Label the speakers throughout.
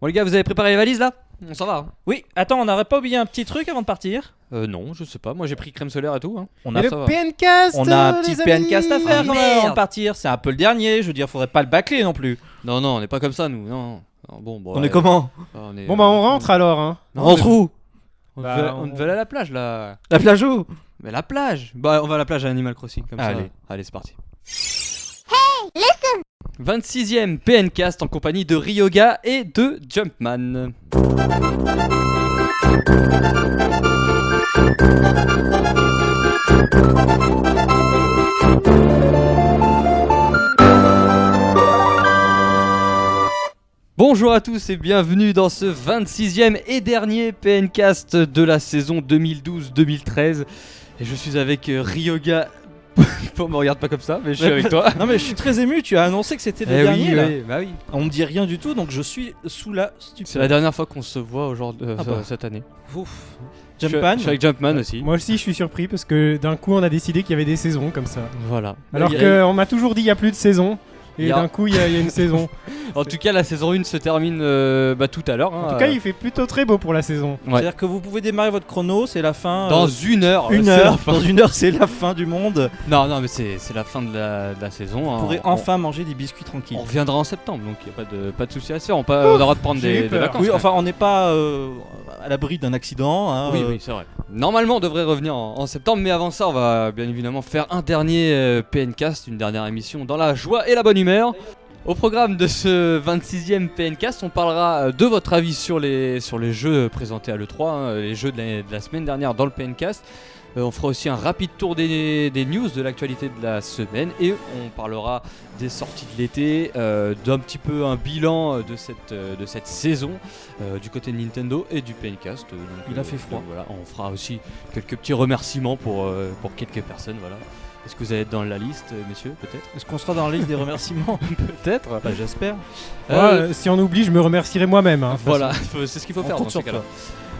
Speaker 1: Bon, les gars, vous avez préparé les valises là On s'en va. hein
Speaker 2: Oui, attends, on n'aurait pas oublié un petit truc avant de partir
Speaker 1: euh, non, je sais pas. Moi, j'ai pris crème solaire et tout. Hein.
Speaker 2: On
Speaker 3: Mais
Speaker 2: a,
Speaker 1: ça va.
Speaker 3: le PNcast
Speaker 2: on a un
Speaker 3: euh,
Speaker 2: petit
Speaker 3: les amis.
Speaker 2: PNcast à faire
Speaker 1: Ah,
Speaker 2: quand même,
Speaker 1: merde.
Speaker 2: avant de partir. C'est un peu le dernier, je veux dire, faudrait pas le bâcler non plus.
Speaker 1: Non, non, on n'est pas comme ça, nous. Non. non. Bon, bon,
Speaker 2: on
Speaker 1: ouais.
Speaker 2: est comment
Speaker 1: Ah, on est,
Speaker 3: Bon bah on rentre alors hein.
Speaker 1: Non,
Speaker 2: On rentre
Speaker 1: mais-
Speaker 2: où
Speaker 1: On,
Speaker 3: Bah,
Speaker 1: devait, on
Speaker 3: on-
Speaker 1: devait aller à la plage là.
Speaker 2: La plage où
Speaker 1: Mais la plage Bah, on va à la plage à Animal Crossing comme
Speaker 2: Allez.
Speaker 1: ça. Allez, c'est parti. 26ème PNcast en compagnie de Ryoga et de Jumpman. Bonjour à tous et bienvenue dans ce 26e et dernier PNcast de la saison 2012-2013. Et je suis avec euh, Ryoga. Bon, me regarde pas comme ça, mais je suis avec toi.
Speaker 2: Non mais je suis très ému, tu as annoncé que c'était le
Speaker 1: Eh
Speaker 2: dernier là.
Speaker 1: oui, bah oui.
Speaker 2: On me dit rien du tout, donc je suis sous la
Speaker 1: C'est
Speaker 2: stupeur.
Speaker 1: la dernière fois qu'on se voit aujourd'hui euh,
Speaker 2: Ah bah.
Speaker 1: cette année.
Speaker 2: Ouf.
Speaker 1: Je suis-
Speaker 2: Jumpman
Speaker 1: Je suis avec Jumpman aussi.
Speaker 3: Moi aussi je suis surpris parce que d'un coup on a décidé qu'il y avait des saisons comme ça.
Speaker 1: Voilà.
Speaker 3: Alors
Speaker 1: Bah, Il y a-
Speaker 3: qu'on m'a toujours dit il y a plus de saisons
Speaker 1: Il
Speaker 3: et
Speaker 1: y a-
Speaker 3: d'un coup il y, a il y a une saison.
Speaker 1: En tout cas, la saison 1 se termine euh, bah, tout à l'heure. hein.
Speaker 3: En tout cas il fait plutôt très beau pour la saison.
Speaker 1: Ouais.
Speaker 2: C'est-à-dire que vous pouvez démarrer votre chrono, c'est la fin.
Speaker 1: Dans
Speaker 2: euh,
Speaker 1: une heure.
Speaker 2: une
Speaker 1: c'est la
Speaker 2: heure.
Speaker 1: fin.
Speaker 2: Dans une heure, c'est la fin du monde.
Speaker 1: Non, non, mais c'est c'est la fin de la, de la saison. hein.
Speaker 2: Vous pourrez
Speaker 1: On-
Speaker 2: enfin manger des biscuits
Speaker 1: On
Speaker 2: tranquilles.
Speaker 1: reviendra en septembre, donc il n'y a pas de, pas de souci à se faire. On, pa- on aura de prendre
Speaker 3: j'ai
Speaker 1: des,
Speaker 3: eu
Speaker 1: des
Speaker 3: peur.
Speaker 1: vacances.
Speaker 2: Oui,
Speaker 1: quand
Speaker 2: enfin, on n'est pas euh, à l'abri d'un accident. hein,
Speaker 1: même. oui,
Speaker 2: euh,
Speaker 1: oui, c'est vrai. Normalement, on devrait revenir en, en septembre, mais avant ça, on va bien évidemment faire un dernier euh, PNcast, une dernière émission dans la joie et la bonne humeur. Au programme de ce 26e PNcast, on parlera euh, de votre avis sur les, sur les jeux présentés à l'E3, hein, les jeux de la, de la semaine dernière dans le PNcast. Euh, on fera aussi un rapide tour des, des news de l'actualité de la semaine et on parlera des sorties de l'été, euh, d'un petit peu un bilan euh, de cette, euh, de cette saison euh, du côté de Nintendo et du PNcast. euh, donc,
Speaker 2: Il a
Speaker 1: euh,
Speaker 2: fait froid.
Speaker 1: donc voilà, on fera aussi quelques petits remerciements pour, euh, pour quelques personnes. Voilà. Est-ce que vous allez être dans la liste, euh, messieurs, peut-être
Speaker 2: Est-ce qu'on sera dans la liste des remerciements
Speaker 1: Peut-être.
Speaker 2: Bah, j'espère.
Speaker 3: Ouais, euh, si on oublie je me remercierai moi-même. hein, de toute
Speaker 1: Voilà, faut- c'est ce qu'il faut
Speaker 2: On
Speaker 1: faire
Speaker 2: compte
Speaker 1: dans ces
Speaker 2: sur
Speaker 1: cas-là.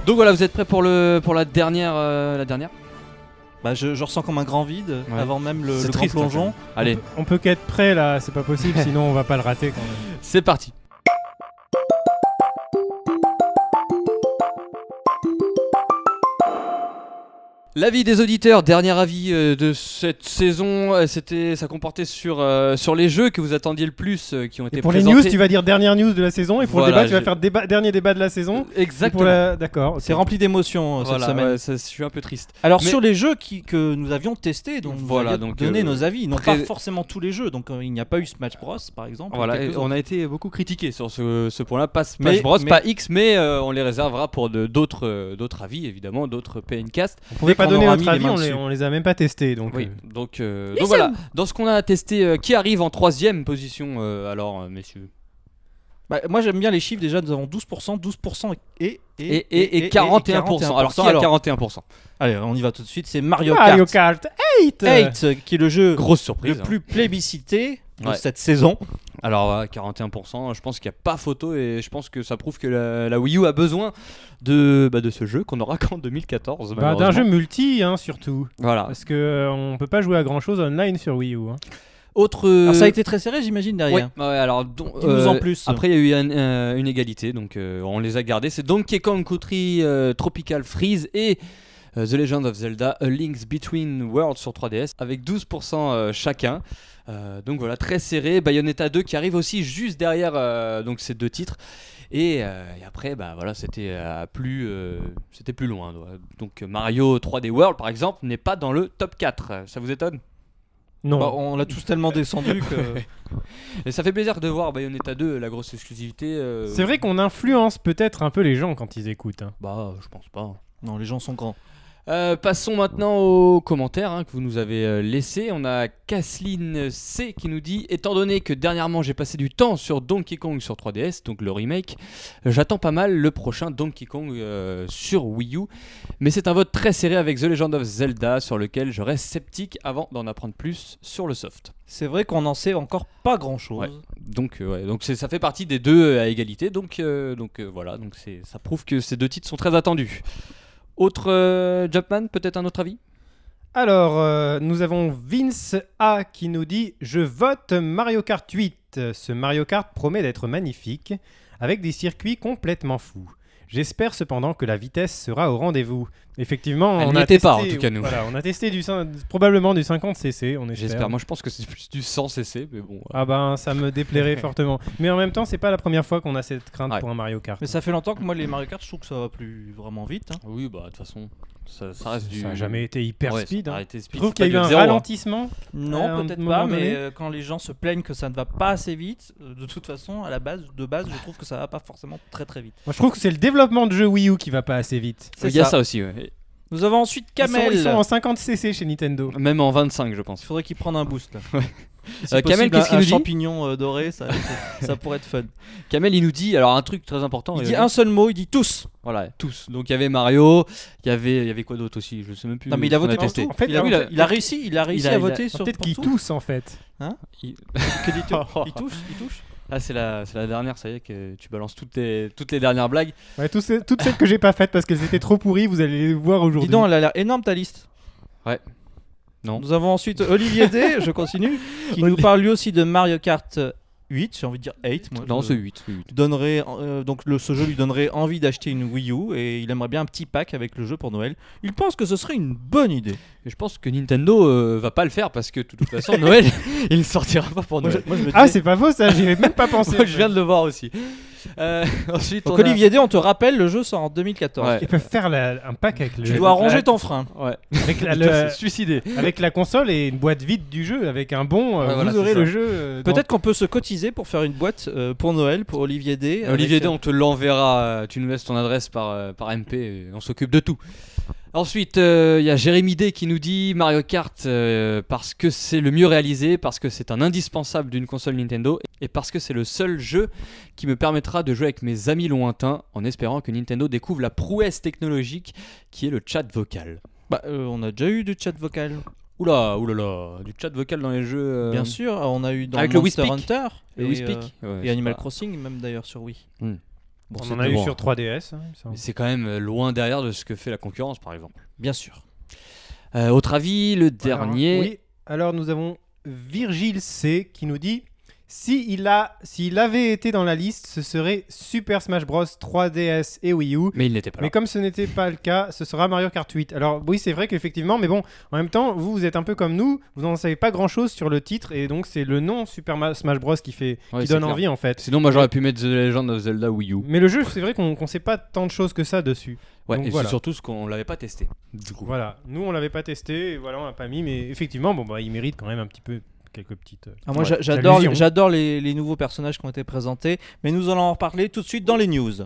Speaker 1: Donc voilà, vous êtes prêts pour, le, pour la dernière euh, la dernière
Speaker 2: Bah, je, je ressens comme un grand vide
Speaker 1: Ouais.
Speaker 2: avant même le,
Speaker 1: C'est
Speaker 2: le grand
Speaker 1: triste, hein,
Speaker 2: plongeon.
Speaker 1: quand même. Allez,
Speaker 3: façon. On peut qu'être prêt là, c'est pas possible sinon on va pas le rater quand même.
Speaker 1: c'est parti. L'avis des auditeurs, dernier avis euh, de cette saison, euh, c'était, ça comportait sur, euh, sur les jeux que vous attendiez le plus, euh, qui ont été
Speaker 3: Et pour les
Speaker 1: présentés.
Speaker 3: news tu vas dire dernière news de la saison et pour
Speaker 1: Voilà,
Speaker 3: le débat tu vas
Speaker 1: j'ai-
Speaker 3: faire débat, dernier débat de la saison. Et
Speaker 1: Exactement.
Speaker 3: pour la- D'accord. ok.
Speaker 2: C'est rempli d'émotions euh,
Speaker 1: Voilà,
Speaker 2: cette semaine.
Speaker 1: ouais, ça- je suis un peu triste.
Speaker 2: Alors
Speaker 1: Mais-
Speaker 2: sur les jeux qui, que nous avions testés, donc
Speaker 1: Voilà,
Speaker 2: voilà,
Speaker 1: donc,
Speaker 2: donc donner
Speaker 1: euh,
Speaker 2: nos avis, non
Speaker 1: pré-
Speaker 2: pas forcément tous les jeux. Donc euh, il n'y a pas eu Smash Bros par exemple.
Speaker 1: Voilà,
Speaker 2: et
Speaker 1: et
Speaker 2: quelques
Speaker 1: on
Speaker 2: autres.
Speaker 1: a été beaucoup critiqué sur ce, ce point-là, pas Smash
Speaker 2: Mais-
Speaker 1: Bros,
Speaker 2: mais-
Speaker 1: pas X, mais euh, on les réservera pour de- d'autres euh, d'autres avis, évidemment, d'autres PNcast.
Speaker 3: On pouvait pas
Speaker 2: qu'on
Speaker 3: donner
Speaker 2: aura
Speaker 3: notre
Speaker 2: mis les
Speaker 3: avis,
Speaker 2: mains
Speaker 3: on les,
Speaker 2: dessus.
Speaker 3: on les a même pas testés donc.
Speaker 1: Oui,
Speaker 3: euh,
Speaker 1: donc, euh, donc voilà, dans ce qu'on a testé, euh, qui arrive en troisième position euh, alors, euh, messieurs
Speaker 2: Bah, moi j'aime bien les chiffres déjà. Nous avons 12%, 12% et et
Speaker 1: et, et- et 41%. Alors, qui
Speaker 2: Alors,
Speaker 1: a 41%
Speaker 2: allez, on y va tout de suite. C'est Mario Kart
Speaker 3: Mario Kart 8
Speaker 2: 8 euh, hein. qui est le jeu
Speaker 1: Grosse surprise.
Speaker 2: le plus plébiscité de
Speaker 1: hein. Ouais.
Speaker 2: cette saison.
Speaker 1: hein. Alors, ouais, 41%, je pense qu'il n'y a pas photo et je pense que ça prouve que la, la Wii U a besoin de, bah, de ce jeu qu'on aura qu'en 2014.
Speaker 3: Bah, d'un
Speaker 1: malheureusement.
Speaker 3: jeu multi hein, surtout
Speaker 2: Ah.
Speaker 1: Voilà.
Speaker 3: parce que euh, on peut pas jouer à grand chose online sur Wii U. hein.
Speaker 1: Autre.
Speaker 2: Alors, ça a été très serré j'imagine
Speaker 1: Oui,
Speaker 2: derrière.
Speaker 1: ouais, alors don-
Speaker 2: Dis-nous en plus.
Speaker 1: Après, il y a eu un- euh, une égalité, donc euh, on les a gardés. C'est Donkey Kong Country euh, Tropical Freeze et euh, The Legend of Zelda A Link's Between Worlds sur 3DS avec 12% euh, chacun. Euh, donc voilà, très serré. Bayonetta 2 qui arrive aussi juste derrière euh, donc ces deux titres. Et, euh, et après, bah, voilà, c'était euh, plus, euh, c'était plus loin. Donc euh, Mario 3D World, par exemple, n'est pas dans le top 4. Ça vous étonne
Speaker 3: Non.
Speaker 2: Bah, on l'a tous tellement descendu que. euh,
Speaker 1: Et ça fait plaisir de voir Bayonetta 2, la grosse exclusivité. euh,
Speaker 3: C'est vrai qu'on influence peut-être un peu les gens quand ils écoutent. hein.
Speaker 1: Bah, je pense pas.
Speaker 2: non, les gens sont grands.
Speaker 1: Euh, passons maintenant aux commentaires hein, que vous nous avez euh, laissés. On a Kathleen C qui nous dit Étant donné que dernièrement j'ai passé du temps sur Donkey Kong sur 3DS, donc le remake, euh, j'attends pas mal le prochain Donkey Kong euh, sur Wii U. Mais c'est un vote très serré avec The Legend of Zelda sur lequel je reste sceptique avant d'en apprendre plus sur le soft.
Speaker 2: C'est vrai qu'on n'en sait encore pas grand chose.
Speaker 1: Ouais. Donc, euh, ouais, donc c'est- ça fait partie des deux euh, à égalité. Donc, euh, donc euh, voilà, donc c'est- ça prouve que ces deux titres sont très attendus. Autre euh, Jumpman, peut-être un autre avis
Speaker 3: Alors euh, nous avons Vince A qui nous dit je vote Mario Kart 8. Ce Mario Kart promet d'être magnifique. avec des circuits complètement fous. J'espère cependant que la vitesse sera au rendez-vous. Effectivement,
Speaker 1: Elle
Speaker 3: on
Speaker 1: n'y
Speaker 3: a
Speaker 1: était pas,
Speaker 3: testé-
Speaker 1: en tout cas, nous.
Speaker 3: voilà, on a testé du, cin- probablement du 50cc, on espère.
Speaker 1: J'espère. Moi, je pense que c'est plus du 100 cc, mais bon.
Speaker 3: Ah ben, ça me déplairait fortement. Mais en même temps, c'est pas la première fois qu'on a cette crainte
Speaker 1: Ouais.
Speaker 3: pour un Mario Kart.
Speaker 2: Mais ça fait longtemps que moi, les Mario Kart, je trouve que ça va plus vraiment vite. hein.
Speaker 1: Oui, bah de toute façon, ça, ça reste du.
Speaker 3: Ça a jamais été hyper
Speaker 1: Ouais,
Speaker 3: speed.
Speaker 1: ça a
Speaker 3: hein.
Speaker 1: arrêté
Speaker 3: Je
Speaker 1: speed.
Speaker 3: trouve
Speaker 1: c'est
Speaker 3: qu'il y a eu
Speaker 1: pas
Speaker 3: un
Speaker 1: du zéro, hein.
Speaker 3: ralentissement. à
Speaker 2: Non,
Speaker 3: un
Speaker 2: peut-être
Speaker 3: moment
Speaker 2: pas,
Speaker 3: donné.
Speaker 2: mais euh, quand les gens se plaignent que ça ne va pas assez vite, euh, de toute façon, à la base, de base, je trouve que ça va pas forcément très très vite.
Speaker 3: Moi, je trouve que c'est le développement de jeu Wii U qui va pas assez vite.
Speaker 1: hein. Il y a ça aussi, ouais.
Speaker 2: Nous avons ensuite
Speaker 3: Ils sont,
Speaker 2: Kamel.
Speaker 3: ils sont en 50cc chez Nintendo.
Speaker 1: Même en 25, je
Speaker 2: Il
Speaker 1: pense.
Speaker 2: faudrait qu'il prenne un boost là. Si
Speaker 1: Euh, Kamel,
Speaker 2: possible,
Speaker 1: qu'est-ce
Speaker 2: un-
Speaker 1: qu'il
Speaker 2: un
Speaker 1: nous dit
Speaker 2: champignon euh, doré, ça, ça- ça pourrait être fun.
Speaker 1: Kamel, il nous dit alors un truc très important.
Speaker 2: Il
Speaker 1: et-
Speaker 2: dit un seul mot, il dit tous.
Speaker 1: Voilà, tous. Donc il y avait Mario, il y avait, il y avait quoi d'autre aussi Je sais même plus.
Speaker 2: Non, mais il a
Speaker 1: ce qu'on
Speaker 2: voté pour
Speaker 1: testé.
Speaker 2: tout.
Speaker 3: En fait,
Speaker 2: il, a,
Speaker 1: oui,
Speaker 2: voté-
Speaker 1: il a-
Speaker 2: il a réussi, il a réussi
Speaker 1: il a-
Speaker 2: à
Speaker 1: il a-
Speaker 2: voter sur
Speaker 3: Peut-être
Speaker 2: pour
Speaker 3: qu'ils
Speaker 2: tout.
Speaker 3: toussent en fait.
Speaker 1: Il-
Speaker 2: Que dit-on Il touche, il touche.
Speaker 1: Ah, c'est la, c'est la dernière, ça y est, que tu balances toutes, tes, toutes les dernières blagues.
Speaker 3: Ouais, tous ces- toutes celles que j'ai pas faites parce qu'elles étaient trop pourries, vous allez les voir
Speaker 2: Dis
Speaker 3: aujourd'hui.
Speaker 2: donc, elle a l'air énorme ta liste.
Speaker 1: Ouais. Non.
Speaker 2: Nous avons ensuite Olivier D, je continue, qui nous parle lui aussi de Mario Kart 8, j'ai envie de dire 8. Moi,
Speaker 1: non,
Speaker 2: je-
Speaker 1: c'est 8.
Speaker 2: lui donnerait euh, donc le, ce jeu lui donnerait envie d'acheter une Wii U et il aimerait bien un petit pack avec le jeu pour Noël. Il pense que ce serait une bonne idée.
Speaker 1: Je pense que Nintendo euh, va pas le faire parce que de toute façon, Noël, il ne sortira pas pour Noël.
Speaker 2: Moi, je me
Speaker 3: Ah,
Speaker 2: disais-
Speaker 3: c'est pas faux ça, j'y avais même pas pensé.
Speaker 1: Moi, je viens de le voir aussi. Euh, ensuite,
Speaker 2: donc
Speaker 1: on a-
Speaker 2: Olivier D, on te rappelle le jeu sort en 2014.
Speaker 1: Ouais.
Speaker 3: Ils peuvent faire la- un pack avec, le-
Speaker 2: Tu dois
Speaker 1: Ouais.
Speaker 2: ranger ton frein.
Speaker 1: Ouais,
Speaker 3: avec, la,
Speaker 1: il
Speaker 3: le-
Speaker 2: euh,
Speaker 1: doit se suicider.
Speaker 3: avec la console et une boîte vide du jeu. Avec un bon, euh,
Speaker 1: Ouais, voilà,
Speaker 3: vous aurez
Speaker 1: c'est
Speaker 3: le
Speaker 1: ça.
Speaker 3: jeu. euh, dans-
Speaker 2: Peut-être qu'on peut se cotiser pour faire une boîte euh, pour Noël pour Olivier D. avec,
Speaker 1: Olivier D,
Speaker 2: euh,
Speaker 1: on te l'enverra. euh, Tu nous laisses ton adresse par, euh, par MP. et on s'occupe de tout. Ensuite, euh, il y a Jérémy D qui nous dit Mario Kart euh, parce que c'est le mieux réalisé, parce que c'est un indispensable d'une console Nintendo et parce que c'est le seul jeu qui me permettra de jouer avec mes amis lointains en espérant que Nintendo découvre la prouesse technologique qui est le chat vocal.
Speaker 2: bah, euh, on a déjà eu du chat vocal.
Speaker 1: Oula, oulala, du chat vocal dans les jeux. euh,
Speaker 2: Bien sûr, on a eu dans
Speaker 1: avec le
Speaker 2: Monster
Speaker 1: Wii Speak.
Speaker 2: Hunter
Speaker 1: Le
Speaker 2: et,
Speaker 1: Wii Speak.
Speaker 2: euh,
Speaker 1: Ouais,
Speaker 2: et
Speaker 1: c'est
Speaker 2: Animal
Speaker 1: pas-
Speaker 2: Crossing même d'ailleurs sur Wii.
Speaker 1: Hmm.
Speaker 2: Bon,
Speaker 3: On
Speaker 2: c'est-
Speaker 3: en a eu
Speaker 1: bon.
Speaker 3: sur 3DS. hein, il me semble.
Speaker 1: Mais C'est quand même euh, loin derrière de ce que fait la concurrence, par exemple.
Speaker 2: Bien sûr.
Speaker 1: Euh, autre avis, le
Speaker 3: Alors,
Speaker 1: dernier.
Speaker 3: oui, alors nous avons Virgile C qui nous dit si il a, s'il avait été dans la liste, ce serait Super Smash Bros 3DS et Wii U.
Speaker 1: Mais il n'était pas là.
Speaker 3: Mais comme ce n'était pas le cas, ce sera Mario Kart 8. Alors oui, c'est vrai qu'effectivement, mais bon, en même temps, vous, vous êtes un peu comme nous, vous n'en savez pas grand-chose sur le titre, et donc c'est le nom Super Ma- Smash Bros qui fait,
Speaker 1: Ouais,
Speaker 3: qui
Speaker 1: c'est
Speaker 3: donne
Speaker 1: clair.
Speaker 3: envie en fait.
Speaker 1: Sinon, moi j'aurais pu mettre The Legend of Zelda Wii U.
Speaker 3: Mais le jeu, c'est vrai qu'on ne sait pas tant de choses que ça dessus.
Speaker 1: Ouais,
Speaker 3: Donc
Speaker 1: et
Speaker 3: voilà.
Speaker 1: c'est surtout ce qu'on l'avait pas testé. Du coup.
Speaker 3: Voilà, nous on l'avait pas testé, et voilà, on l'a pas mis, mais effectivement, bon bah, il mérite quand même un petit peu quelques petites. euh,
Speaker 2: Ah, moi
Speaker 1: Ouais,
Speaker 2: j'a- j'adore
Speaker 3: allusion.
Speaker 2: j'adore les, les nouveaux personnages qui ont été présentés, mais nous allons en reparler tout de suite dans les news.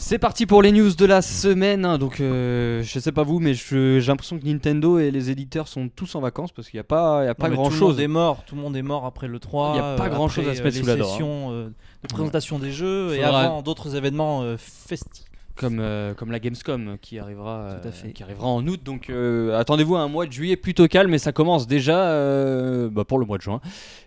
Speaker 1: C'est parti pour les news de la semaine. hein. Donc, euh, je sais pas vous, mais je- j'ai l'impression que Nintendo et les éditeurs sont tous en vacances parce qu'il n'y a pas, il y a pas
Speaker 2: Non, mais
Speaker 1: grand
Speaker 2: Tout le
Speaker 1: chose.
Speaker 2: monde est mort, tout le monde est mort après le 3.
Speaker 1: Il y a pas
Speaker 2: euh,
Speaker 1: grand-chose
Speaker 2: après,
Speaker 1: à se mettre
Speaker 2: euh,
Speaker 1: sous
Speaker 2: les
Speaker 1: la dent, hein.
Speaker 2: sessions, euh, de présentation des jeux et
Speaker 1: Faudra-
Speaker 2: avant d'autres événements euh, festifs.
Speaker 1: Comme, euh, comme la Gamescom qui arrivera,
Speaker 2: Tout à
Speaker 1: euh,
Speaker 2: fait.
Speaker 1: qui arrivera en août. Donc, euh, attendez-vous à un mois de juillet plutôt calme et ça commence déjà euh, bah, pour le mois de juin.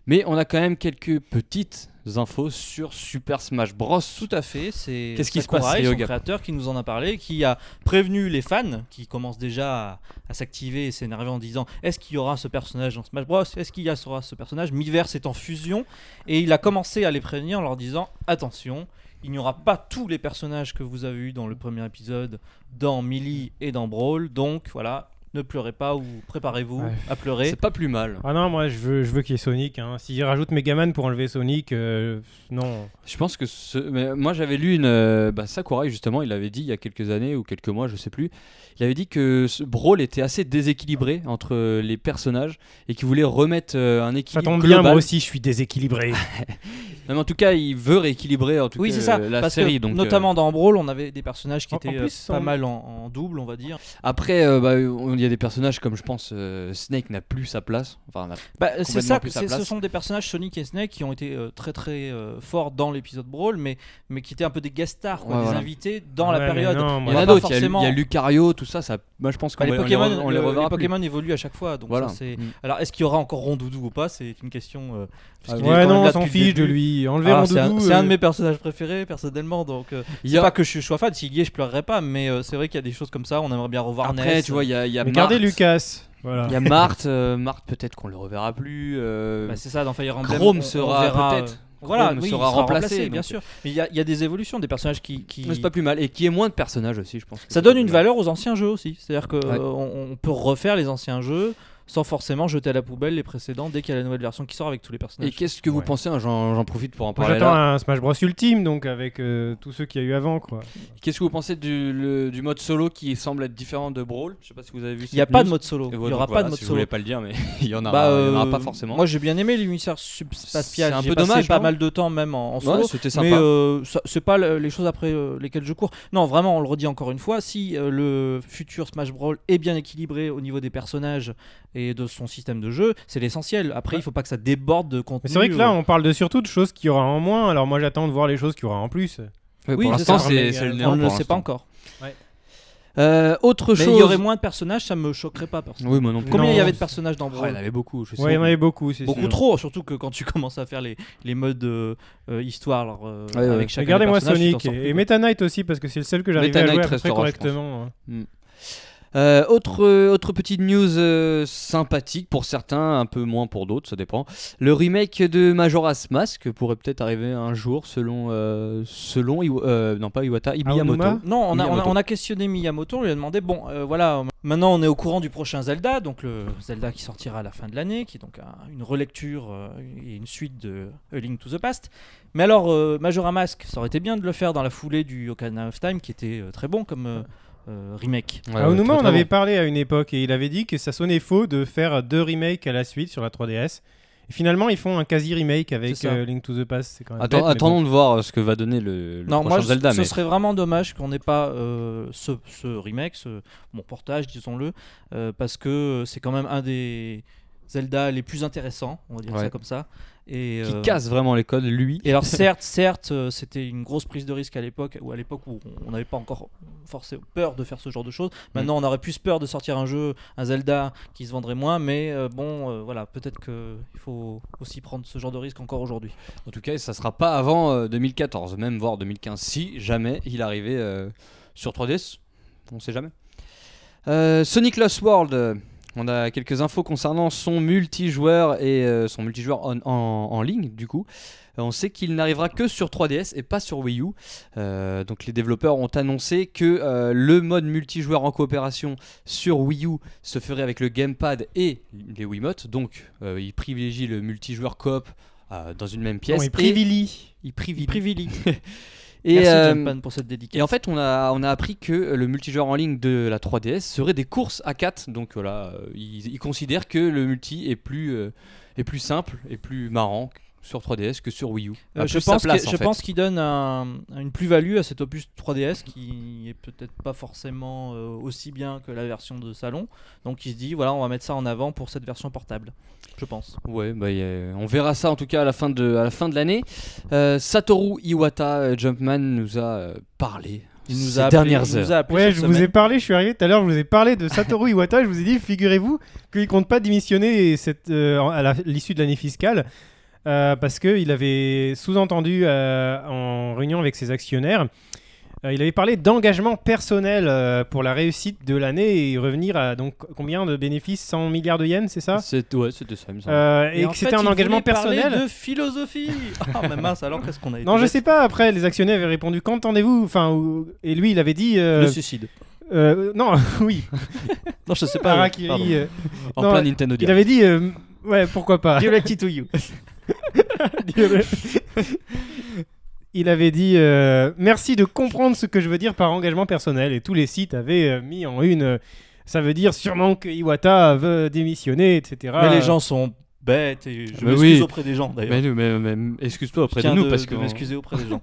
Speaker 1: Mais on a quand même quelques petites infos sur Super Smash Bros.
Speaker 2: Tout à fait, c'est
Speaker 1: Qu'est-ce qui se
Speaker 2: Sakurai,
Speaker 1: passe,
Speaker 2: son
Speaker 1: Ryoga
Speaker 2: créateur qui nous en a parlé, qui a prévenu les fans qui commencent déjà à, à s'activer et s'énerver en disant est-ce qu'il y aura ce personnage dans Smash Bros Est-ce qu'il y aura ce personnage Miiverse est en fusion et il a commencé à les prévenir en leur disant attention, il n'y aura pas tous les personnages que vous avez eu dans le premier épisode dans Melee et dans Brawl, donc voilà, ne pleurez pas ou préparez-vous
Speaker 3: Ouais.
Speaker 2: à pleurer.
Speaker 1: C'est pas plus mal.
Speaker 3: Ah non, moi je veux, je veux qu'il y ait Sonic. Hein. S'ils rajoutent Megaman pour enlever Sonic, euh, non.
Speaker 1: Je pense que ce... mais moi j'avais lu une euh, bah, Sakurai justement, il avait dit il y a quelques années ou quelques mois, je sais plus. Il avait dit que ce Brawl était assez déséquilibré entre euh, les personnages et qu'il voulait remettre euh, un
Speaker 3: Ça
Speaker 1: équilibre
Speaker 3: tombe bien,
Speaker 1: global.
Speaker 3: moi aussi je suis déséquilibré.
Speaker 1: Non, mais en tout cas, il veut rééquilibrer en tout
Speaker 2: Oui,
Speaker 1: cas,
Speaker 2: c'est ça.
Speaker 1: euh, la
Speaker 2: parce
Speaker 1: série
Speaker 2: que
Speaker 1: donc euh,
Speaker 2: notamment dans Brawl, on avait des personnages qui
Speaker 3: En- en
Speaker 2: étaient
Speaker 3: plus,
Speaker 2: euh,
Speaker 3: sans-
Speaker 2: pas mal en- en double, on va dire.
Speaker 1: après euh, bah, on- il y a des personnages comme je pense euh, Snake n'a plus sa place. Enfin, n'a-
Speaker 2: Bah, c'est
Speaker 1: complètement
Speaker 2: ça, que-
Speaker 1: plus sa
Speaker 2: c'est- ce
Speaker 1: place.
Speaker 2: sont des personnages Sonic et Snake qui ont été euh, très très euh, forts dans l'épisode Brawl, mais, mais qui étaient un peu des guest stars, quoi,
Speaker 1: Ouais,
Speaker 2: des
Speaker 1: voilà.
Speaker 2: invités dans la
Speaker 3: Ouais, mais
Speaker 2: période.
Speaker 3: non,
Speaker 1: il
Speaker 3: moi-
Speaker 1: y en
Speaker 2: va
Speaker 1: a
Speaker 2: pas
Speaker 1: d'autres, il y a- il y
Speaker 2: forcément-
Speaker 1: a Lucario, tout ça ça moi je pense qu'on
Speaker 2: Bah, les
Speaker 1: va- on
Speaker 2: Pokémon,
Speaker 1: les, re- on les
Speaker 2: le-
Speaker 1: reverra
Speaker 2: les
Speaker 1: plus.
Speaker 2: Pokémon évoluent à chaque fois, donc
Speaker 1: Voilà.
Speaker 2: ça, c'est.
Speaker 1: Mm.
Speaker 2: Alors, est-ce qu'il y aura encore Rondoudou ou pas C'est une question. euh, parce
Speaker 1: Ah
Speaker 2: qu'il
Speaker 1: oui.
Speaker 3: ouais,
Speaker 2: est quand même
Speaker 3: non,
Speaker 2: là
Speaker 3: on s'en
Speaker 2: depuis le
Speaker 3: fiche de
Speaker 2: début.
Speaker 3: lui. dit enlevez
Speaker 2: Ah,
Speaker 3: mon
Speaker 2: c'est un,
Speaker 3: doudou.
Speaker 2: c'est un de
Speaker 3: euh,
Speaker 2: mes personnages préférés personnellement donc euh,
Speaker 1: Il
Speaker 2: c'est
Speaker 1: y a-
Speaker 2: pas que je sois fan s'il y est je pleurerais pas mais euh, c'est vrai qu'il y a des choses comme ça on aimerait bien revoir
Speaker 1: Après,
Speaker 2: Ness.
Speaker 1: tu vois, il y a, il y a
Speaker 3: Mais gardez
Speaker 1: Marthe.
Speaker 3: Lucas. Voilà.
Speaker 1: Il y a Marthe, euh, Marthe peut-être qu'on le reverra plus. euh,
Speaker 2: Bah, c'est ça dans Fire Emblem
Speaker 1: Chrome
Speaker 2: on- on
Speaker 1: sera
Speaker 2: verra,
Speaker 1: peut-être.
Speaker 2: euh, voilà
Speaker 1: Chrome
Speaker 2: oui, il
Speaker 1: sera remplacé, donc,
Speaker 2: bien sûr mais il y, a- il y a des évolutions des personnages qui, qui-
Speaker 1: mais C'est pas plus mal. Et qui est moins de personnages aussi, je pense. que
Speaker 2: ça
Speaker 1: c'est
Speaker 2: donne
Speaker 1: pas
Speaker 2: une
Speaker 1: plus mal.
Speaker 2: valeur aux anciens jeux aussi c'est à dire que
Speaker 1: Ouais.
Speaker 2: euh, on, on peut refaire les anciens jeux sans forcément jeter à la poubelle les précédents dès qu'il y a la nouvelle version qui sort avec tous les
Speaker 1: Et
Speaker 2: personnages
Speaker 1: qu'est-ce que vous
Speaker 3: Ouais.
Speaker 1: pensez hein, J'en j'en profite pour en
Speaker 3: Moi,
Speaker 1: parler.
Speaker 3: J'attends
Speaker 1: là.
Speaker 3: un Smash Bros ultime donc avec euh, tout ce qu'il y a eu avant quoi.
Speaker 1: Qu'est-ce que vous pensez du, le- du mode solo qui semble être différent de Brawl Je sais pas si vous avez vu.
Speaker 2: il n'y a
Speaker 1: cette
Speaker 2: pas
Speaker 1: news.
Speaker 2: de mode solo
Speaker 1: Et
Speaker 2: il
Speaker 1: voilà,
Speaker 2: y aura
Speaker 1: donc voilà,
Speaker 2: pas de mode
Speaker 1: si Je
Speaker 2: solo
Speaker 1: voulais pas le dire, mais il y en aura,
Speaker 2: Bah,
Speaker 1: il y en aura
Speaker 2: euh,
Speaker 1: pas forcément.
Speaker 2: Moi j'ai bien aimé l'univers
Speaker 1: C'est
Speaker 2: subspatial.
Speaker 1: un
Speaker 2: J'ai
Speaker 1: peu
Speaker 2: passé
Speaker 1: dommage,
Speaker 2: pas
Speaker 1: non
Speaker 2: mal de temps même en, en
Speaker 1: Ouais,
Speaker 2: solo.
Speaker 1: c'était sympa.
Speaker 2: mais euh, ça- c'est pas le- les choses après euh, lesquelles je cours. Non, vraiment, on le redit encore une fois. Si euh, le futur Smash Brawl est bien équilibré au niveau des personnages et de son système de jeu, c'est l'essentiel. Après, il faut pas que ça déborde de contenu.
Speaker 3: Mais c'est vrai que là
Speaker 2: euh,
Speaker 3: on parle de surtout de choses qu'il y aura en moins. Alors moi j'attends de voir les choses qu'il y aura en plus.
Speaker 1: Oui,
Speaker 2: oui,
Speaker 1: pour
Speaker 2: c'est
Speaker 1: l'instant,
Speaker 2: ça,
Speaker 1: c'est
Speaker 3: mais,
Speaker 1: c'est
Speaker 3: euh,
Speaker 1: le
Speaker 3: on
Speaker 1: néant.
Speaker 2: on ne le
Speaker 1: pour
Speaker 2: sait
Speaker 1: l'instant.
Speaker 2: pas encore.
Speaker 1: Euh, autre
Speaker 2: Mais
Speaker 1: chose.
Speaker 2: il y aurait moins de personnages, ça me choquerait pas. personnellement.
Speaker 1: Oui, moi non plus.
Speaker 2: Combien il y
Speaker 3: Non,
Speaker 2: avait de
Speaker 3: c'est-
Speaker 2: personnages dans
Speaker 1: Oh, Il y
Speaker 2: Brawl
Speaker 1: en avait beaucoup, je sais.
Speaker 3: Ouais, il y en avait beaucoup, c'est
Speaker 1: hein.
Speaker 2: Beaucoup
Speaker 3: sûr.
Speaker 2: trop, surtout que quand tu commences à faire les, les modes euh, euh, histoire alors, euh,
Speaker 1: Ouais, ouais.
Speaker 2: avec chacun des
Speaker 3: Regardez-moi
Speaker 2: personnages, tu t'en
Speaker 3: Sonic
Speaker 2: sors plus,
Speaker 3: et, et
Speaker 2: quoi.
Speaker 3: Meta Knight aussi parce que c'est le seul que j'arrivais
Speaker 1: Meta
Speaker 3: à
Speaker 1: Knight
Speaker 3: jouer à peu près
Speaker 1: restera, je pense.
Speaker 3: correctement. hein.
Speaker 1: Euh, autre, euh, autre petite news euh, sympathique pour certains, un peu moins pour d'autres, ça dépend. Le remake de Majora's Mask pourrait peut-être arriver un jour selon, euh, selon Iwa- euh, non pas Iwata, Miyamoto.
Speaker 3: Aonuma
Speaker 2: Non, on a, on, a,
Speaker 1: Miyamoto.
Speaker 2: on a questionné Miyamoto, on lui a demandé, bon, euh, voilà, maintenant on est au courant du prochain Zelda, donc le Zelda qui sortira à la fin de l'année, qui est donc un- une relecture euh, et une suite de A Link to the Past. Mais alors, euh, Majora Mask, ça aurait été bien de le faire dans la foulée du Ocarina of Time, qui était euh, très bon comme euh, euh, remake.
Speaker 1: Ouais, ouais,
Speaker 3: Aonuma
Speaker 1: très,
Speaker 3: on
Speaker 1: très
Speaker 3: avait
Speaker 1: bon.
Speaker 3: parlé à une époque et il avait dit que ça sonnait faux de faire deux remakes à la suite sur la 3DS. Et finalement ils font un quasi remake avec
Speaker 2: C'est ça.
Speaker 3: euh, Link to the Past. C'est quand même
Speaker 1: Attends-
Speaker 3: bête, mais bon.
Speaker 1: attendons de voir euh, ce que va donner le, le
Speaker 2: non,
Speaker 1: prochain
Speaker 2: moi,
Speaker 1: Zelda.
Speaker 2: ce
Speaker 1: mais...
Speaker 2: serait vraiment dommage qu'on n'ait pas euh, ce, ce remake, ce bon portage, disons-le, euh, parce que c'est quand même un des Zelda les plus intéressants, on va dire
Speaker 1: Ouais.
Speaker 2: ça comme ça. Et,
Speaker 1: qui
Speaker 2: euh,
Speaker 1: casse vraiment les codes, lui.
Speaker 2: Et alors certes, certes, euh, c'était une grosse prise de risque à l'époque, ou à l'époque où on n'avait pas encore forcé peur de faire ce genre de choses.
Speaker 1: Mm.
Speaker 2: Maintenant, on aurait plus peur de sortir un jeu, un Zelda qui se vendrait moins, mais euh, bon, euh, voilà, peut-être qu'il faut aussi prendre ce genre de risque encore aujourd'hui.
Speaker 1: En tout cas, ça sera pas avant euh, 2014, même voire 2015, si jamais il arrivait euh, sur 3DS. On sait jamais. Euh, Sonic Lost World. euh, On a quelques infos concernant son multijoueur et euh, son multijoueur en, en- en ligne du coup. Euh, on sait qu'il n'arrivera que sur 3DS et pas sur Wii U. Euh, donc les développeurs ont annoncé que euh, le mode multijoueur en coopération sur Wii U se ferait avec le gamepad et les Wiimotes. Donc euh, ils privilégient le multijoueur coop euh, dans une même pièce.
Speaker 3: Non, il
Speaker 1: Et-
Speaker 3: privilégie.
Speaker 1: il privilégie.
Speaker 2: Privilégié.
Speaker 1: Et,
Speaker 2: Merci
Speaker 1: euh,
Speaker 2: Jumpman, pour cette dédicace.
Speaker 1: et en fait, on a, on a appris que le multijoueur en ligne de la 3DS serait des courses à 4. Donc voilà, euh, ils, ils considèrent que le multi est plus, euh, est plus simple et plus marrant sur 3DS que sur Wii U.
Speaker 2: Euh,
Speaker 1: A
Speaker 2: je
Speaker 1: plus sa
Speaker 2: pense,
Speaker 1: place,
Speaker 2: que-
Speaker 1: en
Speaker 2: je
Speaker 1: fait.
Speaker 2: pense qu'il donne un- une plus-value à cet opus 3DS qui est peut-être pas forcément euh, aussi bien que la version de salon. Donc il se dit, voilà, on va mettre ça en avant pour cette version portable, je pense.
Speaker 1: Ouais, bah, y a- on verra ça en tout cas à la fin de, à la fin de l'année. Euh, Satoru Iwata euh, Jumpman nous a euh, parlé.
Speaker 2: Il nous
Speaker 1: ces
Speaker 2: a appelé-
Speaker 1: dernières
Speaker 2: il nous
Speaker 1: heures.
Speaker 2: a appelé
Speaker 3: Ouais,
Speaker 2: cette
Speaker 3: je vous ai
Speaker 2: semaine.
Speaker 3: parlé, je suis arrivé tout à l'heure, je vous ai parlé de Satoru Iwata, je vous ai dit, figurez-vous qu'il compte pas démissionner cette, euh, à la- l'issue de l'année fiscale, euh, parce qu'il avait sous-entendu euh, en réunion avec ses actionnaires, euh, il avait parlé d'engagement personnel euh, pour la réussite de l'année et revenir à donc combien de bénéfices 100 milliards de yens, c'est ça
Speaker 1: C'est- Ouais, c'était ça, il me semble.
Speaker 3: Euh, Et,
Speaker 2: en
Speaker 3: que
Speaker 2: fait,
Speaker 3: c'était un
Speaker 2: il
Speaker 3: engagement
Speaker 2: voulait parler
Speaker 3: personnel
Speaker 2: de philosophie. Ah, mais mince, alors qu'est-ce qu'on a été
Speaker 3: Non, je
Speaker 2: bête.
Speaker 3: sais pas, après, les actionnaires avaient répondu, qu'entendez-vous enfin, ou- Et lui, il avait dit... euh,
Speaker 2: Le suicide.
Speaker 3: euh, non, oui,
Speaker 2: Non, je sais pas.
Speaker 3: Harakiri...
Speaker 2: pardon.
Speaker 3: euh,
Speaker 1: en
Speaker 3: non,
Speaker 1: plein
Speaker 3: euh,
Speaker 1: Nintendo
Speaker 3: Il
Speaker 1: Direct.
Speaker 3: avait dit, euh, ouais, pourquoi pas. il avait dit, euh, merci de comprendre ce que je veux dire par engagement personnel. Et tous les sites avaient euh, mis en une, euh, ça veut dire sûrement que Iwata veut démissionner, etc.
Speaker 2: Mais les gens sont bêtes et je
Speaker 3: Bah
Speaker 1: Ah, mais
Speaker 2: m'excuse
Speaker 1: oui.
Speaker 2: auprès des gens d'ailleurs.
Speaker 1: Mais, mais- mais- excuse-toi
Speaker 2: Je
Speaker 1: auprès de
Speaker 2: tiens
Speaker 1: nous parce que
Speaker 2: de m'excuser auprès des gens.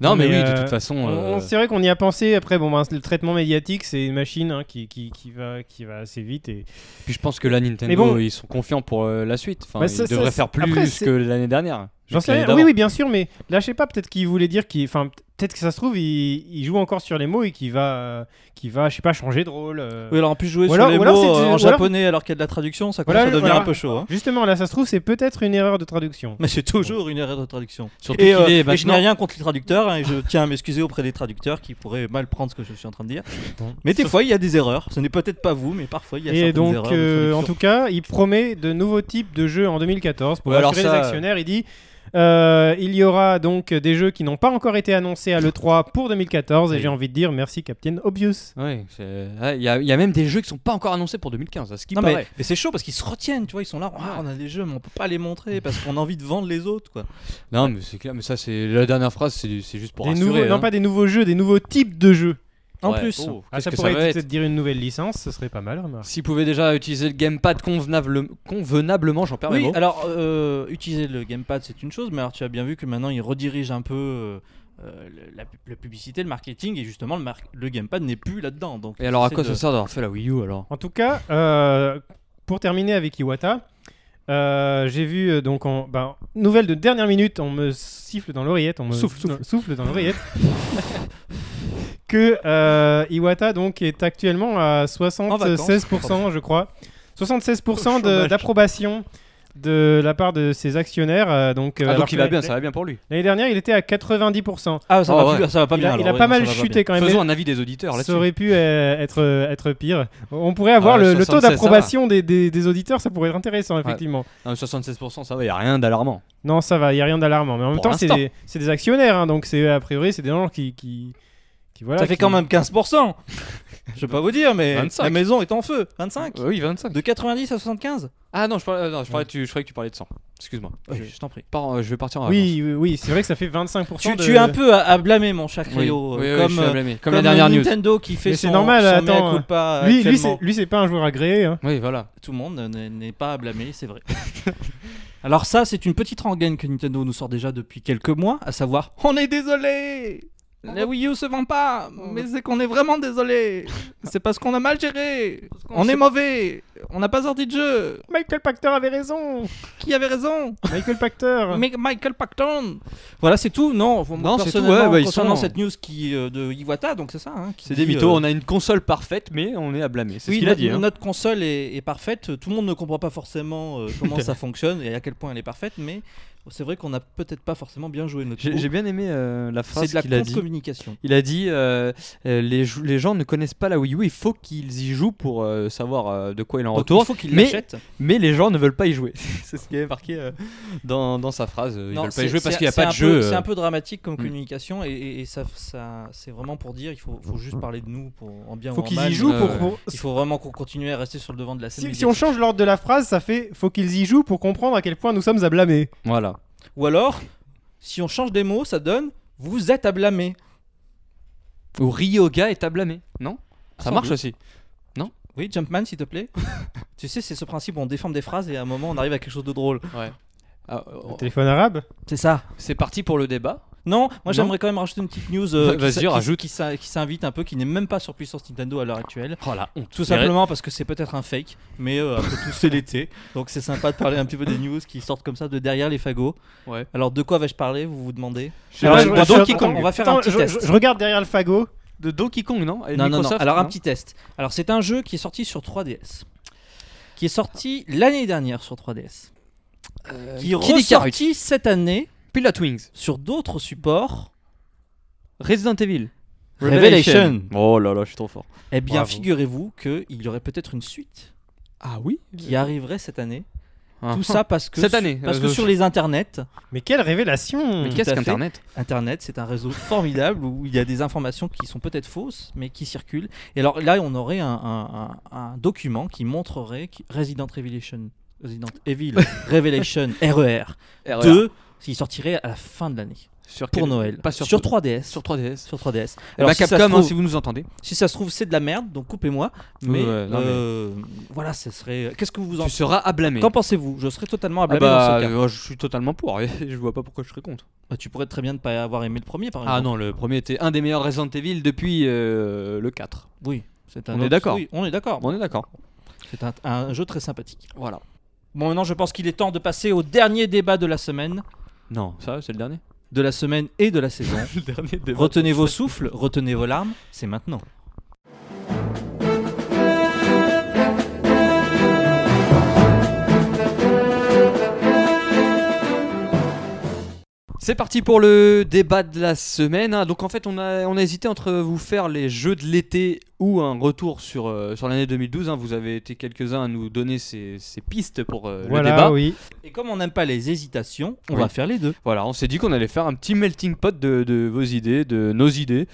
Speaker 1: non mais,
Speaker 3: Mais,
Speaker 1: oui de
Speaker 3: euh,
Speaker 1: toute façon
Speaker 3: On-
Speaker 1: euh,
Speaker 3: on- C'est vrai qu'on y a pensé. Après, bon, ben, le traitement médiatique, c'est une machine hein, qui, qui, qui va, qui va assez vite. Et...
Speaker 1: Puis je pense que là, Nintendo,
Speaker 3: Mais bon.
Speaker 1: ils sont confiants pour euh, la suite. Enfin,
Speaker 3: Bah,
Speaker 1: ils
Speaker 3: ça- ça-
Speaker 1: devraient
Speaker 3: c'est-
Speaker 1: faire plus
Speaker 3: après, c'est-
Speaker 1: que l'année dernière.
Speaker 3: J'en
Speaker 1: que
Speaker 3: sais
Speaker 1: l'année
Speaker 3: rien. Oui,
Speaker 1: d'avant.
Speaker 3: oui, bien sûr, mais lâchez pas. Peut-être qu'il voulait dire qu'il. Enfin, p- peut-être que ça se trouve, il, il joue encore sur les mots et qu'il va, euh, qu'il va, je sais pas, changer de rôle. euh.
Speaker 2: Oui, alors en plus jouer
Speaker 3: Ou alors-
Speaker 2: sur
Speaker 3: ou
Speaker 2: les
Speaker 3: alors
Speaker 2: mots
Speaker 3: c'est-
Speaker 2: euh,
Speaker 3: ou
Speaker 2: en
Speaker 3: alors-
Speaker 2: japonais alors qu'il y a de la traduction, ça commence
Speaker 3: Voilà,
Speaker 2: à devenir
Speaker 3: voilà.
Speaker 2: un peu chaud. hein.
Speaker 3: Justement, là, ça se trouve, c'est peut-être une erreur de traduction.
Speaker 2: Mais c'est toujours une erreur de traduction.
Speaker 1: Surtout
Speaker 2: Et,
Speaker 1: qu'il
Speaker 2: euh,
Speaker 1: est
Speaker 2: et je n'ai
Speaker 1: maintenant-
Speaker 2: rien contre les traducteurs, hein, et je tiens à m'excuser auprès des traducteurs qui pourraient mal prendre ce que je suis en train de dire.
Speaker 3: Bon.
Speaker 2: Mais des fois, il y a des erreurs. Ce n'est peut-être pas vous, mais parfois, il y a
Speaker 3: Et
Speaker 2: certaines
Speaker 3: donc,
Speaker 2: erreurs. de
Speaker 3: euh, en
Speaker 2: traduction.
Speaker 3: tout cas, il promet de nouveaux types de jeux en 2014 pour
Speaker 1: Ouais, alors
Speaker 3: rassurer
Speaker 1: ça,
Speaker 3: les actionnaires. Il dit euh, il y aura donc des jeux qui n'ont pas encore été annoncés à l'E3 pour 2014. Et
Speaker 1: Oui.
Speaker 3: j'ai envie de dire merci, Captain Obvious.
Speaker 1: Ouais, c'est- ouais, il y, a- il y a même des jeux qui sont pas encore annoncés pour 2015, à ce qui
Speaker 2: Non, mais,
Speaker 1: paraît.
Speaker 2: mais c'est chaud parce qu'ils se retiennent, tu vois, ils sont là, Ah, on a des jeux, mais on peut pas les montrer parce qu'on a envie de vendre les autres, quoi.
Speaker 1: Non, mais c'est clair, mais ça, c'est la dernière phrase, c'est c'est juste pour
Speaker 3: des
Speaker 1: rassurer.
Speaker 3: nouveaux,
Speaker 1: hein.
Speaker 3: Non, pas des nouveaux jeux, des nouveaux types de jeux.
Speaker 2: En
Speaker 1: Ouais.
Speaker 2: plus,
Speaker 1: Oh,
Speaker 3: Ah,
Speaker 1: qu'est-ce
Speaker 3: ça
Speaker 1: que
Speaker 3: pourrait
Speaker 1: va
Speaker 3: peut-être
Speaker 1: être
Speaker 3: dire une nouvelle licence, ce serait pas mal, remarque.
Speaker 1: S'ils pouvaient déjà utiliser le gamepad convenable- convenablement, j'en perds mes
Speaker 2: oui,
Speaker 1: mots.
Speaker 2: alors euh, utiliser le gamepad c'est une chose, mais alors tu as bien vu que maintenant ils redirigent un peu euh, euh, le- la, pu- la publicité, le marketing, et justement le, mar- le gamepad n'est plus là-dedans. Donc,
Speaker 1: Et alors, à
Speaker 2: c'est
Speaker 1: quoi ça
Speaker 2: de-
Speaker 1: sert d'avoir fait la Wii U alors
Speaker 3: En tout cas, euh, pour terminer avec Iwata, euh, j'ai vu euh, donc en ben, nouvelle de dernière minute, on me siffle dans l'oreillette, on me
Speaker 2: Souffle, souffle.
Speaker 3: non, dans l'oreillette que euh, Iwata donc est actuellement à
Speaker 2: En
Speaker 3: 76% je crois, 76%
Speaker 2: Au chômage.
Speaker 3: de- d'approbation de la part de ses actionnaires euh, donc, euh,
Speaker 1: Ah,
Speaker 3: alors
Speaker 1: donc
Speaker 3: que
Speaker 1: il va bien,
Speaker 3: l'année-
Speaker 1: ça va bien pour lui.
Speaker 3: L'année dernière, il était à 90%.
Speaker 2: Ah, ça,
Speaker 1: Ah,
Speaker 2: va
Speaker 1: ouais.
Speaker 2: plus- ça va pas
Speaker 3: il
Speaker 2: bien.
Speaker 3: a, il
Speaker 2: alors,
Speaker 3: a
Speaker 2: ouais,
Speaker 3: pas
Speaker 2: non, ça
Speaker 3: mal
Speaker 2: va pas
Speaker 3: chuté quand même.
Speaker 1: Faisons un avis des auditeurs
Speaker 3: Ça
Speaker 1: là-dessus.
Speaker 3: aurait pu euh, être, euh, être pire. On pourrait avoir
Speaker 1: Ah,
Speaker 3: le, le
Speaker 1: 76,
Speaker 3: taux
Speaker 1: ça
Speaker 3: d'approbation des, des- des auditeurs, ça pourrait être intéressant, effectivement.
Speaker 1: Non, mais 76%, ça va, il a rien d'alarmant.
Speaker 3: Non, ça va, il n'y a rien d'alarmant. Mais en même
Speaker 1: Pour
Speaker 3: temps, c'est
Speaker 1: l'instant.
Speaker 3: des, c'est des actionnaires, hein, donc c'est a priori, c'est des gens qui. qui, qui, voilà,
Speaker 2: bien. Ça fait
Speaker 3: qui-
Speaker 2: quand même 15%. Je peux pas vous dire, mais
Speaker 1: 25.
Speaker 2: la maison est en feu. 25
Speaker 1: Euh, oui, 25.
Speaker 2: De 90 à 75
Speaker 1: Ah non, je parlais, euh, non, je, parlais tu- je croyais que tu parlais de 100. Excuse-moi.
Speaker 2: Ouais,
Speaker 1: Je,
Speaker 2: Je t'en prie.
Speaker 1: pars- euh, je vais partir en vacances.
Speaker 3: Oui, oui, oui, c'est vrai que ça fait 25%.
Speaker 2: Tu,
Speaker 3: de-
Speaker 2: tu es un peu à, à blâmer, mon cher
Speaker 1: Oui,
Speaker 2: Cryo.
Speaker 1: oui, oui,
Speaker 2: euh,
Speaker 1: je
Speaker 2: comme,
Speaker 1: suis à
Speaker 2: euh,
Speaker 1: blâmer. Comme
Speaker 2: comme
Speaker 1: la dernière news.
Speaker 2: Nintendo qui fait
Speaker 3: Mais
Speaker 2: son,
Speaker 3: c'est normal,
Speaker 2: son
Speaker 3: attends,
Speaker 2: mea culpa
Speaker 3: Lui, lui,
Speaker 2: euh, actuellement.
Speaker 3: c'est- lui, c'est pas un joueur agréé. hein.
Speaker 1: Oui, voilà.
Speaker 2: tout le monde n'est n'est pas à blâmer, c'est vrai. Alors ça, c'est une petite rengaine que Nintendo nous sort déjà depuis quelques mois, à savoir « On est désolé La Wii U se vend pas, mais c'est qu'on est vraiment désolé C'est parce qu'on a mal géré On est mauvais On n'a pas sorti de jeu
Speaker 3: Michael Pactor avait raison
Speaker 2: Qui avait raison
Speaker 3: Michael Pactor
Speaker 2: Mais Michael Pacton Voilà, c'est tout, non
Speaker 1: Non, c'est tout,
Speaker 2: personnellement,
Speaker 1: ouais, bah, ils
Speaker 2: concernant
Speaker 1: sont-
Speaker 2: cette news qui, euh, de Iwata, donc c'est ça hein, qui
Speaker 1: C'est des
Speaker 2: dit,
Speaker 1: mythos,
Speaker 2: euh,
Speaker 1: on a une console parfaite, mais on est à blâmer. C'est
Speaker 2: oui,
Speaker 1: ce qu'il a
Speaker 2: no-
Speaker 1: dit. hein.
Speaker 2: notre console est, est parfaite. Tout le monde ne comprend pas forcément euh, comment ça fonctionne et à quel point elle est parfaite, mais c'est vrai qu'on n'a peut-être pas forcément bien joué notre
Speaker 1: J'ai
Speaker 2: coup.
Speaker 1: j'ai bien aimé euh, la
Speaker 2: C'est
Speaker 1: phrase
Speaker 2: de la
Speaker 1: qu'il a dit.
Speaker 2: contre-communication.
Speaker 1: Il a dit euh, euh, les, jou- les gens ne connaissent pas la Wii U, il faut qu'ils y jouent pour euh, savoir euh, de quoi il en
Speaker 2: Donc,
Speaker 1: retourne.
Speaker 2: il faut qu'il
Speaker 1: mais-
Speaker 2: l'achète.
Speaker 1: Mais les gens ne veulent pas y jouer. c'est ce qui avait marqué euh, dans, dans sa phrase. euh, Ils
Speaker 2: Non,
Speaker 1: veulent pas
Speaker 2: c'est-
Speaker 1: y jouer parce
Speaker 2: c'est-
Speaker 1: qu'il n'y a
Speaker 2: c'est
Speaker 1: pas
Speaker 2: un
Speaker 1: de
Speaker 2: peu-
Speaker 1: jeu.
Speaker 2: C'est
Speaker 1: euh.
Speaker 2: un peu dramatique comme communication et, et- et ça, ça- c'est vraiment pour dire il faut, faut
Speaker 1: Mm.
Speaker 2: juste parler de nous pour, en bien
Speaker 3: Faut
Speaker 2: ou en
Speaker 3: qu'ils
Speaker 2: mal.
Speaker 3: y jouent pour.
Speaker 1: euh,
Speaker 3: pour-
Speaker 2: Il faut vraiment qu'on continue à rester sur le devant de la scène.
Speaker 3: Si, si on change l'ordre de la phrase, ça fait faut qu'ils y jouent pour comprendre à quel point nous sommes à blâmer.
Speaker 1: Voilà.
Speaker 2: Ou alors, si on change des mots, ça donne vous êtes à blâmer.
Speaker 1: Ou Ryoga est à blâmer, non Ça
Speaker 2: Sans
Speaker 1: marche
Speaker 2: doute.
Speaker 1: aussi.
Speaker 2: Oui, Jumpman, s'il te plaît. tu sais, c'est ce principe où on déforme des phrases et à un moment on arrive à quelque chose de drôle.
Speaker 1: Ouais. Ah, euh,
Speaker 3: Le téléphone arabe
Speaker 2: C'est ça.
Speaker 1: c'est parti pour le débat.
Speaker 2: Non, moi
Speaker 1: Non.
Speaker 2: j'aimerais quand même rajouter une petite news euh, qui
Speaker 1: Vas-y,
Speaker 2: s'in- qui,
Speaker 1: rajoute.
Speaker 2: qui s'in- qui s'invite un peu, qui n'est même pas sur puissance Nintendo à l'heure actuelle.
Speaker 1: Oh la honte.
Speaker 2: Tout simplement parce que c'est peut-être un fake, mais euh, après tout c'est l'été, donc c'est sympa de parler un petit peu des news qui sortent comme ça de derrière les fagots.
Speaker 1: Ouais.
Speaker 2: Alors de quoi vais-je parler Vous vous demandez
Speaker 3: Alors,
Speaker 2: Alors,
Speaker 3: je-
Speaker 2: dans
Speaker 3: je-
Speaker 2: Donkey
Speaker 3: je-
Speaker 2: Kong, on va faire un
Speaker 3: attends,
Speaker 2: petit
Speaker 3: je-
Speaker 2: test.
Speaker 3: je- je regarde derrière le fagot.
Speaker 1: De Donkey Kong, non Et
Speaker 2: Non, non, non.
Speaker 1: Microsoft,
Speaker 2: Alors un petit test. Alors c'est un jeu qui est sorti sur 3DS, qui est sorti l'année dernière sur 3DS, qui est
Speaker 1: Kid
Speaker 2: ressorti cette année
Speaker 1: Pilot Wings.
Speaker 2: sur d'autres supports.
Speaker 1: Resident Evil.
Speaker 2: Revelation.
Speaker 1: Oh là là, je suis trop fort.
Speaker 2: Eh bien,
Speaker 3: Bravo.
Speaker 2: figurez-vous qu'il y aurait peut-être une suite
Speaker 1: Ah oui
Speaker 2: qui arriverait cette année.
Speaker 1: Ah.
Speaker 2: Tout ça parce que
Speaker 1: Cette année,
Speaker 2: parce
Speaker 1: euh,
Speaker 2: que
Speaker 1: je-
Speaker 2: sur les internets,
Speaker 3: Mais quelle révélation
Speaker 1: Mais
Speaker 2: Tout
Speaker 1: qu'est-ce
Speaker 2: à fait.
Speaker 1: qu'Internet
Speaker 2: internet c'est un réseau formidable où il y a des informations qui sont peut-être fausses mais qui circulent. Et alors là, on aurait un, un- un- un document qui montrerait qui- Resident Revelation, Resident Evil, Revelation RER 2, qui sortirait à la fin de l'année
Speaker 1: sur
Speaker 2: pour
Speaker 1: Ah, quel-
Speaker 2: Noël,
Speaker 1: Pas sur,
Speaker 2: sur 3DS,
Speaker 1: sur 3DS.
Speaker 2: sur 3DS.
Speaker 1: Alors,
Speaker 2: Alors, si ça se
Speaker 1: Capcom, hein,
Speaker 2: trouve-
Speaker 1: si vous nous entendez.
Speaker 2: si ça se trouve, c'est de la merde, donc coupez-moi.
Speaker 1: Oui,
Speaker 2: Mais,
Speaker 1: ouais, non, mais-
Speaker 2: euh, voilà, ce serait. Qu'est-ce que vous en
Speaker 1: Tu seras à blâmer.
Speaker 2: Qu'en pensez-vous Je serais totalement à
Speaker 1: Ah
Speaker 2: blâmer dans
Speaker 1: bah,
Speaker 2: ce cas.
Speaker 1: euh, je suis totalement pour. et je vois pas pourquoi je serais contre.
Speaker 2: Bah, tu pourrais très bien ne pas avoir aimé le premier, par exemple.
Speaker 1: Ah non, le premier était un des meilleurs Resident Evil depuis euh, le 4.
Speaker 2: Oui, c'est un
Speaker 1: On est
Speaker 2: autre-
Speaker 1: d'accord.
Speaker 2: Oui, on est d'accord.
Speaker 1: On est d'accord.
Speaker 2: C'est un, un jeu très sympathique.
Speaker 1: Voilà.
Speaker 2: Bon, maintenant, je pense qu'il est temps de passer au dernier débat de la semaine.
Speaker 1: Non, ça, c'est le dernier.
Speaker 2: de la semaine et de la saison.
Speaker 1: le dernier débat.
Speaker 2: retenez vos souffles, retenez vos larmes, c'est maintenant.
Speaker 1: C'est parti pour le débat de la semaine. hein. Donc en fait, on a, on a hésité entre vous faire les jeux de l'été ou un retour sur, euh, sur l'année 2012. hein. Vous avez été quelques-uns à nous donner ces, ces pistes pour euh,
Speaker 3: voilà,
Speaker 1: le débat.
Speaker 3: oui.
Speaker 2: Et comme on n'aime pas les hésitations, on
Speaker 1: Oui.
Speaker 2: va faire les deux.
Speaker 1: Voilà, on s'est dit qu'on allait faire un petit melting pot de, de vos idées, de nos idées.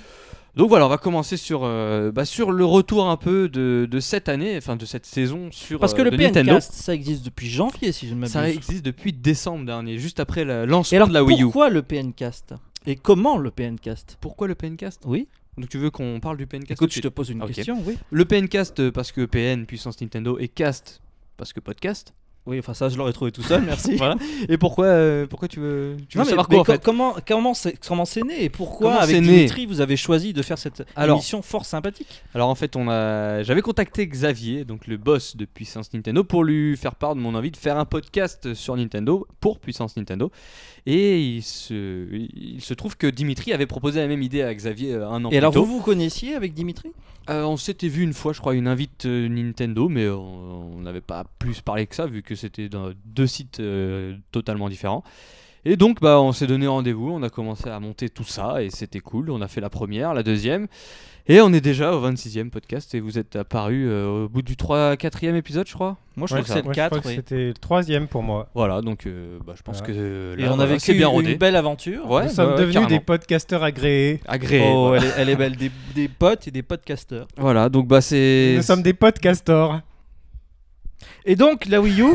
Speaker 1: Donc voilà, on va commencer sur, euh, bah, sur le retour un peu de, de cette année, enfin de cette saison sur
Speaker 2: Parce que
Speaker 1: euh,
Speaker 2: le
Speaker 1: de Nintendo.
Speaker 2: PNcast, ça existe depuis janvier, si je ne m'abuse.
Speaker 1: Ça existe depuis décembre dernier, juste après le lancement
Speaker 2: Et alors,
Speaker 1: de la Wii U.
Speaker 2: pourquoi le PNcast Et comment le PNcast
Speaker 1: Pourquoi le PNcast
Speaker 2: Oui.
Speaker 1: Donc tu veux qu'on parle du PNcast tout de
Speaker 2: Écoute, je
Speaker 1: suite
Speaker 2: te pose une
Speaker 1: Ok.
Speaker 2: question, oui.
Speaker 1: Le PNcast euh, parce que PN puissance Nintendo et cast parce que podcast.
Speaker 2: Oui, enfin ça, je l'aurais trouvé tout seul, merci.
Speaker 1: Voilà. Et pourquoi euh, pourquoi tu veux tu veux
Speaker 2: Non, mais-
Speaker 1: savoir
Speaker 2: mais
Speaker 1: quoi en
Speaker 2: co-
Speaker 1: fait
Speaker 2: Comment comment c'est comment c'est né et pourquoi
Speaker 1: Comment
Speaker 2: avec
Speaker 1: c'est né
Speaker 2: Dimitri vous avez choisi de faire cette
Speaker 1: Alors-
Speaker 2: émission fort sympathique
Speaker 1: Alors en fait, on a j'avais contacté Xavier, donc le boss de Puissance Nintendo pour lui faire part de mon envie de faire un podcast sur Nintendo pour Puissance Nintendo et il se il se trouve que Dimitri avait proposé la même idée à Xavier euh, un an
Speaker 2: Et
Speaker 1: plus
Speaker 2: alors
Speaker 1: tôt.
Speaker 2: vous vous connaissiez avec Dimitri
Speaker 1: Euh, on s'était vu une fois, je crois, une invite euh, Nintendo, mais euh, on n'avait pas plus parlé que ça, vu que c'était dans deux sites euh, totalement différents. Et donc, bah, on s'est donné rendez-vous, on a commencé à monter tout ça, et c'était cool. On a fait la première, la deuxième, et on est déjà au 26e podcast, et vous êtes apparu euh, au bout du 3 4e épisode, je crois.
Speaker 2: Moi je
Speaker 1: Ouais,
Speaker 2: crois que
Speaker 1: ça.
Speaker 2: c'est
Speaker 3: Moi,
Speaker 2: le
Speaker 3: je crois
Speaker 2: 4
Speaker 3: que c'était le troisième pour moi.
Speaker 1: Voilà, donc euh, bah, je pense
Speaker 3: Voilà.
Speaker 1: que euh, là,
Speaker 2: et on
Speaker 1: voilà,
Speaker 2: a
Speaker 1: c'est
Speaker 2: vécu
Speaker 1: bien
Speaker 2: une
Speaker 1: rodé.
Speaker 2: belle aventure.
Speaker 1: Ouais, bah,
Speaker 3: Nous sommes
Speaker 1: ouais, ouais,
Speaker 3: devenus
Speaker 1: carrément.
Speaker 3: des podcasteurs agréés.
Speaker 1: agréés.
Speaker 2: Oh,
Speaker 1: voilà.
Speaker 2: elle, est, elle est belle, des, des potes et des podcasteurs.
Speaker 1: Voilà, donc bah c'est.
Speaker 3: Nous sommes des podcastors.
Speaker 2: Et donc la Wii U,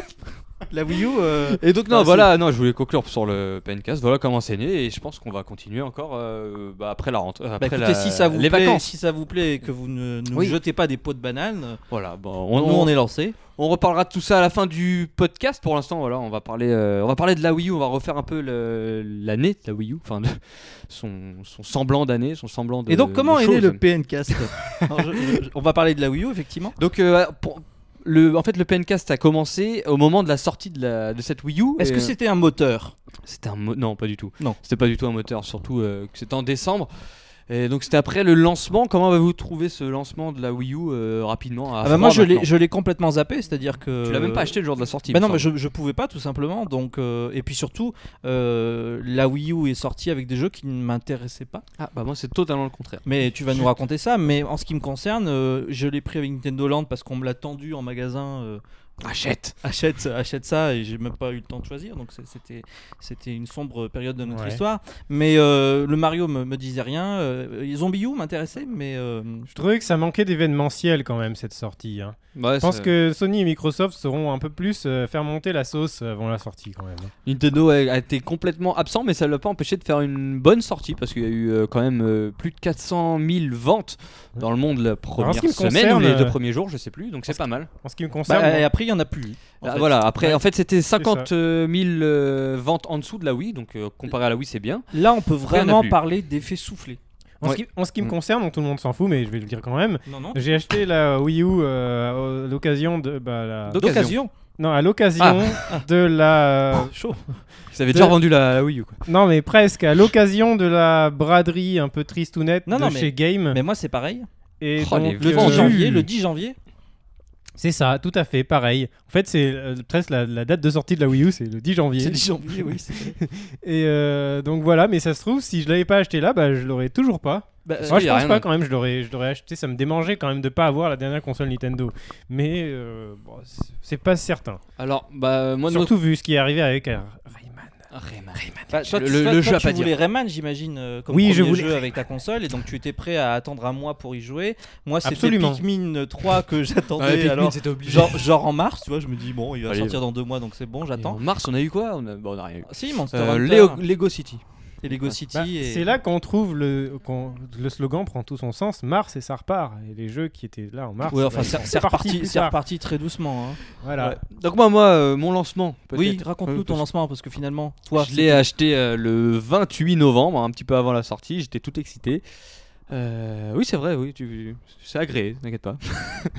Speaker 2: la Wii U, euh,
Speaker 1: Et donc non,
Speaker 2: Ah,
Speaker 1: voilà, non, je voulais conclure sur le PNcast. Voilà comment c'est né, et je pense qu'on va continuer encore euh, bah, après la rentrée,
Speaker 2: bah,
Speaker 1: après
Speaker 2: écoutez,
Speaker 1: la-
Speaker 2: si ça vous
Speaker 1: les
Speaker 2: plaît,
Speaker 1: vacances.
Speaker 2: si ça vous plaît et que vous ne nous
Speaker 1: Oui.
Speaker 2: jetez pas des pots de banane,
Speaker 1: Voilà, bon,
Speaker 2: nous
Speaker 1: on, on-
Speaker 2: on est lancé.
Speaker 1: on reparlera de tout ça à la fin du podcast. Pour l'instant, voilà, on va parler, euh, on va parler de la Wii U, on va refaire un peu le- l'année de la Wii U, enfin de- son, son semblant d'année, son semblant de.
Speaker 2: Et donc comment
Speaker 1: de
Speaker 2: est né
Speaker 1: choses.
Speaker 2: le PNcast Alors, je- je- je- On va parler de la Wii U effectivement.
Speaker 1: Donc euh, pour- le, en fait, le PNcast a commencé au moment de la sortie de, la, de cette Wii U.
Speaker 2: Est-ce
Speaker 1: et,
Speaker 2: que
Speaker 1: euh,
Speaker 2: c'était un moteur
Speaker 1: C'était un mo- non pas du tout.
Speaker 2: Non.
Speaker 1: C'était pas du tout un moteur, surtout euh, que c'était en décembre. Et donc c'était après le lancement. Comment avez-vous trouvé ce lancement de la Wii U euh, rapidement à
Speaker 2: Ah bah moi je
Speaker 1: froid,
Speaker 2: l'ai,
Speaker 1: maintenant
Speaker 2: je l'ai complètement zappé, c'est-à-dire que
Speaker 1: Tu l'as
Speaker 3: Euh,
Speaker 1: même pas acheté le jour de la sortie.
Speaker 2: Bah
Speaker 1: il
Speaker 2: non,
Speaker 1: me
Speaker 2: mais
Speaker 1: semble.
Speaker 2: je, je pouvais pas tout simplement. Donc euh, et puis surtout, euh, la Wii U est sortie avec des jeux qui ne m'intéressaient pas.
Speaker 1: Ah bah moi c'est totalement le contraire.
Speaker 2: Mais tu vas nous raconter ça. Mais en ce qui me concerne, euh, je l'ai pris avec Nintendo Land parce qu'on me l'a tendu en magasin. euh,
Speaker 1: Achète.
Speaker 2: achète, achète ça et j'ai même pas eu le temps de choisir donc c'est- c'était c'était une sombre période de notre
Speaker 3: Ouais.
Speaker 2: histoire mais euh, le Mario me, me disait rien euh, les Zombie U m'intéressaient mais euh,
Speaker 3: Je trouvais que ça manquait d'événementiel quand même cette sortie. hein.
Speaker 1: Bah,
Speaker 3: Je pense
Speaker 1: euh,
Speaker 3: que Sony et Microsoft sauront un peu plus euh, faire monter la sauce euh, avant la sortie quand même. hein.
Speaker 1: Nintendo a a été complètement absent, mais ça ne l'a pas empêché de faire une bonne sortie parce qu'il y a eu euh, quand même euh, plus de 400 000 ventes dans le monde la première
Speaker 3: ce qui me
Speaker 1: semaine
Speaker 3: concerne,
Speaker 1: ou les deux
Speaker 3: euh,
Speaker 1: premiers jours, je sais plus. Donc c'est pas mal.
Speaker 3: En ce qui me
Speaker 2: bah,
Speaker 3: concerne,
Speaker 2: et après il y en a plus en
Speaker 1: Ah,
Speaker 2: fait.
Speaker 1: voilà, après,
Speaker 3: Ouais.
Speaker 1: en fait, c'était
Speaker 3: ça.
Speaker 1: 50 000 euh, ventes en dessous de la Wii, donc euh, comparé à la Wii, c'est bien.
Speaker 2: là on peut
Speaker 1: y en a
Speaker 2: vraiment
Speaker 1: plus.
Speaker 2: parler d'effet soufflé
Speaker 3: en, ce qui, en ce qui me
Speaker 1: Mm.
Speaker 3: concerne, bon, tout le monde s'en fout, mais je vais le dire quand même.
Speaker 2: non non
Speaker 3: J'ai acheté la Wii U euh, à l'occasion de bah, la-
Speaker 1: Donc-
Speaker 2: d'occasion
Speaker 3: non à l'occasion
Speaker 1: Ah.
Speaker 3: de la
Speaker 1: Oh.
Speaker 2: chaud
Speaker 1: Ils avaient
Speaker 3: De-
Speaker 1: déjà revendu la, la Wii U, quoi.
Speaker 3: non mais presque à l'occasion de la braderie un peu tristounette
Speaker 2: Non,
Speaker 3: de
Speaker 2: non, mais-
Speaker 3: chez Game
Speaker 2: mais moi c'est pareil
Speaker 3: et
Speaker 1: Oh, les
Speaker 3: donc,
Speaker 2: le
Speaker 1: vieux.
Speaker 2: 10
Speaker 1: Vendu.
Speaker 2: janvier le 10 janvier
Speaker 3: C'est ça, tout à fait, pareil. En fait, c'est euh, presque la, la date de sortie de la Wii U, c'est le 10 janvier.
Speaker 2: c'est le 10 janvier oui c'est vrai.
Speaker 3: Et euh, donc voilà, mais ça se trouve, si je l'avais pas acheté là, bah, je l'aurais toujours pas.
Speaker 2: Bah,
Speaker 1: Parce
Speaker 3: Moi,
Speaker 1: qu'il Euh, y a
Speaker 3: je pense
Speaker 1: rien
Speaker 3: pas
Speaker 1: de-
Speaker 3: quand même, je l'aurais, je l'aurais acheté. Ça me démangeait quand même de pas avoir la dernière console Nintendo. Mais euh, bon, c'est- c'est pas certain.
Speaker 1: Alors, bah, moi, de
Speaker 3: Surtout vu ce qui est arrivé avec euh, Rayman.
Speaker 1: notre- Rayman.
Speaker 2: Bah, toi,
Speaker 1: Le-
Speaker 2: tu-
Speaker 1: le-
Speaker 2: toi-
Speaker 1: le
Speaker 2: toi,
Speaker 1: jeu à
Speaker 2: tu
Speaker 1: pas dire.
Speaker 2: voulais Rayman, j'imagine, euh, comme
Speaker 3: Oui,
Speaker 2: premier
Speaker 3: je voulais
Speaker 2: jeu avec ta console, et donc tu étais prêt à attendre un mois pour y jouer. Moi, c'était
Speaker 3: Absolument.
Speaker 2: Pikmin 3 que j'attendais.
Speaker 1: Ah, Pikmin,
Speaker 2: alors,
Speaker 1: c'était obligé.
Speaker 2: genre, genre en mars, tu vois, je me dis bon, il va
Speaker 1: Allez,
Speaker 2: sortir dans deux mois, donc c'est bon,
Speaker 1: Et En
Speaker 2: j'attends.
Speaker 1: mars, on a eu quoi on a... bon, on a rien eu.
Speaker 2: Ah, Si, Monster
Speaker 1: Euh,
Speaker 2: Hunter
Speaker 1: Lego, Lego City.
Speaker 2: et Lego City.
Speaker 3: Bah,
Speaker 2: et-
Speaker 3: C'est là qu'on trouve le, qu'on- le slogan prend tout son sens. Mars et ça repart. Et les jeux qui étaient là en mars.
Speaker 2: Ouais, enfin,
Speaker 3: bah,
Speaker 2: c'est
Speaker 3: ils sont
Speaker 2: c'est
Speaker 3: partis
Speaker 2: reparti,
Speaker 3: plus
Speaker 2: c'est
Speaker 3: tard.
Speaker 2: reparti très doucement. hein.
Speaker 3: Voilà.
Speaker 1: Ouais. Donc, moi, moi euh, mon lancement. peut-être.
Speaker 2: Oui, raconte-nous
Speaker 1: Euh,
Speaker 2: ton
Speaker 1: parce-
Speaker 2: lancement parce que finalement, toi,
Speaker 1: Je l'ai acheté euh, le 28 novembre, un petit peu avant la sortie. J'étais tout excité. Euh, oui, c'est vrai, oui, tu... c'est agréé, t'inquiète pas.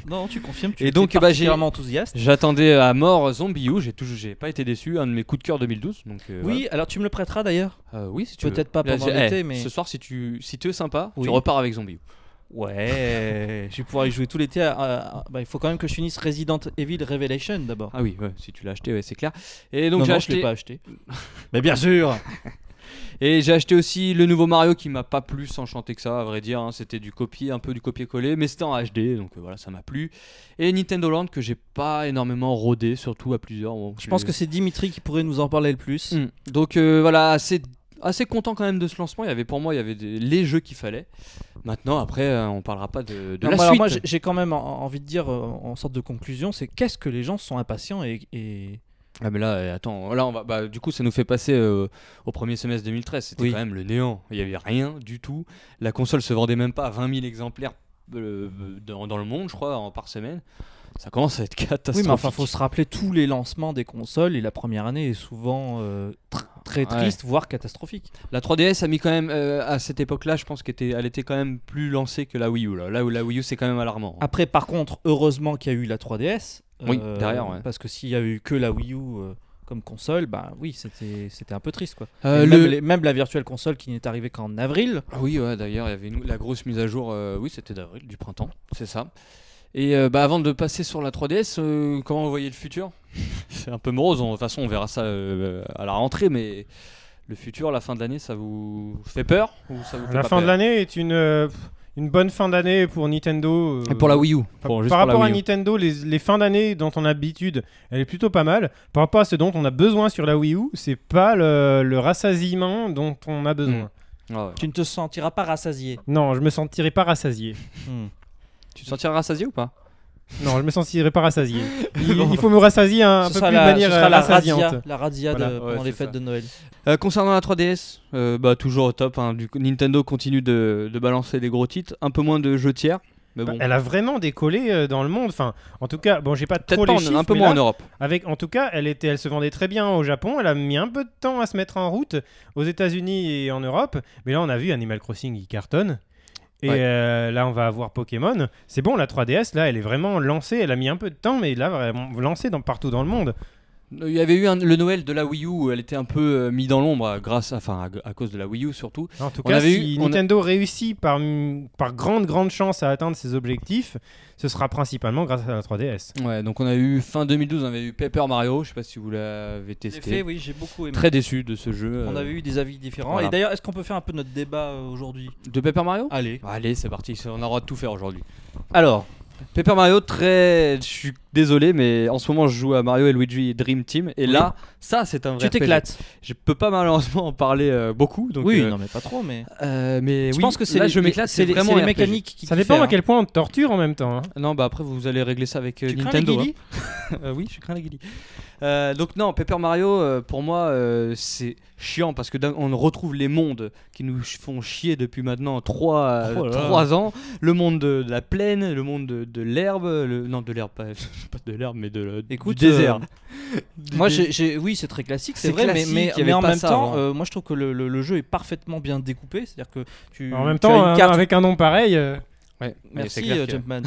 Speaker 2: Non, tu confirmes. Tu
Speaker 1: Et donc,
Speaker 2: étais
Speaker 1: bah, j'ai-
Speaker 2: particulièrement enthousiaste.
Speaker 1: J'attendais à mort Zombie U, j'ai toujours, j'ai pas été déçu, un de mes coups de cœur 2012. Donc, euh,
Speaker 2: Oui, alors tu me le prêteras d'ailleurs.
Speaker 1: voilà. Euh, oui, si tu veux.
Speaker 2: Peut-être pas
Speaker 1: Là,
Speaker 2: pendant
Speaker 1: j'ai- eh,
Speaker 2: l'été, mais
Speaker 1: Ce soir, si tu, si tu es sympa,
Speaker 2: Oui.
Speaker 1: tu repars avec Zombie U.
Speaker 2: ouais, je vais pouvoir y jouer tout l'été. à- à- à- bah, il faut quand même que je finisse Resident Evil Revelation d'abord.
Speaker 1: Ah oui, ouais, si tu l'as acheté, ouais, c'est clair. Et
Speaker 2: Non,
Speaker 1: donc j'ai
Speaker 2: non,
Speaker 1: acheté.
Speaker 2: je l'ai pas acheté. mais bien sûr.
Speaker 1: Et j'ai acheté aussi le nouveau Mario qui m'a pas plus enchanté que ça, à vrai dire. hein. C'était du copier, un peu du copier-coller, mais c'était en HD, donc euh, voilà, ça m'a plu. Et Nintendo Land que j'ai pas énormément rodé, surtout à plusieurs. bon,
Speaker 2: Je pense que c'est Dimitri qui pourrait nous en parler le plus.
Speaker 1: Mm. Donc euh, voilà, assez, assez content quand même de ce lancement. Il y avait pour moi, il y avait des- les jeux qu'il fallait. Maintenant, après, euh, on parlera pas de, de la
Speaker 2: Non, mais alors
Speaker 1: suite.
Speaker 2: moi, j'ai- j'ai quand même en- envie de dire euh, en sorte de conclusion, c'est qu'est-ce que les gens sont impatients et, et-
Speaker 1: Ah mais là, euh, attends, là on va, bah, du coup ça nous fait passer euh, au premier semestre 2013, c'était
Speaker 2: Oui.
Speaker 1: quand même le néant, il n'y avait rien du tout, la console se vendait même pas à 20 000 exemplaires euh, dans, dans le monde je crois en, par semaine, ça commence à être
Speaker 2: Oui,
Speaker 1: catastrophique.
Speaker 2: mais enfin, faut se rappeler tous les lancements des consoles et la première année est souvent euh, tr- très
Speaker 1: Ouais.
Speaker 2: triste, voire catastrophique.
Speaker 1: La 3DS a mis quand même, euh, à cette époque-là je pense qu'elle était, elle était quand même plus lancée que la Wii U, là, là où la Wii U c'est quand même alarmant.
Speaker 2: Après, par contre, heureusement qu'il y a eu la 3DS.
Speaker 1: Oui, derrière, ouais.
Speaker 2: euh, Parce que s'il y avait eu que la Wii U euh, comme console, bah oui, c'était c'était un peu triste quoi.
Speaker 1: Euh,
Speaker 2: Et même,
Speaker 1: le-
Speaker 2: les- même la virtuelle console qui n'est arrivée qu'en avril.
Speaker 1: Ah Oui, ouais, d'ailleurs, il y avait une- la grosse mise à jour, euh, oui, c'était d'avril, du printemps, c'est ça. Et euh, bah, avant de passer sur la 3DS, euh, comment vous voyez le futur C'est un peu morose, on- de toute façon, on verra ça euh, à la rentrée, mais le futur, la fin de l'année, ça vous fait peur ou ça vous fait
Speaker 3: La
Speaker 1: pas
Speaker 3: fin de
Speaker 1: peur
Speaker 3: l'année est une, euh, pff, une bonne fin d'année pour Nintendo. euh,
Speaker 1: Et Pour la Wii U.
Speaker 3: par-
Speaker 1: pour- juste
Speaker 3: par
Speaker 1: pour la
Speaker 3: rapport à
Speaker 1: Wii U.
Speaker 3: Nintendo, les, les fins d'année dont on a l'habitude, elle est plutôt pas mal. Par rapport à ce dont on a besoin sur la Wii U, c'est pas le, le rassasiement dont on a besoin.
Speaker 1: Ah ouais.
Speaker 2: Tu ne te sentiras pas rassasié.
Speaker 3: Non, je me sentirai pas rassasié.
Speaker 2: Hmm.
Speaker 1: Tu te sentiras rassasié ou pas
Speaker 3: Non, je me sentirai pas rassasié. Il, il faut me rassasier un,
Speaker 2: Ce
Speaker 3: peu
Speaker 2: sera
Speaker 3: plus de
Speaker 2: la,
Speaker 3: manière
Speaker 2: ce
Speaker 3: euh,
Speaker 2: sera la
Speaker 3: rassasiante.
Speaker 2: radia, la radia de-
Speaker 1: Voilà, ouais,
Speaker 2: pendant les
Speaker 1: c'est
Speaker 2: fêtes
Speaker 1: ça.
Speaker 2: de Noël.
Speaker 1: Euh, concernant la 3DS, euh, bah, toujours au top. hein, du coup, Nintendo continue de, de balancer des gros titres, un peu moins de jeux tiers, mais
Speaker 3: Bah,
Speaker 1: bon.
Speaker 3: Elle a vraiment décollé euh, dans le monde. Enfin, en tout cas, bon, j'ai pas trop
Speaker 1: Peut-être pas
Speaker 3: les
Speaker 1: en-
Speaker 3: chiffres,
Speaker 1: un peu
Speaker 3: mais
Speaker 1: moins
Speaker 3: là,
Speaker 1: en Europe.
Speaker 3: Avec, en tout cas, elle était, elle se vendait très bien au Japon. Elle a mis un peu de temps à se mettre en route aux États-Unis et en Europe. Mais là, on a vu Animal Crossing qui cartonne. Et
Speaker 1: Ouais.
Speaker 3: euh, là, on va avoir Pokémon. C'est bon, la 3DS, là, elle est vraiment lancée. Elle a mis un peu de temps, mais là, vraiment lancée dans, partout dans le monde.
Speaker 1: Il y avait eu un- le Noël de la Wii U, où elle était un peu euh, mise dans l'ombre euh, grâce, à- enfin à, à cause de la Wii U surtout.
Speaker 3: En tout
Speaker 1: On
Speaker 3: cas,
Speaker 1: avait
Speaker 3: si
Speaker 1: eu- on a-
Speaker 3: Nintendo réussit par, par grande, grande chance à atteindre ses objectifs, ce sera principalement grâce à la 3DS.
Speaker 1: Ouais, donc on a eu fin 2012, on avait eu Paper Mario. Je sais pas si vous l'avez
Speaker 2: En effet,
Speaker 1: testé.
Speaker 2: oui, j'ai beaucoup aimé.
Speaker 1: Très déçu de ce jeu.
Speaker 2: On
Speaker 1: euh,
Speaker 2: avait eu des avis différents.
Speaker 1: voilà.
Speaker 2: Et d'ailleurs, est-ce qu'on peut faire un peu notre débat euh, aujourd'hui
Speaker 1: de Paper Mario.
Speaker 2: Allez.
Speaker 1: Ah, bah, Allez, c'est parti. On a le droit de tout faire aujourd'hui.
Speaker 2: Alors,
Speaker 1: Paper Mario, très. Je suis désolé, mais en ce moment, je joue à Mario et Luigi Dream Team. Et là, ça, c'est un vrai.
Speaker 2: tu
Speaker 1: RPG.
Speaker 2: t'éclates.
Speaker 1: Je peux pas malheureusement en parler euh, beaucoup. Donc,
Speaker 2: Oui,
Speaker 1: euh,
Speaker 2: non, mais pas trop, mais.
Speaker 1: euh, mais
Speaker 2: Je
Speaker 1: oui,
Speaker 2: pense que c'est
Speaker 1: là,
Speaker 2: les-
Speaker 1: je m'éclate.
Speaker 2: c'est les,
Speaker 1: vraiment
Speaker 2: c'est les
Speaker 1: un RPG.
Speaker 2: mécaniques qui
Speaker 3: Ça
Speaker 2: diffèrent,
Speaker 3: dépend à
Speaker 2: hein.
Speaker 3: quel point on te torture en même temps. hein.
Speaker 1: Non, bah après, vous allez régler ça avec euh,
Speaker 2: Tu crains les
Speaker 1: Nintendo. hein.
Speaker 2: guilis
Speaker 1: Euh, oui, je crains la guilly. Euh, donc non, Paper Mario, euh, pour moi, euh, c'est chiant parce que d'un- on retrouve les mondes qui nous ch- font chier depuis maintenant 3,
Speaker 2: Oh là là.
Speaker 1: ans. Le monde de, de la plaine, le monde de, de l'herbe, le- non de l'herbe, pas, pas de l'herbe, mais de, le-
Speaker 2: Écoute,
Speaker 1: du désert. Du
Speaker 2: Moi,
Speaker 1: dé-
Speaker 2: j'ai, j'ai- oui, c'est très classique, c'est
Speaker 1: C'est
Speaker 2: vrai, mais-
Speaker 1: classique, il y
Speaker 2: mais, mais,
Speaker 1: avait
Speaker 2: en
Speaker 1: pas
Speaker 2: même
Speaker 1: ça
Speaker 2: temps,
Speaker 1: avant.
Speaker 2: euh, moi, je trouve que le, le- le jeu est parfaitement bien découpé. C'est-à-dire que tu.
Speaker 3: En même
Speaker 2: tu as
Speaker 3: temps,
Speaker 2: une
Speaker 3: un-
Speaker 2: carte.
Speaker 3: avec un nom pareil. euh,
Speaker 1: Ouais, mais c'est
Speaker 2: Merci
Speaker 1: clair
Speaker 2: euh,
Speaker 1: que-
Speaker 2: Jumpman.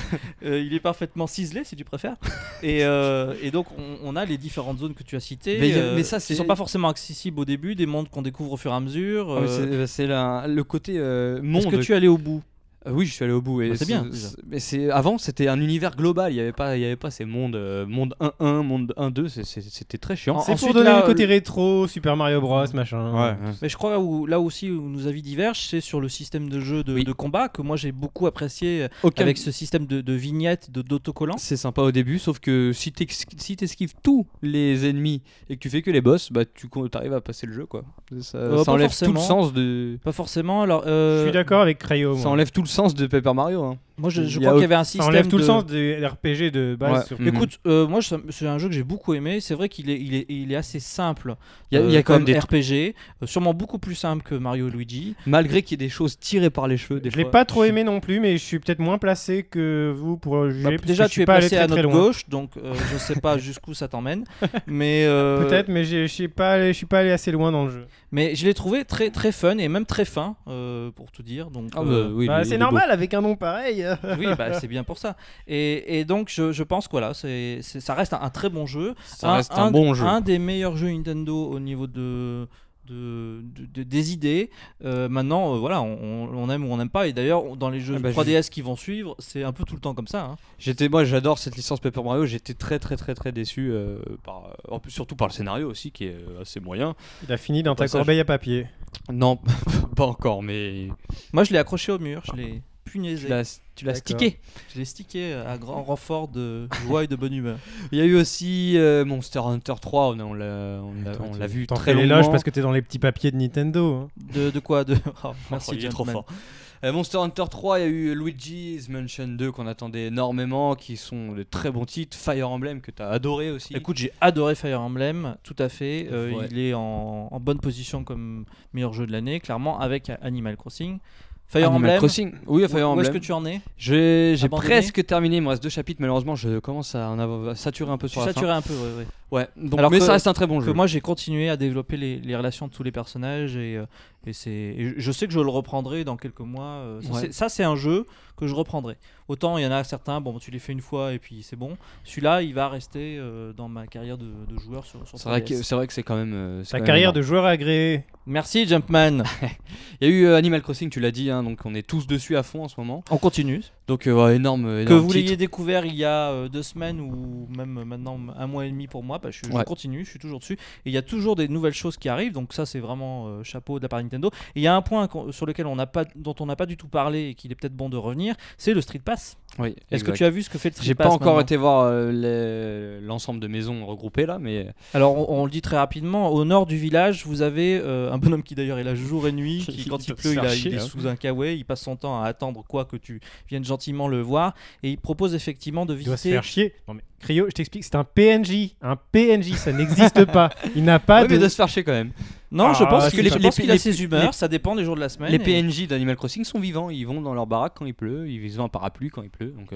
Speaker 2: Euh, il est parfaitement ciselé si tu préfères. Et, euh, et donc on, on a les différentes zones que tu as citées.
Speaker 1: Mais il y a-
Speaker 2: euh,
Speaker 1: mais ça,
Speaker 2: qui
Speaker 1: c'est-
Speaker 2: sont pas forcément accessibles au début, des mondes qu'on découvre au fur et à mesure.
Speaker 1: Ah, mais
Speaker 2: euh,
Speaker 1: c'est- euh, C'est la- le côté euh, monde.
Speaker 2: Est-ce que tu es allé au bout
Speaker 1: Euh, oui, je suis allé au bout. et
Speaker 2: Bah, c'est bien, déjà.
Speaker 1: c'est- Mais c'est avant, c'était un univers global. Il n'y avait pas, il y avait pas ces mondes, euh, monde 1-1, monde 1-2. c'est- c'est- C'était très chiant.
Speaker 2: En-
Speaker 3: C'est
Speaker 2: ensuite,
Speaker 3: pour donner
Speaker 2: là, euh,
Speaker 3: le côté rétro, Super Mario Bros, machin.
Speaker 2: Mais je crois où, là aussi où nos avis divergent, c'est sur le système de jeu de,
Speaker 1: Oui.
Speaker 2: de combat que moi j'ai beaucoup apprécié euh,
Speaker 1: Aucun-
Speaker 2: avec ce système de, de vignettes, de d'autocollants.
Speaker 1: C'est sympa au début, sauf que si t'ex- si t'esquives tous les ennemis et que tu fais que les boss, bah tu con- t'arrives à passer le jeu quoi. Ça,
Speaker 2: Euh,
Speaker 1: ça
Speaker 2: pas
Speaker 1: enlève tout
Speaker 2: forcément.
Speaker 1: le sens de.
Speaker 2: Pas forcément. Alors,
Speaker 3: Je
Speaker 2: euh,
Speaker 3: suis d'accord avec Crayo.
Speaker 1: Ça
Speaker 3: moi.
Speaker 1: enlève tout le sens de Paper Mario. hein.
Speaker 2: Moi, je, je
Speaker 1: Il y a
Speaker 2: crois qu'il y
Speaker 1: aucun-
Speaker 2: avait un
Speaker 3: Ça
Speaker 2: système.
Speaker 3: enlève tout
Speaker 2: de-
Speaker 3: le sens des RPG de base.
Speaker 1: Ouais.
Speaker 3: sur-
Speaker 1: Mhm.
Speaker 2: Écoute, euh, moi ça- c'est un jeu que j'ai beaucoup aimé. C'est vrai qu'il est, il est, il est assez simple.
Speaker 1: Il y a- il y a
Speaker 2: euh,
Speaker 1: quand même
Speaker 2: comme
Speaker 1: des
Speaker 2: RPG, euh, sûrement beaucoup plus simple que Mario et Luigi.
Speaker 1: Malgré qu'il y ait des choses tirées par les cheveux. Des
Speaker 3: Je l'ai
Speaker 1: fois.
Speaker 3: pas trop
Speaker 1: Je-
Speaker 3: aimé non plus, mais je suis peut-être moins placé que vous pour juger.
Speaker 2: Bah,
Speaker 3: parce que
Speaker 2: déjà,
Speaker 3: je suis
Speaker 2: tu es
Speaker 3: pas allé
Speaker 2: placé
Speaker 3: très,
Speaker 2: à
Speaker 3: très
Speaker 2: notre
Speaker 3: loin.
Speaker 2: gauche, donc euh, je sais pas jusqu'où ça t'emmène, mais euh,
Speaker 3: Peut-être, mais j'ai- je suis pas, allé- je suis pas allé assez loin dans le jeu.
Speaker 2: Mais je l'ai trouvé très très fun et même très fin euh, pour tout dire. Donc
Speaker 1: Ah, bah,
Speaker 2: euh,
Speaker 1: oui,
Speaker 3: Bah,
Speaker 1: il est- il
Speaker 3: c'est
Speaker 1: est
Speaker 3: normal avec un nom pareil. euh.
Speaker 2: oui, bah, c'est bien pour ça. Et, et donc je, je pense que voilà, c'est, c'est- ça reste un, un très bon jeu.
Speaker 1: beau. Ça reste un bon jeu.
Speaker 2: Un des meilleurs jeux Nintendo au niveau de. De, de- de- des idées Euh, maintenant euh, voilà on, on- on aime ou on n'aime pas et d'ailleurs on- dans les jeux
Speaker 1: Ah bah,
Speaker 2: 3DS qui vont suivre c'est un peu tout le temps comme ça hein.
Speaker 1: J'étais, moi, j'adore cette licence Paper Mario. J'étais très, très, très, très déçu, euh, par, en plus, surtout par le scénario aussi, qui est euh, assez moyen.
Speaker 3: Il a fini dans ta
Speaker 1: Passage.
Speaker 3: corbeille à papier.
Speaker 1: Non, pas encore, mais
Speaker 2: moi je l'ai accroché au mur je l'ai
Speaker 1: tu
Speaker 2: punaisé
Speaker 1: l'as, tu l'as
Speaker 3: D'accord.
Speaker 1: stické.
Speaker 2: je l'ai stické à grand renfort de joie et de bonne humeur
Speaker 1: Il y a eu aussi euh, Monster Hunter 3. On, a- on l'a, on l'a, on l'a vu
Speaker 3: T'en
Speaker 1: très
Speaker 3: fais
Speaker 1: longuement.
Speaker 3: l'éloge parce que t'es dans les petits papiers de Nintendo. hein.
Speaker 2: de, de quoi de oh, merci
Speaker 1: Oh, il est trop
Speaker 2: gentleman.
Speaker 1: fort. Euh, Monster Hunter 3, il y a eu Luigi's Mansion 2 qu'on attendait énormément, qui sont de très bons titres. Fire Emblem que t'as adoré aussi.
Speaker 2: Écoute, j'ai adoré Fire Emblem, tout à fait. Euh,
Speaker 1: Ouais.
Speaker 2: Il est en, en bonne position comme meilleur jeu de l'année, clairement, avec Animal Crossing. Fire
Speaker 1: Animal
Speaker 2: Emblem.
Speaker 1: Crossing. Oui,
Speaker 2: où-
Speaker 1: Fire
Speaker 2: Où
Speaker 1: Emblem.
Speaker 2: est-ce que tu en es
Speaker 1: J'ai, j'ai
Speaker 2: Abandonné
Speaker 1: presque terminé. Il me reste deux chapitres. Malheureusement, je commence à en avoir- à saturer un peu
Speaker 2: Je suis
Speaker 1: sur la fin.
Speaker 2: saturé un peu, ouais, ouais.
Speaker 1: Ouais, donc,
Speaker 2: Alors
Speaker 1: mais
Speaker 2: que-
Speaker 1: ça reste un très bon
Speaker 2: Que
Speaker 1: jeu.
Speaker 2: moi, j'ai continué à développer les, les relations de tous les personnages et, euh, et c'est, et je- je sais que je le reprendrai dans quelques mois. euh, ça,
Speaker 1: Ouais.
Speaker 2: c'est, ça, c'est un jeu que je reprendrai. Autant il y en a certains, bon, tu les fais une fois et puis c'est bon. Celui-là, il va rester euh, dans ma carrière de, de joueur sur, sur
Speaker 1: c'est, vrai
Speaker 2: 3DS.
Speaker 1: que, c'est vrai que c'est quand même. euh, c'est
Speaker 3: Ta
Speaker 1: quand même
Speaker 3: carrière
Speaker 1: énorme.
Speaker 3: de joueur agréé.
Speaker 2: Merci, Jumpman.
Speaker 1: Il y a eu euh, Animal Crossing, tu l'as dit, hein, donc on est tous dessus à fond en ce moment.
Speaker 2: On continue.
Speaker 1: Donc euh, ouais, énorme, énorme.
Speaker 2: Que vous
Speaker 1: titre.
Speaker 2: l'ayez découvert il y a euh, deux semaines ou même euh, maintenant un mois et demi pour moi, bah, je, je
Speaker 1: Ouais.
Speaker 2: continue, je suis toujours dessus. Et il y a toujours des nouvelles choses qui arrivent, donc ça c'est vraiment euh, chapeau de la part de Nintendo. Et il y a un point qu'on- sur lequel on n'a pas, dont on n'a pas du tout parlé et qu'il est peut-être bon de revenir, c'est le Street Pass.
Speaker 1: Oui,
Speaker 2: Est-ce que
Speaker 1: exact.
Speaker 2: tu as vu ce que fait le Street
Speaker 1: J'ai
Speaker 2: Pass
Speaker 1: pas encore
Speaker 2: maintenant
Speaker 1: été voir euh, les- l'ensemble de maisons regroupées là, mais
Speaker 2: Alors on, on le dit très rapidement, au nord du village, vous avez euh, un bonhomme qui d'ailleurs est là jour et nuit, qui
Speaker 1: Il
Speaker 2: quand il
Speaker 1: doit se
Speaker 2: pleut, il,
Speaker 1: faire
Speaker 2: a- il
Speaker 1: chier,
Speaker 2: est
Speaker 1: hein.
Speaker 2: sous un kawaii, il passe son temps à attendre quoi que tu viennes gentiment le voir, et il propose effectivement de
Speaker 3: Il doit se
Speaker 2: visiter
Speaker 3: faire chier. Non mais Cryo, je t'explique, c'est un PNJ. Un PNJ, ça n'existe pas. Il n'a pas
Speaker 1: Ouais,
Speaker 3: de.
Speaker 1: mais de se faire chier quand même.
Speaker 2: Non,
Speaker 3: Ah,
Speaker 2: je pense
Speaker 3: ouais,
Speaker 2: qu'il
Speaker 3: c'est
Speaker 2: je
Speaker 1: ça.
Speaker 2: pense
Speaker 1: Les-
Speaker 2: qu'il a
Speaker 1: les-
Speaker 2: ses humeurs, ça dépend des jours de la semaine.
Speaker 1: les
Speaker 2: et-
Speaker 1: PNJ d'Animal Crossing sont vivants, ils vont dans leur baraque quand il pleut, ils ont un parapluie quand il pleut, donc, euh,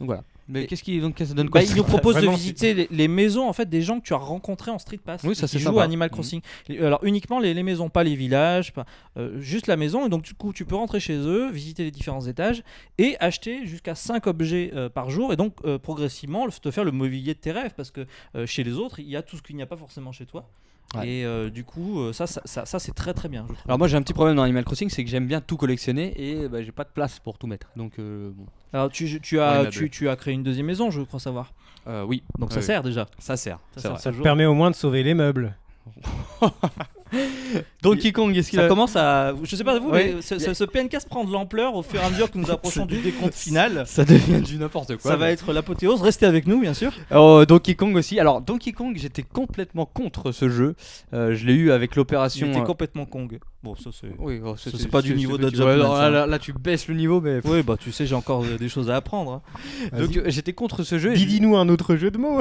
Speaker 1: donc voilà. Mais
Speaker 2: Et-
Speaker 1: qu'est-ce qui donc qu'est-ce que ça donne quoi
Speaker 2: Bah, il nous propose de
Speaker 3: Vraiment,
Speaker 2: visiter les, les maisons en fait des gens que tu as rencontrés en Street Pass.
Speaker 1: Oui, ça,
Speaker 2: qui- qui
Speaker 1: c'est
Speaker 2: jouent
Speaker 1: sympa.
Speaker 2: à Animal Crossing. Les- Alors uniquement les, les maisons, pas les villages, pas- euh, juste la maison. Et donc du coup, tu peux rentrer chez eux, visiter les différents étages et acheter jusqu'à 5 objets euh, par jour. Et donc euh, progressivement, le- te faire le mobilier de tes rêves parce que euh, chez les autres, il y a tout ce qu'il n'y a pas forcément chez toi.
Speaker 1: Ouais.
Speaker 2: Et euh, du coup, euh, ça, ça, ça- ça, c'est très très bien. je trouve.
Speaker 1: Alors moi j'ai un petit problème dans Animal Crossing, c'est que j'aime bien tout collectionner et bah, j'ai pas de place pour tout mettre. Donc euh, bon.
Speaker 2: Alors tu, tu
Speaker 1: Ouais,
Speaker 2: as,
Speaker 1: meuble.
Speaker 2: tu, tu as créé une deuxième maison, je crois savoir.
Speaker 1: Euh, oui,
Speaker 2: Donc ça
Speaker 1: Oui.
Speaker 2: sert déjà.
Speaker 1: ça sert.
Speaker 2: Ça
Speaker 1: c'est
Speaker 2: sert.
Speaker 1: vrai.
Speaker 3: Ça te permet au moins de sauver les meubles.
Speaker 1: Donkey Kong, est-ce qu'il
Speaker 2: Ça
Speaker 1: a...
Speaker 2: commence à. Je sais pas vous,
Speaker 1: Ouais.
Speaker 2: mais ce, ce- ce PNK prend de l'ampleur au fur et à mesure que nous approchons du décompte final.
Speaker 1: ça devient du n'importe quoi.
Speaker 2: Ça va
Speaker 1: mais-
Speaker 2: être l'apothéose. Restez avec nous, bien sûr.
Speaker 1: Oh, Donkey Kong aussi. Alors Donkey Kong, j'étais complètement contre ce jeu. Euh, je l'ai eu avec l'opération.
Speaker 2: J'étais
Speaker 1: euh,
Speaker 2: complètement Kong. Bon, ça c'est.
Speaker 1: Oui, oh,
Speaker 2: Ça, c'est pas du niveau
Speaker 1: petit-
Speaker 2: de Jumpman,
Speaker 1: ouais, alors là,
Speaker 2: ça.
Speaker 1: là- là, tu baisses le niveau, mais.
Speaker 2: Oui, bah tu sais, j'ai encore euh, des choses à apprendre. hein.
Speaker 1: Donc euh, j'étais contre ce jeu. et je-
Speaker 3: Dis-nous un autre jeu de mots.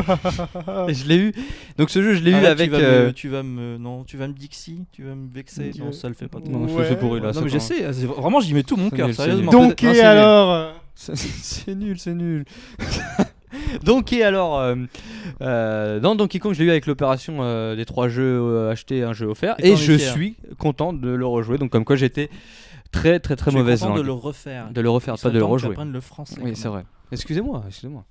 Speaker 1: et je l'ai eu. Donc ce jeu, je l'ai eu
Speaker 2: Arrête,
Speaker 1: avec.
Speaker 2: Ah Tu vas,
Speaker 1: euh,
Speaker 2: me, tu vas me. Non, tu vas me Dixie, tu vas me vexer.
Speaker 3: Tu
Speaker 2: Non,
Speaker 3: veux-
Speaker 2: ça le fait pas.
Speaker 1: Non, je
Speaker 3: Ouais.
Speaker 1: suis pourri là.
Speaker 2: non,
Speaker 1: ça
Speaker 2: mais
Speaker 1: va.
Speaker 2: j'essaie. c'est- Vraiment, j'y mets tout mon
Speaker 1: C'est
Speaker 2: cœur,
Speaker 1: nul, c'est
Speaker 2: sérieusement.
Speaker 1: nul.
Speaker 2: Peut-être-
Speaker 3: Donc et
Speaker 2: Non, c'est nul.
Speaker 3: alors euh,
Speaker 1: C'est- C'est nul, c'est nul. Donc et alors, euh, euh, dans Donkey Kong, je l'ai eu avec l'opération euh, des trois jeux euh, achetés, un jeu offert,
Speaker 2: Et
Speaker 1: et,
Speaker 2: t'en es
Speaker 1: je
Speaker 2: fier.
Speaker 1: suis content de le rejouer. Donc comme quoi, j'étais très très très
Speaker 2: Je suis
Speaker 1: mauvaise
Speaker 2: content de
Speaker 1: langue.
Speaker 2: le refaire.
Speaker 1: de le refaire,
Speaker 2: Il
Speaker 1: pas
Speaker 2: serait
Speaker 1: de le
Speaker 2: temps que
Speaker 1: rejouer.
Speaker 2: j'apprenne le français.
Speaker 1: Oui,
Speaker 2: quand
Speaker 1: c'est
Speaker 2: même.
Speaker 1: vrai. Excusez-moi, excusez-moi.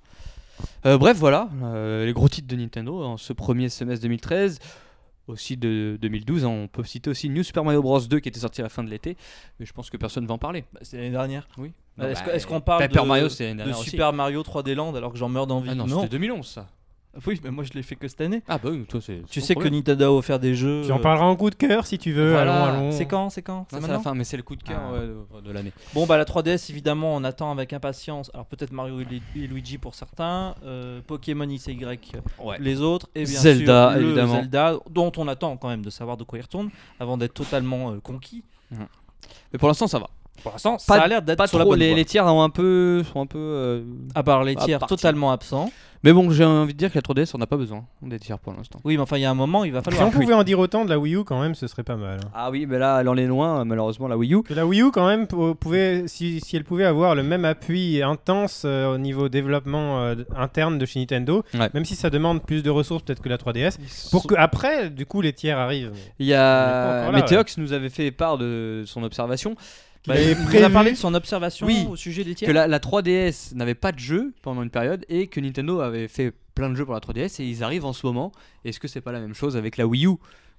Speaker 1: Euh, bref, voilà, euh, les gros titres de Nintendo en ce premier semestre 2013. Aussi de 2012, hein, on peut citer aussi New Super Mario Bros 2 qui était sorti à la fin de l'été, mais je pense que personne va en parler.
Speaker 2: Bah, C'était l'année dernière.
Speaker 1: Oui.
Speaker 2: Bah, est-ce que- est-ce qu'on parle
Speaker 1: Paper
Speaker 2: de-
Speaker 1: Mario, c'est l'année
Speaker 2: De
Speaker 1: dernière aussi.
Speaker 2: Super Mario 3D Land alors que j'en meurs d'envie.
Speaker 1: Ah non, c'était 2011 ça.
Speaker 2: Oui, mais moi je l'ai fait que cette année.
Speaker 1: Ah bah oui, toi c'est.
Speaker 2: Tu sais que Nintendo a offert des jeux.
Speaker 3: Tu en
Speaker 2: euh,
Speaker 3: parleras en coup de cœur si tu veux.
Speaker 1: Voilà.
Speaker 3: Allons, allons.
Speaker 2: C'est quand C'est quand C'est
Speaker 1: c'est la
Speaker 2: maintenant
Speaker 1: fin, mais c'est le coup de cœur
Speaker 2: Ah.
Speaker 1: ouais, de- de l'année.
Speaker 2: Bon, bah la 3DS, évidemment, on attend avec impatience. Alors peut-être Mario et Lu- et Luigi pour certains, euh, Pokémon XY
Speaker 1: Ouais.
Speaker 2: les autres, et bien
Speaker 1: Zelda,
Speaker 2: sûr le
Speaker 1: évidemment.
Speaker 2: Zelda, dont on attend quand même de savoir de quoi il retourne avant d'être totalement euh, conquis.
Speaker 1: Mais pour l'instant ça va.
Speaker 2: Pour l'instant,
Speaker 1: Pas-
Speaker 2: ça a l'air d'être
Speaker 1: Pas
Speaker 2: sur la
Speaker 1: trop,
Speaker 2: bonne
Speaker 1: les,
Speaker 2: voie.
Speaker 1: les tiers sont un peu. Sont un peu euh,
Speaker 2: À part les
Speaker 1: à
Speaker 2: tiers
Speaker 1: partir.
Speaker 2: totalement absents.
Speaker 1: Mais bon, j'ai envie de dire que la 3DS, on n'a pas besoin des tiers pour l'instant.
Speaker 2: Oui, mais enfin, il y a un moment, il va
Speaker 3: Si
Speaker 2: falloir.
Speaker 3: on pouvait en dire autant de la Wii U quand même, ce serait pas mal. hein.
Speaker 1: Ah oui, mais là, elle en est loin, malheureusement, la Wii U.
Speaker 3: Que la Wii U quand même pou- pouvait, si, si elle pouvait avoir le même appui intense euh, au niveau développement euh, interne de chez Nintendo,
Speaker 1: Ouais.
Speaker 3: même si ça demande plus de ressources peut-être que la 3DS, pour que après, du coup, les tiers arrivent.
Speaker 1: Il y
Speaker 3: On est pas
Speaker 1: a.
Speaker 3: encore là,
Speaker 1: Météox nous avait fait part de son observation
Speaker 2: Bah,
Speaker 3: Il est
Speaker 2: il nous a
Speaker 3: prévu-
Speaker 2: parlé de son observation
Speaker 1: Oui,
Speaker 2: au sujet des tiers.
Speaker 1: que la, la 3DS n'avait pas de jeu pendant une période et que Nintendo avait fait plein de jeux pour la 3DS et ils arrivent en ce moment. Est-ce que c'est pas la même chose avec la Wii U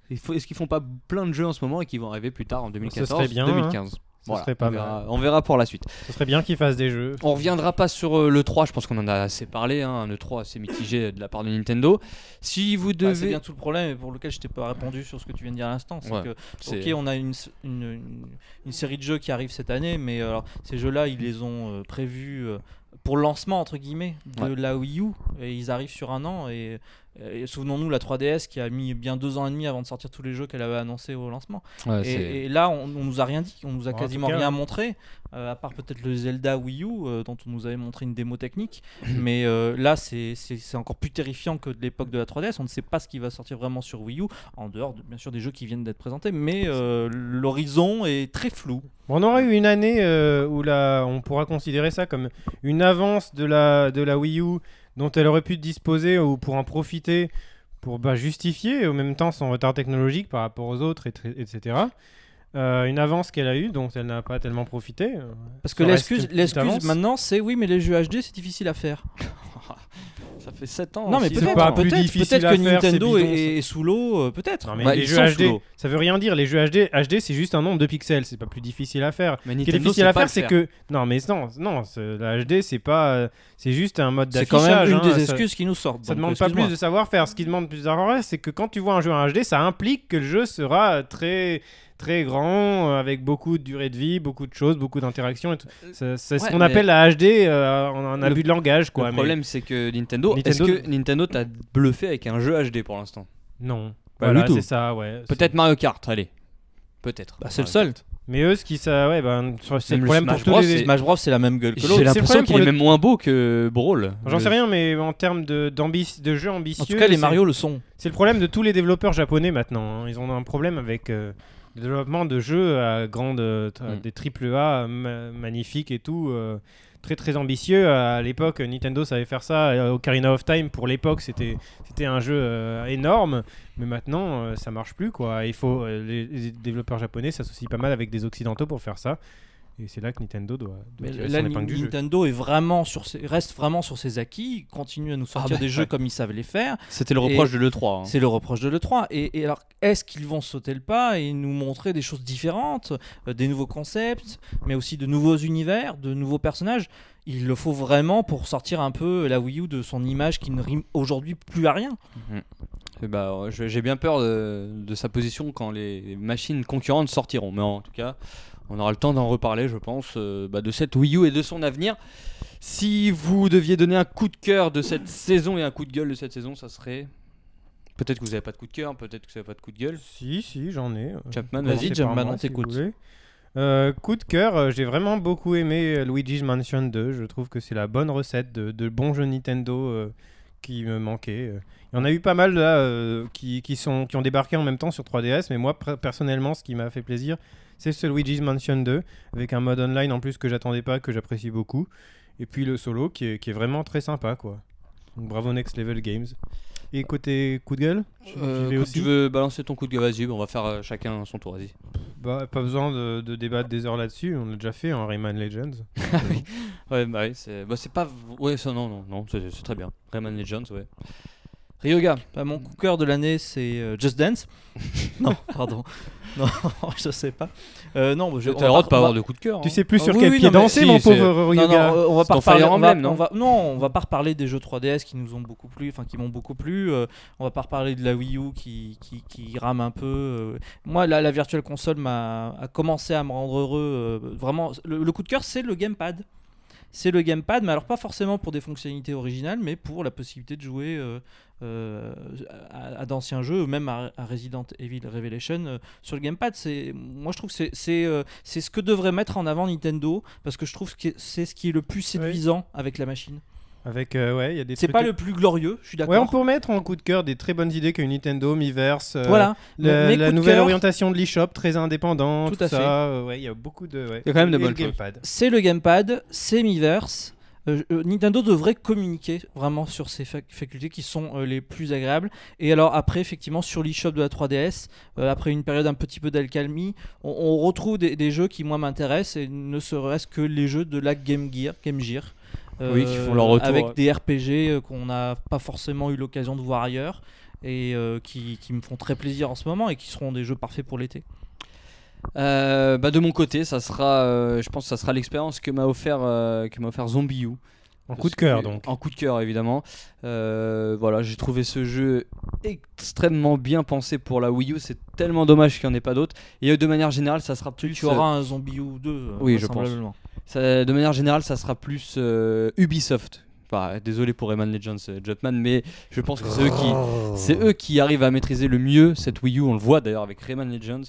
Speaker 1: Il faut- Est-ce qu'ils font pas plein de jeux en ce moment et qu'ils vont arriver plus tard en 2014
Speaker 3: serait bien, hein.
Speaker 1: 2015
Speaker 3: Ce serait pas
Speaker 1: on,
Speaker 3: mal.
Speaker 1: verra, on verra pour la suite.
Speaker 3: Ce serait bien qu'ils fassent des jeux.
Speaker 1: On reviendra pas sur euh, le 3, je pense qu'on en a assez parlé. Hein, un E3 assez mitigé de la part de Nintendo. Si
Speaker 3: Ah,
Speaker 1: vous
Speaker 2: Bah, c'est
Speaker 1: devez.
Speaker 2: bien tout le problème et pour lequel je t'ai pas répondu sur ce que tu viens de dire à l'instant. C'est
Speaker 1: Ouais,
Speaker 2: que,
Speaker 1: c'est-
Speaker 2: ok, on a une, s- une, une- une série de jeux qui arrivent cette année, mais euh, alors, ces jeux-là, ils les ont euh, prévus euh, pour le lancement, entre guillemets, de
Speaker 1: Ouais.
Speaker 2: la Wii U. Et ils arrivent sur un an. Et, et souvenons-nous, la 3DS qui a mis bien deux ans et demi avant de sortir tous les jeux qu'elle avait annoncés au lancement.
Speaker 1: Ouais, c'est-
Speaker 2: Et, et là, on, on nous a rien dit, on nous a
Speaker 3: Bon, en
Speaker 2: quasiment
Speaker 3: tout cas-
Speaker 2: rien montré, euh, à part peut-être le Zelda Wii U euh, dont on nous avait montré une démo technique. mais euh, là, c'est- c'est c'est encore plus terrifiant que de l'époque de la 3DS. On ne sait pas ce qui va sortir vraiment sur Wii U, en dehors de- bien sûr des jeux qui viennent d'être présentés, mais euh, l'horizon est très flou.
Speaker 3: Bon, on aura eu une année euh, où la, on pourra considérer ça comme une avance de la, de la Wii U dont elle aurait pu disposer ou pour en profiter pour bah, justifier et en même temps son retard technologique par rapport aux autres, et tr- etc. Euh, une avance qu'elle a eue dont elle n'a pas tellement profité. Euh,
Speaker 2: Parce que
Speaker 3: Ça reste
Speaker 2: l'excuse
Speaker 3: une petite
Speaker 2: l'excuse
Speaker 3: avance.
Speaker 2: maintenant, c'est oui, mais les jeux HD, c'est difficile à faire.
Speaker 1: Ça fait 7 ans.
Speaker 2: non, mais
Speaker 1: six
Speaker 3: Oh, c'est
Speaker 2: peut-être
Speaker 3: pas
Speaker 1: ans.
Speaker 3: plus
Speaker 2: peut-être-
Speaker 3: difficile
Speaker 2: peut-être
Speaker 3: à
Speaker 2: que
Speaker 3: faire, c'est
Speaker 2: Nintendo est,
Speaker 3: bidon, ça.
Speaker 2: est sous l'eau, euh, peut-être.
Speaker 3: Non, mais
Speaker 1: Ouais,
Speaker 3: les
Speaker 1: ils
Speaker 3: jeux
Speaker 1: sont
Speaker 3: HD,
Speaker 1: sous l'eau.
Speaker 3: ça veut rien dire. Les jeux HD, HD c'est juste un nombre de pixels, c'est pas plus difficile à faire.
Speaker 1: Mais
Speaker 3: Ce qui est
Speaker 1: Nintendo
Speaker 3: difficile
Speaker 1: sait
Speaker 3: à
Speaker 1: pas
Speaker 3: faire,
Speaker 1: le
Speaker 3: c'est que non, mais non, non, c'est- la HD c'est pas, euh, c'est juste un mode
Speaker 2: C'est
Speaker 3: d'affichage.
Speaker 2: quand même une
Speaker 3: hein,
Speaker 2: des
Speaker 3: ça-
Speaker 2: excuses qui nous sortent.
Speaker 3: Ça
Speaker 2: donc,
Speaker 3: demande pas
Speaker 2: excuse-moi.
Speaker 3: plus de savoir-faire. Ce qui demande plus de savoir-faire, c'est que quand tu vois un jeu en HD, ça implique que le jeu sera très très grand, euh, avec beaucoup de durée de vie, beaucoup de choses, beaucoup d'interactions. et tout. Ça- C'est
Speaker 1: Euh, ouais,
Speaker 3: ce qu'on
Speaker 1: mais-
Speaker 3: appelle la HD euh, en un
Speaker 1: Le-
Speaker 3: abus de langage, quoi.
Speaker 1: le
Speaker 3: mais-
Speaker 1: problème, c'est que Nintendo,
Speaker 3: Nintendo-
Speaker 1: est-ce que Nintendo t'a bluffé avec un jeu HD pour l'instant
Speaker 3: Non.
Speaker 1: Pas
Speaker 3: voilà,
Speaker 1: du tout.
Speaker 3: c'est ça, ouais.
Speaker 1: Peut-être Mario Kart, allez. Peut-être.
Speaker 2: Bah, c'est le seul.
Speaker 3: Mais eux, ce qui ça, ouais, ben, c'est
Speaker 1: Même
Speaker 3: le
Speaker 1: le
Speaker 3: problème
Speaker 1: Smash
Speaker 3: pour tous
Speaker 1: Bros,
Speaker 3: les.
Speaker 1: c'est-
Speaker 2: Smash Bros, c'est la même gueule que l'autre.
Speaker 1: J'ai
Speaker 3: c'est le
Speaker 1: l'impression
Speaker 3: problème
Speaker 1: qu'il
Speaker 3: pour
Speaker 1: est
Speaker 3: le-
Speaker 1: même moins beau que Brawl.
Speaker 3: J'en sais
Speaker 1: Le-
Speaker 3: rien, mais en termes de, d'ambi- de jeu ambitieux,
Speaker 2: En tout cas, les
Speaker 3: c'est-
Speaker 2: Mario le sont.
Speaker 3: c'est le problème de tous les développeurs japonais maintenant. hein. Ils ont un problème avec euh, le développement de jeux à grande, euh, tra-
Speaker 1: Mm.
Speaker 3: des triple A ma- magnifiques et tout, euh, très très ambitieux. À l'époque, Nintendo savait faire ça. euh, Ocarina of Time, pour l'époque, c'était c'était un jeu euh, énorme, mais maintenant, euh, ça marche plus quoi. Il faut euh, les, les développeurs japonais s'associent pas mal avec des occidentaux pour faire ça. Et c'est là que Nintendo doit, doit
Speaker 2: Mais
Speaker 3: tirer
Speaker 2: là,
Speaker 3: son
Speaker 2: Ni-
Speaker 3: épingle du jeu.
Speaker 2: Nintendo est vraiment sur ses- reste vraiment sur ses acquis, il continue à nous sortir
Speaker 1: bah,
Speaker 2: des jeux
Speaker 1: ouais.
Speaker 2: comme ils savent les faire.
Speaker 1: C'était le reproche de l'E3. hein.
Speaker 2: C'est le reproche de l'E3. Et, et alors, est-ce qu'ils vont sauter le pas et nous montrer des choses différentes, euh, des nouveaux concepts, mais aussi de nouveaux univers, de nouveaux personnages Il le faut vraiment pour sortir un peu la Wii U de son image qui ne rime aujourd'hui plus à rien.
Speaker 1: Eh ben, euh, je- J'ai bien peur de, de sa position quand les machines concurrentes sortiront. Mais en tout cas, on aura le temps d'en reparler, je pense, euh, bah, de cette Wii U et de son avenir. Si vous deviez donner un coup de cœur de cette saison et un coup de gueule de cette saison, ça serait. Peut-être que vous n'avez pas de coup de cœur, peut-être que vous n'avez pas de coup de gueule.
Speaker 3: Si, si, j'en ai. euh.
Speaker 1: Chapman,
Speaker 2: Vas-y,
Speaker 1: vas-y.
Speaker 3: Commencez
Speaker 2: Jumpman,
Speaker 3: par moi,
Speaker 2: on
Speaker 3: si
Speaker 2: t'écoute.
Speaker 3: vous voulez. Euh, coup de cœur, euh, j'ai vraiment beaucoup aimé euh, Luigi's Mansion 2. Je trouve que c'est la bonne recette de, de bons jeux Nintendo euh, qui me manquaient. euh. Il y en a eu pas mal là euh, qui, qui sont, qui ont débarqué en même temps sur 3DS, mais moi pr- personnellement, ce qui m'a fait plaisir, c'est ce Luigi's Mansion 2 avec un mode online en plus que j'attendais pas, que j'apprécie beaucoup, et puis le solo qui est, qui est vraiment très sympa quoi. Donc, bravo Next Level Games. Et côté coup de gueule, j'y
Speaker 1: Euh,
Speaker 3: vais
Speaker 1: quand tu veux balancer ton coup de gueule, vas-y, on va faire euh, chacun son tour, vas-y.
Speaker 3: Bah, pas besoin de, de débattre des heures là-dessus, on l'a déjà fait en Rayman Legends.
Speaker 1: Ouais, bah oui, c'est bah, c'est pas. Ouais, ça, non, non, non, c'est c'est très bien. Rayman Legends, ouais. Ryoga,
Speaker 2: Bah,
Speaker 3: Mm.
Speaker 2: mon coup de cœur de l'année, c'est euh, Just Dance. non, pardon. Non, je sais pas. Euh, non, bah, je,
Speaker 1: t'as
Speaker 2: on
Speaker 1: le
Speaker 2: va
Speaker 1: droit de
Speaker 2: pas-
Speaker 1: pas
Speaker 2: on va-
Speaker 1: avoir de coup de cœur.
Speaker 3: Tu
Speaker 1: hein.
Speaker 3: sais plus
Speaker 2: Oh,
Speaker 3: sur
Speaker 2: oui,
Speaker 3: quel
Speaker 2: oui,
Speaker 3: pied
Speaker 2: non, mais
Speaker 3: danser,
Speaker 1: si,
Speaker 3: mon
Speaker 1: c'est-
Speaker 3: pauvre
Speaker 2: Non,
Speaker 3: Ryuga.
Speaker 2: non, euh, on va
Speaker 1: C'est ton
Speaker 2: pas reparler,
Speaker 1: Fire
Speaker 2: on va-
Speaker 1: Emblem, non
Speaker 2: on va- non, on va pas reparler des jeux 3DS qui nous ont beaucoup plu, enfin qui m'ont beaucoup plu. euh, on va pas reparler de la Wii U qui, qui, qui rame un peu. euh. Moi, la, la Virtual Console m'a a commencé à me rendre heureux. euh, vraiment, le, le coup de cœur, c'est le gamepad. c'est le gamepad, mais alors pas forcément pour des fonctionnalités originales, mais pour la possibilité de jouer euh, euh, à, à d'anciens jeux, ou même à, à Resident Evil Revelation euh, sur le gamepad. C'est, moi, je trouve que c'est, c'est, euh, c'est ce que devrait mettre en avant Nintendo, parce que je trouve que c'est ce qui est le plus séduisant avec la machine.
Speaker 3: Avec, euh, ouais, il y a des
Speaker 2: C'est
Speaker 3: trucs
Speaker 2: pas
Speaker 3: que-
Speaker 2: le plus glorieux, je suis d'accord.
Speaker 3: Ouais, on peut mettre en coup de cœur des très bonnes idées que Nintendo, Miiverse, euh,
Speaker 2: Voilà,
Speaker 3: la,
Speaker 2: Mes
Speaker 3: la
Speaker 2: coups de
Speaker 3: nouvelle
Speaker 2: cœur,
Speaker 3: orientation de l'eShop, très indépendant,
Speaker 2: Tout
Speaker 3: tout,
Speaker 2: à
Speaker 3: ça.
Speaker 2: fait.
Speaker 3: euh, ouais, il y a beaucoup de. ouais.
Speaker 1: Il y a quand même de
Speaker 3: Et le
Speaker 1: bonnes choses.
Speaker 3: gamepad.
Speaker 2: c'est le gamepad, c'est Miiverse. Euh, je- euh, Nintendo devrait communiquer vraiment sur ces fac- facultés qui sont euh, les plus agréables. Et alors après, effectivement, sur l'eShop de la 3DS, euh, après une période un petit peu d'alcalmie, on, on retrouve des, des jeux qui, moi, m'intéressent, et ne serait-ce que les jeux de la Game Gear. Game Gear euh,
Speaker 1: Oui, qui font leur retour,
Speaker 2: Avec
Speaker 1: ouais.
Speaker 2: des RPG euh, qu'on n'a pas forcément eu l'occasion de voir ailleurs, et euh, qui, qui me font très plaisir en ce moment, et qui seront des jeux parfaits pour l'été.
Speaker 1: Euh, bah, de mon côté, ça sera, euh, je pense, que ça sera l'expérience que m'a offert, euh, que m'a offert Zombie U.
Speaker 3: En
Speaker 1: Parce
Speaker 3: coup de cœur,
Speaker 1: que-
Speaker 3: donc.
Speaker 1: En coup de cœur, évidemment. Euh, voilà, j'ai trouvé ce jeu extrêmement bien pensé pour la Wii U. C'est tellement dommage qu'il n'y en ait pas d'autres. Et euh, de manière générale, ça sera plus.
Speaker 2: Tu auras un zombie ou deux, euh,
Speaker 1: Oui, je pense.
Speaker 2: vraisemblablement.
Speaker 1: ça- de manière générale, ça sera plus euh, Ubisoft. Enfin, désolé pour Rayman Legends, euh, Jumpman, mais je pense que c'est eux qui, c'est eux qui arrivent à maîtriser le mieux cette Wii U. On le voit d'ailleurs avec Rayman Legends.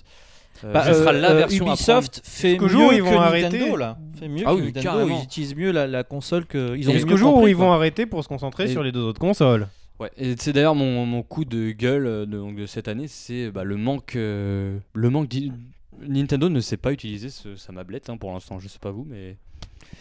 Speaker 1: Euh,
Speaker 2: Bah,
Speaker 1: ce sera la
Speaker 2: euh,
Speaker 1: version à
Speaker 2: Ubisoft fait
Speaker 3: Jusqu'au
Speaker 2: mieux
Speaker 3: jour où ils
Speaker 2: que
Speaker 3: vont
Speaker 2: Nintendo
Speaker 3: arrêter.
Speaker 2: là. Fait mieux
Speaker 1: Ah
Speaker 2: que
Speaker 1: oui,
Speaker 2: Nintendo.
Speaker 1: carrément.
Speaker 2: Ils utilisent mieux la, la console que ils ont
Speaker 3: Jusqu'au
Speaker 2: mieux
Speaker 3: jour où
Speaker 2: compris,
Speaker 3: ils
Speaker 2: quoi.
Speaker 3: vont arrêter pour se concentrer
Speaker 1: Et-
Speaker 3: sur les deux autres consoles.
Speaker 1: Ouais, et c'est d'ailleurs mon, mon coup de gueule euh, de, donc de cette année, c'est bah, le manque. euh, le manque d'i- Nintendo ne sait pas utiliser ce, sa mablette hein, pour l'instant, je sais pas vous, mais.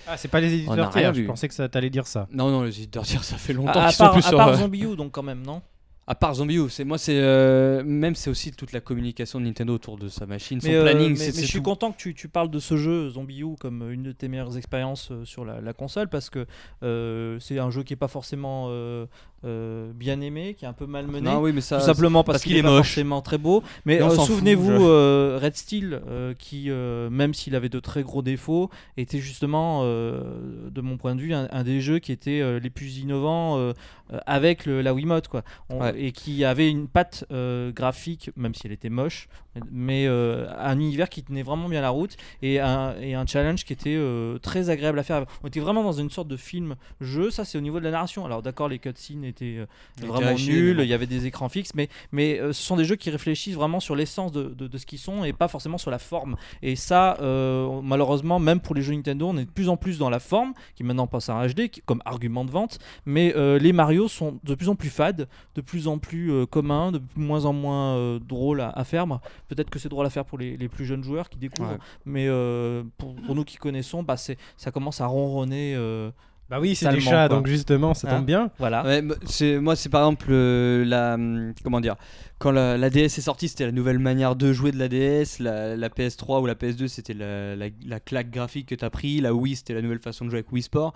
Speaker 3: Ah, c'est pas les
Speaker 1: On a
Speaker 3: éditeurs
Speaker 1: rien
Speaker 3: tiers, je
Speaker 1: vu.
Speaker 3: pensais que ça t'allait dire ça.
Speaker 1: Non, non, les éditeurs tiers, ça fait
Speaker 2: À,
Speaker 1: longtemps
Speaker 2: à
Speaker 1: qu'ils sont
Speaker 2: part,
Speaker 1: plus
Speaker 2: à
Speaker 1: sur.
Speaker 2: part
Speaker 1: euh,
Speaker 2: Zombie U, donc quand même, non
Speaker 1: à part Zombie U, c'est moi, c'est. euh, même c'est aussi toute la communication de Nintendo autour de sa machine, son
Speaker 2: euh,
Speaker 1: planning,
Speaker 2: mais-
Speaker 1: c'est
Speaker 2: mais
Speaker 1: c'est
Speaker 2: je suis
Speaker 1: tout.
Speaker 2: content que tu, tu parles de ce jeu Zombie U comme euh, une de tes meilleures expériences euh, sur la, la console parce que euh, c'est un jeu qui est pas forcément euh, euh, bien aimé, qui est un peu malmené.
Speaker 1: Non, Ah oui, mais ça.
Speaker 2: tout simplement parce,
Speaker 1: parce
Speaker 2: qu'il
Speaker 1: qu'il
Speaker 2: est,
Speaker 1: est
Speaker 2: pas
Speaker 1: moche.
Speaker 2: forcément très beau mais
Speaker 1: Et on
Speaker 2: euh,
Speaker 1: s'en fout,
Speaker 2: souvenez-vous
Speaker 1: je-
Speaker 2: euh, Red Steel euh, qui euh, même s'il avait de très gros défauts était justement euh, de mon point de vue un, un des jeux qui était euh, les plus innovants euh, euh, avec le- la Wiimote quoi On-
Speaker 1: Ouais.
Speaker 2: et qui avait une patte euh, graphique même si elle était moche mais euh, un univers qui tenait vraiment bien la route et un, et un challenge qui était euh, très agréable à faire on était vraiment dans une sorte de film jeu ça c'est au niveau de la narration alors d'accord les cutscenes étaient euh,
Speaker 1: Ils étaient
Speaker 2: vraiment
Speaker 1: hachés,
Speaker 2: nuls
Speaker 1: mais bon.
Speaker 2: il y avait des écrans fixes mais mais euh, ce sont des jeux qui réfléchissent vraiment sur l'essence de, de- de ce qu'ils sont et pas forcément sur la forme. Et ça, euh, malheureusement, même pour les jeux Nintendo, on est de plus en plus dans la forme, qui maintenant passe à un HD qui- comme argument de vente. Mais euh, les Mario sont de plus en plus fades, de plus en plus euh, communs, de moins en moins euh, drôles à, à faire. Moi, Peut-être que c'est drôle à faire pour les, les plus jeunes joueurs qui découvrent,
Speaker 1: Ouais.
Speaker 2: mais euh, pour, pour nous qui connaissons, bah, c'est- ça commence à ronronner. euh,
Speaker 3: Bah oui, c'est des
Speaker 2: Totalement,
Speaker 3: chats,
Speaker 2: quoi.
Speaker 3: donc justement, ça
Speaker 2: Hein
Speaker 3: tombe bien.
Speaker 2: voilà.
Speaker 1: Ouais, bah, c'est- moi, c'est par exemple euh, la. hum, Comment dire Quand la, la DS est sortie, c'était la nouvelle manière de jouer de la DS. La, la PS3 ou la PS2, c'était la, la- la claque graphique que t'as pris. La Wii, c'était la nouvelle façon de jouer avec Wii Sport.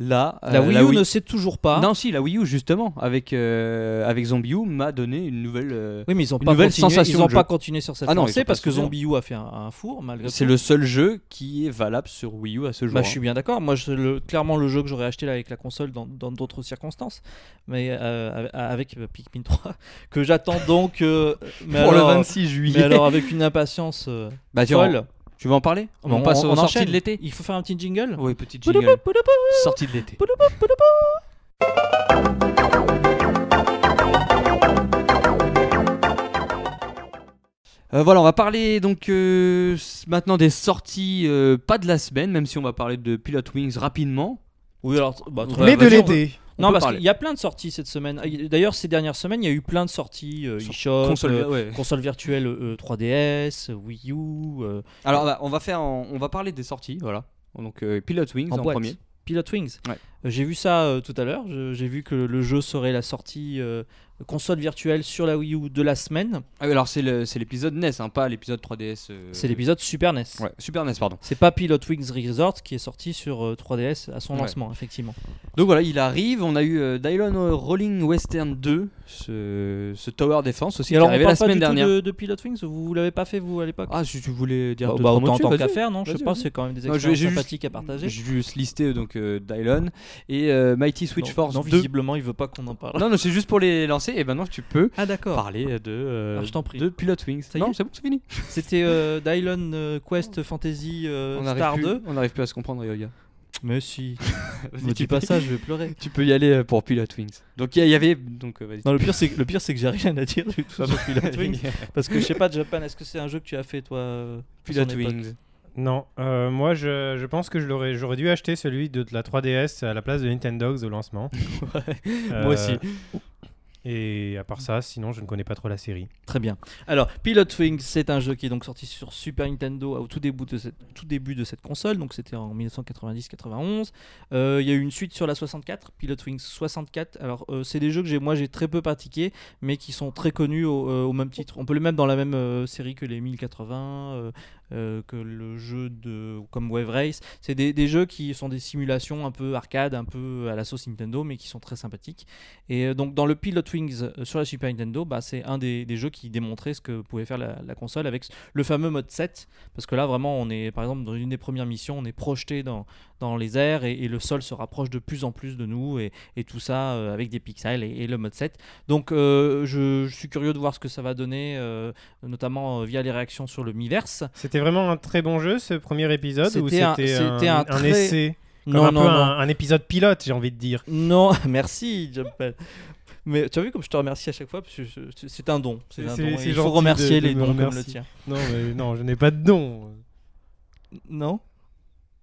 Speaker 1: Là, euh,
Speaker 2: La Wii U ne sait toujours pas.
Speaker 1: Non, si, la Wii U, justement, avec, euh, avec Zombie U, m'a donné une nouvelle. euh,
Speaker 2: Oui, mais ils n'ont
Speaker 1: Une
Speaker 2: pas,
Speaker 1: nouvelle
Speaker 2: continué-
Speaker 1: sensation
Speaker 2: ils ont
Speaker 1: de
Speaker 2: pas
Speaker 1: jeu.
Speaker 2: continué sur cette
Speaker 1: Ah non, ils
Speaker 2: lancée
Speaker 1: ont pas
Speaker 2: parce que
Speaker 1: continué.
Speaker 2: Zombie U a fait un, un four malgré
Speaker 1: C'est
Speaker 2: tout.
Speaker 1: le seul jeu qui est valable sur Wii U à ce jour. hein.
Speaker 2: Bah, je suis bien d'accord. Moi, je- le- clairement, le jeu que j'aurais acheté là avec la console dans dans d'autres circonstances, mais euh, avec avec Pikmin 3, que j'attends donc euh, mais
Speaker 1: Pour
Speaker 2: alors-
Speaker 1: le 26
Speaker 2: mais
Speaker 1: juillet.
Speaker 2: alors avec une impatience euh,
Speaker 1: bah, tu,
Speaker 2: folle.
Speaker 1: en- tu veux en parler On, en passe aux sorties
Speaker 2: enchaîne.
Speaker 1: de l'été.
Speaker 2: Il faut faire un petit jingle.
Speaker 1: Oui, petite jingle. Sortie de l'été. Euh, voilà, on va parler donc euh, s- maintenant des sorties, euh, pas de la semaine, même si on va parler de Pilot Wings rapidement.
Speaker 2: Oui, alors t- bah, très
Speaker 1: Ouais,
Speaker 3: Mais de
Speaker 1: vas-y, on
Speaker 3: l'été.
Speaker 1: On
Speaker 2: Non,
Speaker 1: peut
Speaker 2: parce
Speaker 1: parler.
Speaker 2: qu'il y a plein de sorties cette semaine. Ah, D'ailleurs, ces dernières semaines, il y a eu plein de sorties. euh,
Speaker 1: Sur
Speaker 2: eShop,
Speaker 1: Console,
Speaker 2: euh,
Speaker 1: ouais.
Speaker 2: console virtuelle euh, 3DS, Wii U, euh,
Speaker 1: Alors, bah, on va faire, en- on va parler des sorties, voilà. Donc euh, Pilot Wings en,
Speaker 2: boîte.
Speaker 1: premier.
Speaker 2: Pilot Wings.
Speaker 1: Ouais.
Speaker 2: Euh, J'ai vu ça euh, tout à l'heure. Je- J'ai vu que le jeu serait la sortie euh, console virtuelle sur la Wii U de la semaine.
Speaker 1: Ah oui, alors c'est le- c'est l'épisode NES, hein, pas l'épisode 3DS. euh,
Speaker 2: C'est l'épisode Super NES.
Speaker 1: Ouais, Super NES, pardon.
Speaker 2: C'est pas Pilot Wings Resort qui est sorti sur euh, 3DS à son
Speaker 1: Ouais.
Speaker 2: lancement, effectivement.
Speaker 1: Donc voilà, il arrive. On a eu euh, Dylon Rolling Western 2, ce, ce Tower Defense aussi,
Speaker 2: Et alors,
Speaker 1: qui
Speaker 2: on
Speaker 1: est arrivé
Speaker 2: parle
Speaker 1: la
Speaker 2: pas
Speaker 1: semaine
Speaker 2: du tout
Speaker 1: dernière.
Speaker 2: de, de Pilot Wings Vous l'avez pas fait, vous, à l'époque
Speaker 1: Ah, si tu voulais dire
Speaker 2: Bah,
Speaker 1: deux,
Speaker 2: bah,
Speaker 1: trois mots
Speaker 2: autant
Speaker 1: dessus,
Speaker 2: tant
Speaker 1: vas-y.
Speaker 2: qu'à faire, non Je sais
Speaker 1: Vas-y,
Speaker 2: pas,
Speaker 1: vas-y.
Speaker 2: c'est quand même des
Speaker 1: Non, je
Speaker 2: expériences
Speaker 1: vais- j'ai juste-
Speaker 2: sympathiques à partager.
Speaker 1: J'ai juste listé donc euh, Dylon et euh, Mighty Switch
Speaker 2: non,
Speaker 1: Force
Speaker 2: non,
Speaker 1: 2.
Speaker 2: visiblement, il veut pas qu'on en parle.
Speaker 1: Non, non, c'est juste pour les lancer. Et maintenant, tu peux
Speaker 2: Ah, d'accord.
Speaker 1: parler de, euh,
Speaker 2: Alors, Ah, je t'en prie.
Speaker 1: de Pilot Wings.
Speaker 2: Ça y est
Speaker 1: Non, c'est bon, c'est fini.
Speaker 2: C'était euh, Dylon euh, Quest Fantasy euh,
Speaker 1: on n'arrive
Speaker 2: Star
Speaker 1: plus,
Speaker 2: 2.
Speaker 1: on n'arrive plus à se comprendre, Yoga.
Speaker 2: Mais si, me
Speaker 1: Vas-y,
Speaker 2: dis
Speaker 1: tu,
Speaker 2: pas
Speaker 1: peux,
Speaker 2: ça, je vais pleurer.
Speaker 1: tu peux y aller euh, pour Pilot Wings. Donc il y, a- il y avait. Donc, euh, vas-y.
Speaker 2: Non, le pire, c'est que, le pire, c'est que j'ai rien à dire du tout sur Pilot Wings. Parce que je sais pas, Japan, est-ce que c'est un jeu que tu as fait, toi euh, à
Speaker 1: Pilot
Speaker 2: son époque
Speaker 1: Wings.
Speaker 3: Non, euh, moi je, je pense que je l'aurais- j'aurais dû acheter celui de, de la 3DS à la place de Nintendo au lancement. Euh,
Speaker 1: Moi aussi.
Speaker 3: Et à part ça, sinon je ne connais pas trop la série.
Speaker 2: Très bien. Alors, Pilot Wings, c'est un jeu qui est donc sorti sur Super Nintendo au tout début de cette, tout début de cette console, donc c'était en 1990-91. Euh, Il y a eu une suite sur la 64, Pilot Wings 64. Alors, euh, c'est des jeux que j'ai, moi j'ai très peu pratiqué, mais qui sont très connus au, euh, au même titre. On peut les mettre dans la même euh, série que les 1080, euh, euh, que le jeu de comme Wave Race. C'est des, des jeux qui sont des simulations un peu arcade, un peu à la sauce Nintendo, mais qui sont très sympathiques. Et euh, donc dans le Pilot Wings euh, sur la Super Nintendo, bah, c'est un des, des jeux qui démontrait ce que pouvait faire la, la console avec s- le fameux mode 7. Parce que là vraiment on est par exemple dans une des premières missions, on est projeté dans, dans les airs et, et le sol se rapproche de plus en plus de nous et, et tout ça euh, avec des pixels et, et le mode 7. Donc euh, je, je suis curieux de voir ce que ça va donner, euh, notamment euh, via les réactions sur le Miiverse.
Speaker 3: C'était vraiment un très bon jeu ce premier épisode ou
Speaker 2: C'était un-
Speaker 3: c'était un,
Speaker 2: c'était un
Speaker 3: un
Speaker 2: très-
Speaker 3: essai Comme un peu un, un épisode pilote, j'ai envie de dire.
Speaker 2: Non, merci, Jumpman. Mais tu as vu comme je te remercie à chaque fois, parce que je- je- c'est un don. C'est un
Speaker 3: C'est-
Speaker 2: don, et
Speaker 3: c'est
Speaker 2: Il faut
Speaker 3: gentil
Speaker 2: remercier
Speaker 3: de- de
Speaker 2: les
Speaker 3: me
Speaker 2: dons comme le
Speaker 3: remercier.
Speaker 2: tien.
Speaker 3: Non, mais non, je n'ai pas de don.
Speaker 2: Non,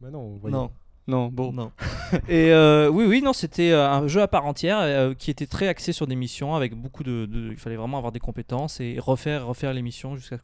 Speaker 3: Bah non, voyons.
Speaker 2: non,
Speaker 1: Non, bon.
Speaker 2: non. Et euh, oui, oui, non, c'était euh, un jeu à part entière euh, qui était très axé sur des missions avec beaucoup de, de- Il fallait vraiment avoir des compétences et refaire, refaire les missions jusqu'à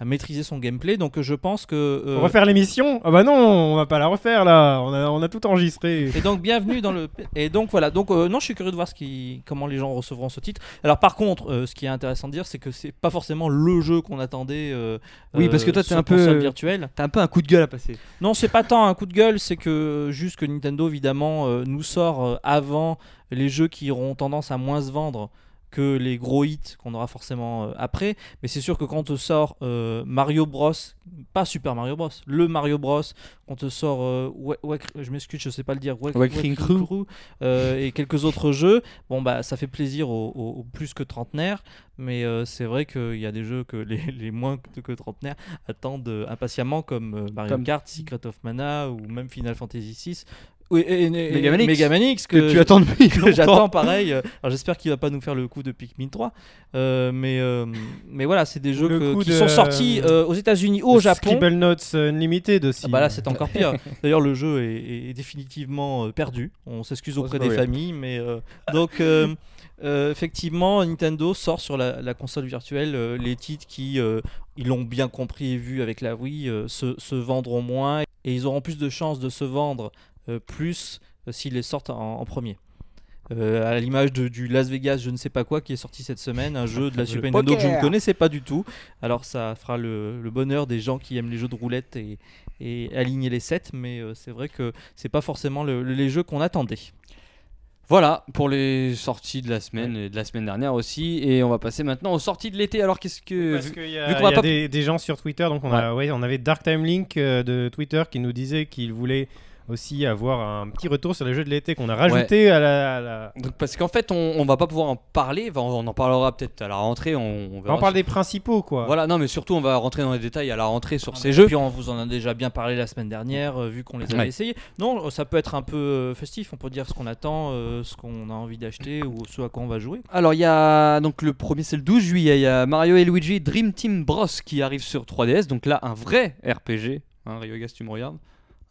Speaker 2: à maîtriser son gameplay. Donc euh, je pense que. euh,
Speaker 3: Faut Refaire l'émission Ah bah non, on va pas la refaire là, on a, on a tout enregistré.
Speaker 2: Et donc bienvenue dans le et donc voilà donc euh, non je suis curieux de voir ce qui comment les gens recevront ce titre. Alors par contre euh, ce qui est intéressant de dire c'est que c'est pas forcément le jeu qu'on attendait. euh,
Speaker 1: Oui, parce que toi, t'es
Speaker 2: sur
Speaker 1: un peu- euh,
Speaker 2: console virtuelle.
Speaker 1: T'as un peu un coup de gueule à passer.
Speaker 2: Non c'est pas tant un coup de gueule c'est que juste que Nintendo évidemment euh, nous sort euh, avant les jeux qui auront tendance à moins se vendre que les gros hits qu'on aura forcément euh, après. Mais c'est sûr que quand on te sort euh, Mario Bros, pas Super Mario Bros, le Mario Bros, on te sort, euh, Wa- Wak- je m'excuse, je sais pas le dire, Wak-
Speaker 1: Wakering Crew.
Speaker 2: euh, et quelques autres jeux, bon bah ça fait plaisir aux, aux- aux plus que trentenaires, mais euh, c'est vrai qu'il y a des jeux que les, les moins que, que trentenaires attendent euh, impatiemment comme euh, Mario
Speaker 1: Comme-
Speaker 2: Kart, Secret of Mana ou même Final Fantasy VI. Oui, et, et- et-
Speaker 1: Megaman X.
Speaker 2: Megaman X,
Speaker 1: Que tu attends depuis
Speaker 2: que j'attends pareil. Euh, Alors j'espère qu'il va pas nous faire le coup de Pikmin 3. Euh, mais, euh, mais voilà, c'est des jeux
Speaker 3: Le
Speaker 2: que-
Speaker 3: coup
Speaker 2: qui
Speaker 3: de-
Speaker 2: sont sortis euh, aux États-Unis, au Japon.
Speaker 3: Scribble Notes euh, Unlimited aussi.
Speaker 2: Ah bah là c'est encore pire. D'ailleurs le jeu est, est- est définitivement euh, perdu. On s'excuse auprès
Speaker 3: bah
Speaker 2: des
Speaker 3: oui.
Speaker 2: familles, mais euh, donc euh, euh, effectivement Nintendo sort sur la, la console virtuelle euh, les titres qui euh, ils l'ont bien compris et vu avec la Wii euh, se, se vendront moins et ils auront plus de chances de se vendre euh, plus euh, s'ils les sortent en, en premier. Euh, à l'image de- du Las Vegas, je ne sais pas quoi, qui est sorti cette semaine, un jeu de la Super Nintendo que je ne
Speaker 1: poker.
Speaker 2: connaissais pas du tout. Alors ça fera le, le bonheur des gens qui aiment les jeux de roulette et, et aligner les 7 mais euh, c'est vrai que c'est pas forcément le- le- les jeux qu'on attendait.
Speaker 1: Voilà pour les sorties de la semaine et de la semaine dernière aussi. Et on va passer maintenant aux sorties de l'été. Alors qu'est-ce que.
Speaker 3: Parce qu'il y a,
Speaker 1: vu qu'on
Speaker 3: il
Speaker 1: va
Speaker 3: y a
Speaker 1: pas-
Speaker 3: des, des gens sur Twitter, donc on, a, ouais, on avait Dark Time Link euh, de Twitter qui nous disait qu'il voulait aussi avoir un petit retour sur les jeux de l'été qu'on a rajouté à la. à la-
Speaker 1: Donc, parce qu'en fait, on, on va pas pouvoir en parler. Enfin, on en parlera peut-être à la rentrée. On, on verra
Speaker 3: on parle des principaux quoi.
Speaker 1: Voilà, non, mais surtout, on va rentrer dans les détails à la rentrée sur
Speaker 2: Ah,
Speaker 1: ces
Speaker 2: bah,
Speaker 1: jeux.
Speaker 2: Puis on vous en a déjà bien parlé la semaine dernière, euh, vu qu'on les avait
Speaker 1: Ouais.
Speaker 2: essayés. Non, euh, ça peut être un peu euh, festif, on peut dire ce qu'on attend, euh, ce qu'on a envie d'acheter ou ce à quoi on va jouer.
Speaker 1: Alors, il y a donc le premier, c'est le 12 juillet. Il y a Mario et Luigi Dream Team Bros qui arrive sur 3DS. Donc là, un vrai RPG. Hein, Ryoga, si tu me regardes.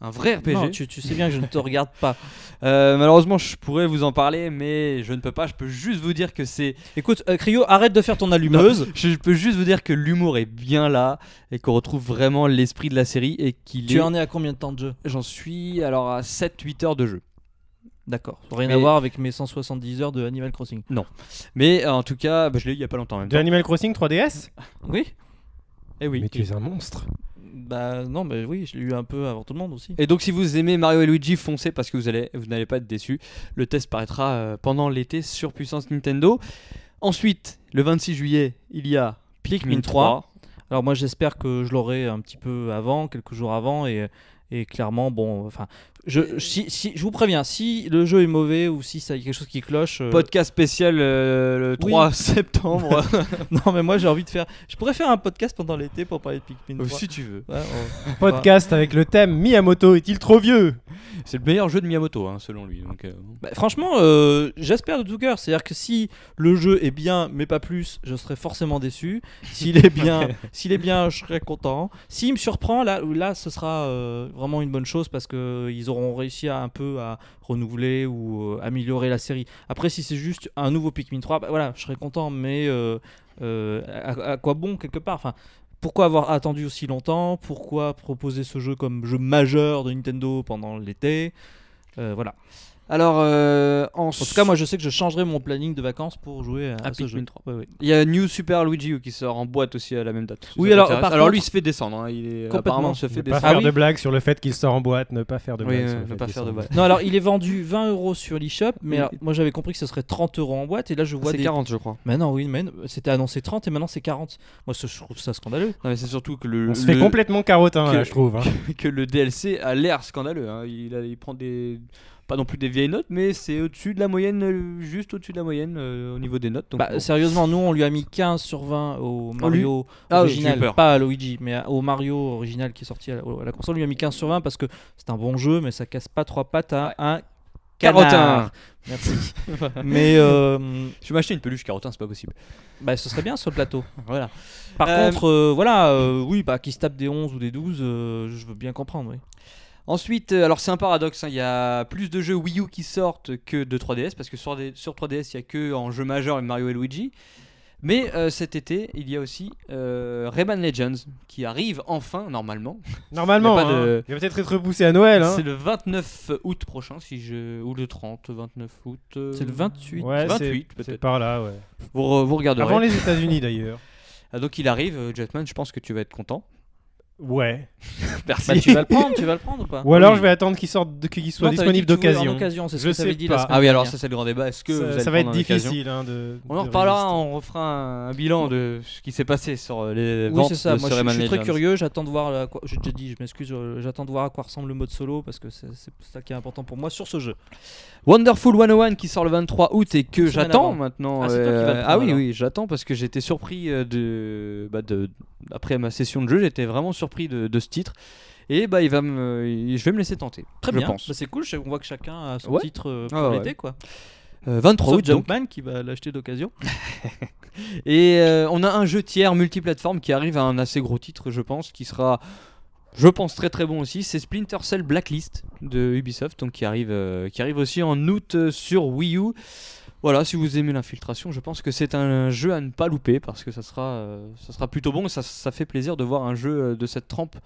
Speaker 1: Un vrai RPG.
Speaker 2: Non, tu, tu sais bien que je ne te regarde pas.
Speaker 1: Euh, malheureusement, je pourrais vous en parler, mais je ne peux pas. Je peux juste vous dire que c'est.
Speaker 2: Écoute, euh, Cryo, arrête de faire ton allumeuse.
Speaker 1: Je je peux juste vous dire que l'humour est bien là et qu'on retrouve vraiment l'esprit de la série et qu'il
Speaker 2: Tu
Speaker 1: est.
Speaker 2: en es à combien de temps de jeu
Speaker 1: J'en suis alors à 7-8 heures de jeu.
Speaker 2: D'accord. Rien
Speaker 1: Mais-
Speaker 2: à voir avec mes 170 heures de Animal Crossing.
Speaker 1: Mais euh, en tout cas, bah, je l'ai eu il y a pas longtemps en même.
Speaker 3: De Animal Crossing 3DS
Speaker 2: Eh Oui
Speaker 1: Et oui.
Speaker 3: tu es un monstre.
Speaker 2: Bah non, mais oui, je l'ai eu un peu avant tout le monde aussi.
Speaker 1: Et donc si vous aimez Mario et Luigi, foncez parce que vous allez vous n'allez pas être déçus. Le test paraîtra euh, pendant l'été sur Puissance Nintendo. Ensuite, le 26 juillet, il y a Pikmin
Speaker 2: Pikmin
Speaker 1: 3.
Speaker 2: Alors moi j'espère que je l'aurai un petit peu avant, quelques jours avant et, et clairement bon enfin je si, si- je vous préviens si le jeu est mauvais ou si ça y a quelque chose qui cloche euh,
Speaker 1: Podcast spécial euh, le 3 septembre.
Speaker 2: non mais moi j'ai envie de faire je pourrais faire un podcast pendant l'été pour parler de Pikmin 3.
Speaker 1: si tu veux.
Speaker 2: Ouais, on-
Speaker 3: Podcast avec le thème Miyamoto est-il trop vieux
Speaker 1: C'est le meilleur jeu de Miyamoto, hein, selon lui. Donc, euh, bon.
Speaker 2: Bah, franchement, euh, j'espère de tout cœur. C'est-à-dire que si le jeu est bien, mais pas plus, je serai forcément déçu. S'il est bien, s'il est bien, je serai content. S'il me surprend, là, là, ce sera euh, vraiment une bonne chose parce que euh, ils auront réussi à un peu à renouveler ou euh, améliorer la série. Après, si c'est juste un nouveau Pikmin 3, bah, voilà, je serai content, mais euh, euh, à, à quoi bon quelque part Enfin, pourquoi avoir attendu aussi longtemps Pourquoi proposer ce jeu comme jeu majeur de Nintendo pendant l'été Euh, Voilà.
Speaker 1: Alors, euh, en,
Speaker 2: En tout cas, moi, je sais que je changerai mon planning de vacances pour jouer à,
Speaker 1: À
Speaker 2: à ce
Speaker 1: Pikmin
Speaker 2: jeu.
Speaker 1: 3.
Speaker 2: Ouais, ouais.
Speaker 1: Il y a New Super Luigi qui sort en boîte aussi à la même date.
Speaker 2: Oui,
Speaker 1: Ça
Speaker 2: alors,
Speaker 1: t'intéresse
Speaker 2: par
Speaker 1: alors
Speaker 2: contre-
Speaker 1: lui il se fait descendre. hein, Il est,
Speaker 2: Complètement.
Speaker 1: apparemment se fait
Speaker 3: Ne pas
Speaker 1: descendre.
Speaker 2: Ah
Speaker 3: faire
Speaker 2: oui.
Speaker 3: de blagues sur le fait qu'il sort en boîte, ne pas faire de
Speaker 1: Oui,
Speaker 3: blagues.
Speaker 1: euh,
Speaker 3: sur le
Speaker 1: ne
Speaker 3: fait
Speaker 1: pas
Speaker 3: qu'il
Speaker 1: faire de
Speaker 3: sort en
Speaker 1: blagues.
Speaker 2: Non, alors il est vendu 20 euros sur l'eShop,
Speaker 1: Oui.
Speaker 2: mais alors, moi j'avais compris que ce serait 30 euros en boîte, et là je vois
Speaker 1: Ah, C'est
Speaker 2: des.
Speaker 1: 40, je crois.
Speaker 2: Mais non, oui, mais non, c'était annoncé 30 et maintenant c'est 40. Moi ce- je trouve ça scandaleux.
Speaker 1: Non, mais c'est surtout que le,
Speaker 3: On se fait
Speaker 1: le-
Speaker 3: complètement carotin,
Speaker 1: que-
Speaker 3: là, je trouve. hein.
Speaker 1: que le DLC a l'air scandaleux. hein. Il, a- il prend des. Pas non plus des vieilles notes, mais c'est au-dessus de la moyenne, euh, juste au-dessus de la moyenne euh, au niveau des notes. donc
Speaker 2: Bah,
Speaker 1: bon.
Speaker 2: Sérieusement, nous on lui a mis 15 sur 20 au
Speaker 1: lui-
Speaker 2: Mario
Speaker 1: Ah, j'ai eu
Speaker 2: original,
Speaker 1: peur.
Speaker 2: pas à Luigi, mais à- au Mario original qui est sorti à la, à la console. On lui a mis 15 sur 20 parce que c'est un bon jeu, mais ça casse pas trois pattes à un
Speaker 1: Carotin.
Speaker 2: canard. Merci. mais euh,
Speaker 1: Je vais m'acheter une peluche carotin, c'est pas possible.
Speaker 2: bah, ce serait bien sur le plateau.
Speaker 1: Voilà.
Speaker 2: Par
Speaker 1: Euh,
Speaker 2: contre, euh, voilà, euh, oui, bah, qui se tape des 11 ou des 12, euh, je veux bien comprendre, oui.
Speaker 1: Ensuite, euh, alors c'est un paradoxe, hein, il y a plus de jeux Wii U qui sortent que de 3DS, parce que sur, des- sur 3DS, il y a que en jeu majeur Mario et Luigi. Mais euh, cet été, il y a aussi euh, Rayman Legends qui arrive enfin, normalement. Il y
Speaker 3: Normalement,
Speaker 1: a pas
Speaker 3: hein.
Speaker 1: de-
Speaker 3: il va peut-être être repoussé à Noël. hein.
Speaker 1: C'est le 29 août prochain, si je... ou le 30, 29 août. euh,
Speaker 2: C'est le 28.
Speaker 3: Ouais, c'est-
Speaker 1: 28, peut-être.
Speaker 3: C'est par là, ouais.
Speaker 1: Vous, re- vous regarderez.
Speaker 3: Avant les États-Unis, d'ailleurs.
Speaker 1: Ah, donc il arrive, euh, Jetman, je pense que tu vas être content.
Speaker 3: Ouais.
Speaker 1: Merci.
Speaker 2: Bah, tu vas le prendre, tu vas le prendre ou pas
Speaker 3: Ou alors
Speaker 1: Oui.
Speaker 3: je vais attendre qu'il sorte, de- qu'il soit
Speaker 2: Hein. Non, t'avais dit
Speaker 3: disponible
Speaker 2: que tu voulais
Speaker 3: d'occasion.
Speaker 2: En occasion, c'est ce
Speaker 3: Je
Speaker 2: que t'avais
Speaker 3: sais
Speaker 2: dit la
Speaker 3: pas.
Speaker 2: semaine
Speaker 1: Ah oui, alors
Speaker 2: dernière.
Speaker 1: ça c'est le grand débat. Est-ce que vous
Speaker 3: Ça,
Speaker 1: allez
Speaker 3: ça va être
Speaker 1: prendre l'occasion
Speaker 3: difficile. hein, de,
Speaker 1: On en
Speaker 3: de
Speaker 1: reparlera,
Speaker 3: résister.
Speaker 1: on refera un, un bilan de ce qui s'est passé sur euh, les
Speaker 2: Oui,
Speaker 1: ventes
Speaker 2: c'est ça.
Speaker 1: de
Speaker 2: Moi,
Speaker 1: ce
Speaker 2: je, je
Speaker 1: Rayman
Speaker 2: suis très
Speaker 1: Legends.
Speaker 2: curieux. J'attends de voir. à quoi- J'ai déjà dit, je m'excuse. euh, J'attends de voir à quoi ressemble le mode solo parce que c'est c'est ça qui est important pour moi sur ce jeu.
Speaker 1: Wonderful 101 qui sort le 23 août et que
Speaker 2: Une semaine
Speaker 1: j'attends
Speaker 2: avant.
Speaker 1: maintenant.
Speaker 2: Ah, c'est toi qui vas le
Speaker 1: ah
Speaker 2: prendre,
Speaker 1: oui,
Speaker 2: alors.
Speaker 1: oui, j'attends parce que j'étais surpris euh, de, bah, de- Après ma session de jeu, j'étais vraiment surpris de, de ce titre. Et bah, il va me, il- je vais me laisser tenter.
Speaker 2: Très
Speaker 1: je
Speaker 2: bien.
Speaker 1: pense.
Speaker 2: Bah, c'est cool. je- On voit que chacun a son
Speaker 1: Ouais.
Speaker 2: titre euh, pour
Speaker 1: Ah ouais.
Speaker 2: l'été, quoi.
Speaker 1: Euh, 23
Speaker 2: Sauf
Speaker 1: août, donc.
Speaker 2: Jumpman qui va l'acheter d'occasion.
Speaker 1: Et euh, on a un jeu tiers multiplateforme qui arrive à un assez gros titre, je pense, qui sera, je pense, très très bon aussi. C'est Splinter Cell Blacklist de Ubisoft, donc qui arrive, euh, qui arrive aussi en août euh, sur Wii U. Voilà, si vous aimez l'infiltration, je pense que c'est un jeu à ne pas louper parce que ça sera, euh, ça sera plutôt bon et ça, ça fait plaisir de voir un jeu euh, de cette trempe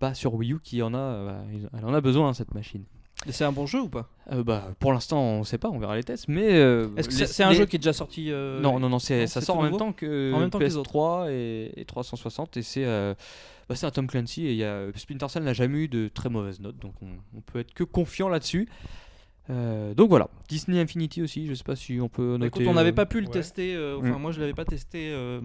Speaker 1: bah, sur Wii U qui en a, euh, bah, ils- elle en a besoin hein, cette machine.
Speaker 2: Et C'est un bon jeu ou pas
Speaker 1: Euh, bah, pour l'instant, on sait pas, on verra les tests, mais euh,
Speaker 2: Est-ce que
Speaker 1: les-
Speaker 2: c'est c'est un
Speaker 1: les-
Speaker 2: jeu qui est déjà sorti euh,
Speaker 1: non, non, non, c'est-
Speaker 2: non,
Speaker 1: ça
Speaker 2: c'est
Speaker 1: sort
Speaker 2: tout
Speaker 1: en même
Speaker 2: nouveau
Speaker 1: temps que
Speaker 2: En même temps que les
Speaker 1: PS3 et, et 360 et c'est euh, bah, c'est un Tom Clancy et il y a, euh, Splinter Cell n'a jamais eu de très mauvaises notes donc on, on peut être que confiant là-dessus. Euh, donc voilà, Disney Infinity aussi, je sais pas si on peut
Speaker 2: Bah,
Speaker 1: noter.
Speaker 2: écoute, on n'avait
Speaker 1: euh, Mm.
Speaker 2: pas pu le
Speaker 3: ouais.
Speaker 2: tester. euh, enfin, moi, je l'avais pas testé. euh,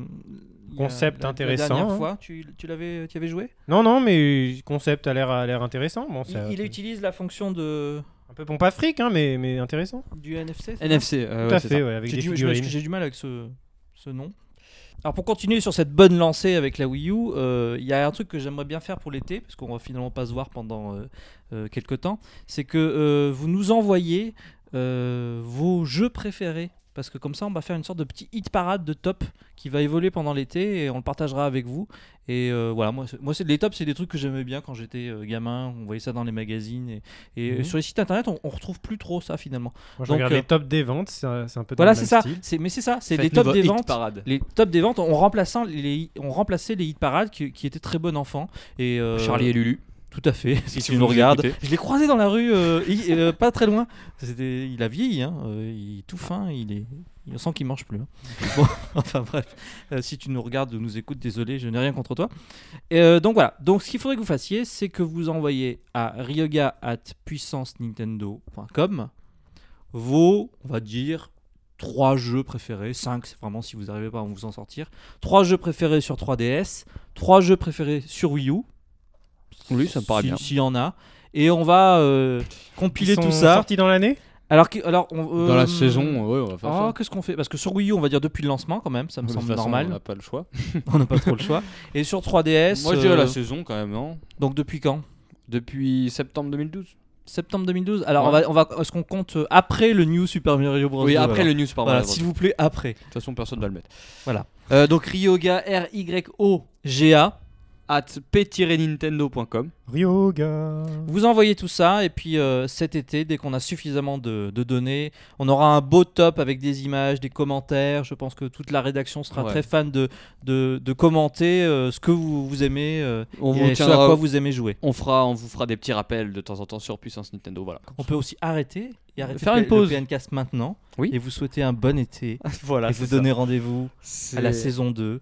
Speaker 2: il y a-
Speaker 3: Concept
Speaker 2: la-
Speaker 3: intéressant,
Speaker 2: La dernière
Speaker 3: hein.
Speaker 2: fois, tu, tu l'avais, tu y avais joué
Speaker 3: Non, non, mais concept a l'air a l'air intéressant. Bon,
Speaker 2: il,
Speaker 3: ça-
Speaker 2: il utilise la fonction de
Speaker 3: Un peu pompe à fric, hein, mais, mais intéressant.
Speaker 2: du NFC. c'est ça
Speaker 1: NFC. euh,
Speaker 3: Tout
Speaker 1: Ah ouais,
Speaker 3: à
Speaker 1: c'est
Speaker 3: fait,
Speaker 1: ça.
Speaker 3: ouais, avec
Speaker 2: J'ai
Speaker 3: des
Speaker 2: du, je m'excuse,
Speaker 3: figurines.
Speaker 2: j'ai du mal avec ce, ce nom. Alors pour continuer sur cette bonne lancée avec la Wii U, euh, il y a un truc que j'aimerais bien faire pour l'été, parce qu'on va finalement pas se voir pendant euh, euh, quelques temps, c'est que euh, vous nous envoyez euh, vos jeux préférés. Parce que comme ça, on va faire une sorte de petit hit parade de top qui va évoluer pendant l'été et on le partagera avec vous. Et euh, voilà, moi, c'est- moi c'est, les tops, c'est des trucs que j'aimais bien quand j'étais euh, gamin. On voyait ça dans les magazines. Et, et
Speaker 3: Mhm.
Speaker 2: sur les sites internet, on, on retrouve plus trop ça finalement.
Speaker 3: Moi, je
Speaker 2: Donc,
Speaker 3: regarde
Speaker 2: euh,
Speaker 3: les tops des ventes, c'est un c'est un peu dans
Speaker 2: Voilà,
Speaker 3: le
Speaker 2: c'est
Speaker 3: même
Speaker 2: ça.
Speaker 3: style.
Speaker 2: C'est, mais c'est ça, c'est
Speaker 1: Faites
Speaker 2: les tops
Speaker 1: nouveau
Speaker 2: des
Speaker 1: hit
Speaker 2: ventes.
Speaker 1: parade.
Speaker 2: Les tops des ventes ont remplaçant les, ont remplacé les hit parades qui, qui étaient très bon enfant. Et euh,
Speaker 1: Charlie et Lulu.
Speaker 2: Tout à fait.
Speaker 1: si
Speaker 2: Si, tu
Speaker 1: vous
Speaker 2: nous
Speaker 1: nous
Speaker 2: regardes,
Speaker 1: écoutez.
Speaker 2: je l'ai croisé dans la rue, euh, il- euh, pas très loin. C'était, il a vieilli, hein, euh, il est tout fin, il est. Il sent qu'il mange plus. hein. Bon, enfin bref, euh, si tu nous regardes ou nous écoutes, désolé, je n'ai rien contre toi. Et, euh, donc voilà. Donc ce qu'il faudrait que vous fassiez, c'est que vous envoyez à ryoga@puissancenintendo.com vos, on va dire, trois jeux préférés, 5 c'est vraiment si vous n'arrivez pas à vous en sortir, trois jeux préférés sur 3DS, trois jeux préférés sur Wii U.
Speaker 1: Oui, ça me paraît
Speaker 2: Si-
Speaker 1: bien.
Speaker 2: S'il y en a. Et on va euh, compiler
Speaker 3: Ils sont
Speaker 2: tout ça.
Speaker 3: sortis dans l'année
Speaker 2: Alors, que- alors on, euh,
Speaker 1: Dans la saison, ouais, on va faire
Speaker 2: Oh,
Speaker 1: ça.
Speaker 2: qu'est-ce qu'on fait Parce que sur Wii U, on va dire depuis le lancement quand même, ça me
Speaker 1: De toute
Speaker 2: semble
Speaker 1: façon, On
Speaker 2: normal.
Speaker 1: n'a pas le choix.
Speaker 2: On n'a pas trop le choix. Et sur 3DS,
Speaker 1: Moi je dirais
Speaker 2: euh,
Speaker 1: la saison quand même, non
Speaker 2: donc depuis quand
Speaker 1: Depuis septembre 2012.
Speaker 2: septembre 2012. Alors, on va, on va, est-ce qu'on compte euh, après le New Super Mario Bros.
Speaker 1: Oui,
Speaker 2: 2,
Speaker 1: après
Speaker 2: alors
Speaker 1: le news par
Speaker 2: Voilà,
Speaker 1: Mario Bros.
Speaker 2: s'il vous plaît, après.
Speaker 1: De toute façon, personne ne va le mettre.
Speaker 2: Voilà.
Speaker 1: Euh, donc Ryoga R-Y-O
Speaker 2: GA,
Speaker 1: at p-nintendo.com.
Speaker 3: Ryoga.
Speaker 2: vous envoyez tout ça, et puis euh, cet été, dès qu'on a suffisamment de, de données, on aura un beau top avec des images, des commentaires. Je pense que toute la rédaction sera
Speaker 1: Ouais.
Speaker 2: très fan de, de, de commenter euh, ce que vous, vous aimez euh,
Speaker 1: On
Speaker 2: et
Speaker 1: vous
Speaker 2: ce à quoi
Speaker 1: tiendra.
Speaker 2: vous aimez jouer.
Speaker 1: On, fera, on vous fera des petits rappels de temps en temps sur Puissance Nintendo. Voilà.
Speaker 2: On peut aussi arrêter et arrêter
Speaker 1: Faire
Speaker 2: le-
Speaker 1: une pause.
Speaker 2: le PNcast maintenant.
Speaker 1: Oui.
Speaker 2: Et vous souhaiter un bon été.
Speaker 1: voilà.
Speaker 2: et vous donner rendez-vous à la
Speaker 1: saison.
Speaker 2: saison 2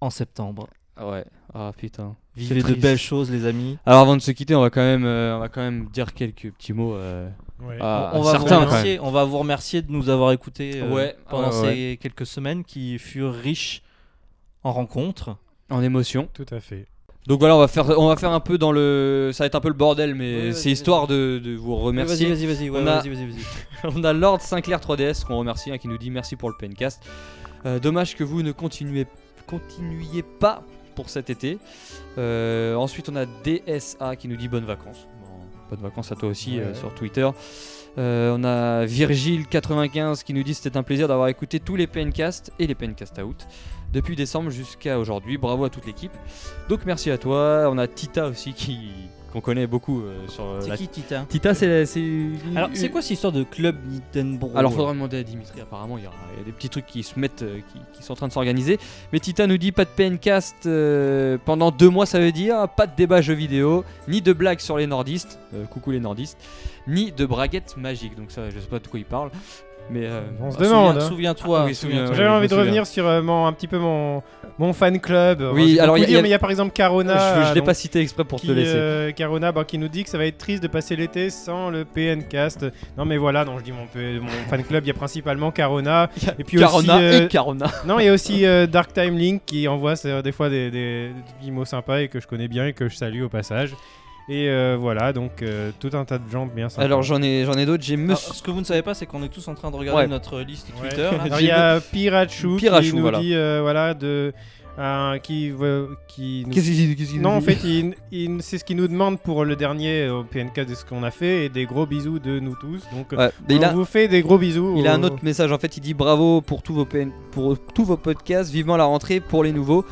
Speaker 2: en septembre.
Speaker 1: Ouais. Ah putain.
Speaker 2: Vivez de
Speaker 1: triste.
Speaker 2: belles choses, les amis.
Speaker 1: Alors avant de se quitter, on va quand même, euh, on va quand même dire quelques petits mots. euh, à-
Speaker 2: on,
Speaker 1: à
Speaker 2: va
Speaker 1: certains, quand
Speaker 2: vous
Speaker 1: même.
Speaker 2: remercier, on va vous remercier de nous avoir écoutés euh,
Speaker 1: Ouais,
Speaker 2: pendant
Speaker 1: ouais, ouais.
Speaker 2: ces quelques semaines qui furent riches en rencontres.
Speaker 1: En émotion.
Speaker 3: Tout à fait.
Speaker 1: Donc voilà, on va faire, on va faire un peu dans le, ça va être un peu le bordel, mais
Speaker 2: Ouais,
Speaker 1: c'est
Speaker 2: vas-y,
Speaker 1: histoire de, de vous remercier.
Speaker 2: Vas-y, vas-y, vas-y. ouais,
Speaker 1: On a-
Speaker 2: vas-y, vas-y, vas-y.
Speaker 1: On a Lord Sinclair 3DS qu'on remercie, hein, qui nous dit merci pour le pencast. Euh, dommage que vous ne continuez, continuiez pas pour cet été. Euh, ensuite, on a DSA qui nous dit bonnes vacances. Bon, bonnes vacances à toi aussi
Speaker 3: Ouais.
Speaker 1: euh, sur Twitter. Euh, on a Virgile95 qui nous dit c'était un plaisir d'avoir écouté tous les pencasts et les pencasts out depuis décembre jusqu'à aujourd'hui. Bravo à toute l'équipe. Donc merci à toi. On a Tita aussi qui qu'on connaît beaucoup euh, sur euh,
Speaker 2: C'est
Speaker 1: la-
Speaker 2: qui Tita
Speaker 1: Tita, c'est la- c'est
Speaker 2: Alors, c'est quoi cette histoire de club Nintendo
Speaker 1: alors faudra demander à Dimitri, apparemment il y, aura- il y a des petits trucs qui se mettent, euh, qui, qui sont en train de s'organiser. Mais Tita nous dit pas de PNcast euh, pendant deux mois ça veut dire, pas de débat jeux vidéo, ni de blagues sur les nordistes, euh, coucou les nordistes, ni de braguettes magiques, donc ça je sais pas de quoi il parle. Mais euh,
Speaker 3: On se
Speaker 2: Ah, souviens-
Speaker 3: demande. hein.
Speaker 2: Souviens-toi.
Speaker 1: Ah oui, souviens-
Speaker 2: souviens-toi.
Speaker 1: je
Speaker 3: J'avais
Speaker 1: me
Speaker 3: envie de
Speaker 1: souviens.
Speaker 3: revenir sur euh, mon- un petit peu mon, mon fan club.
Speaker 1: Oui,
Speaker 3: Enfin, j'ai
Speaker 1: alors,
Speaker 3: beaucoup
Speaker 1: il y a-
Speaker 3: dit,
Speaker 1: il y a-
Speaker 3: mais il y a par exemple Carona.
Speaker 1: je- je,
Speaker 3: euh,
Speaker 1: l'ai
Speaker 3: donc,
Speaker 1: pas cité exprès pour
Speaker 3: qui,
Speaker 1: te laisser.
Speaker 3: euh, Carona bah, qui nous dit que ça va être triste de passer l'été sans le PNcast. Non mais voilà, donc je dis mon, P- mon fan club, il y a principalement Carona. Et puis
Speaker 1: Carona
Speaker 3: aussi, euh,
Speaker 1: et Carona.
Speaker 3: Non, il y a aussi euh, Dark Time Link qui envoie c'est- des fois des, des, des petits mots sympas et que je connais bien et que je salue au passage. Et euh, voilà, donc euh, tout un tas de gens bien sympas.
Speaker 1: Alors j'en ai, j'en ai d'autres,
Speaker 3: Ah,
Speaker 1: j'ai
Speaker 2: Alors,
Speaker 1: Monsieur.
Speaker 2: ce que vous ne savez pas, c'est qu'on est tous en train de regarder
Speaker 1: Ouais.
Speaker 2: notre liste
Speaker 3: Ouais.
Speaker 2: Twitter. là.
Speaker 3: Alors, il y a Pirachu,
Speaker 1: Pirachu,
Speaker 3: qui nous
Speaker 1: voilà.
Speaker 3: dit euh, voilà de un- qui veut- qui nous-
Speaker 1: Qu'est-ce qu'il- qu'est-ce qu'il
Speaker 3: non
Speaker 1: nous
Speaker 3: en
Speaker 1: dit
Speaker 3: fait il- il- c'est ce qu'il nous demande pour le dernier euh, au PNK de ce qu'on a fait et des gros bisous de nous tous donc
Speaker 1: Ouais, mais
Speaker 3: on
Speaker 1: il a-
Speaker 3: vous fait des gros bisous euh,
Speaker 1: Il
Speaker 3: au-
Speaker 1: a un autre message en fait, il dit bravo pour tous vos PN, pour tous vos podcasts, vivement la rentrée pour les nouveaux.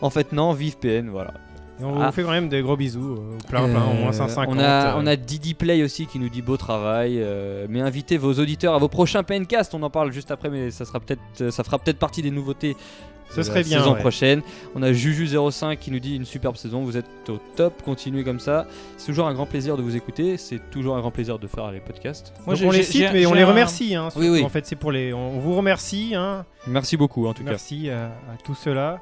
Speaker 1: En fait non, vive PN, voilà.
Speaker 3: et on
Speaker 1: Ah.
Speaker 3: vous fait quand même des gros bisous euh, plein plein au
Speaker 1: Euh,
Speaker 3: moins 150
Speaker 1: On a,
Speaker 3: euh,
Speaker 1: on a Didi Play aussi qui nous dit beau travail, euh, mais invitez vos auditeurs à vos prochains PNcast, on en parle juste après, mais ça sera peut-être, euh, ça fera peut-être partie des nouveautés.
Speaker 3: Ce
Speaker 1: de la
Speaker 3: serait bien,
Speaker 1: Saison
Speaker 3: ouais.
Speaker 1: prochaine. On a Juju05 qui nous dit une superbe saison, vous êtes au top, continuez comme ça. C'est toujours un grand plaisir de vous écouter, c'est toujours un grand plaisir de faire les podcasts.
Speaker 2: Moi,
Speaker 3: Donc
Speaker 2: j'ai-
Speaker 3: on les
Speaker 2: j'ai-
Speaker 3: cite
Speaker 2: j'ai-
Speaker 3: mais on
Speaker 2: j'ai
Speaker 3: les
Speaker 2: un-
Speaker 3: remercie hein, surtout.
Speaker 1: Oui, oui.
Speaker 3: en fait c'est pour les on vous remercie hein.
Speaker 1: Merci beaucoup en tout cas.
Speaker 3: merci à, à tous ceux-là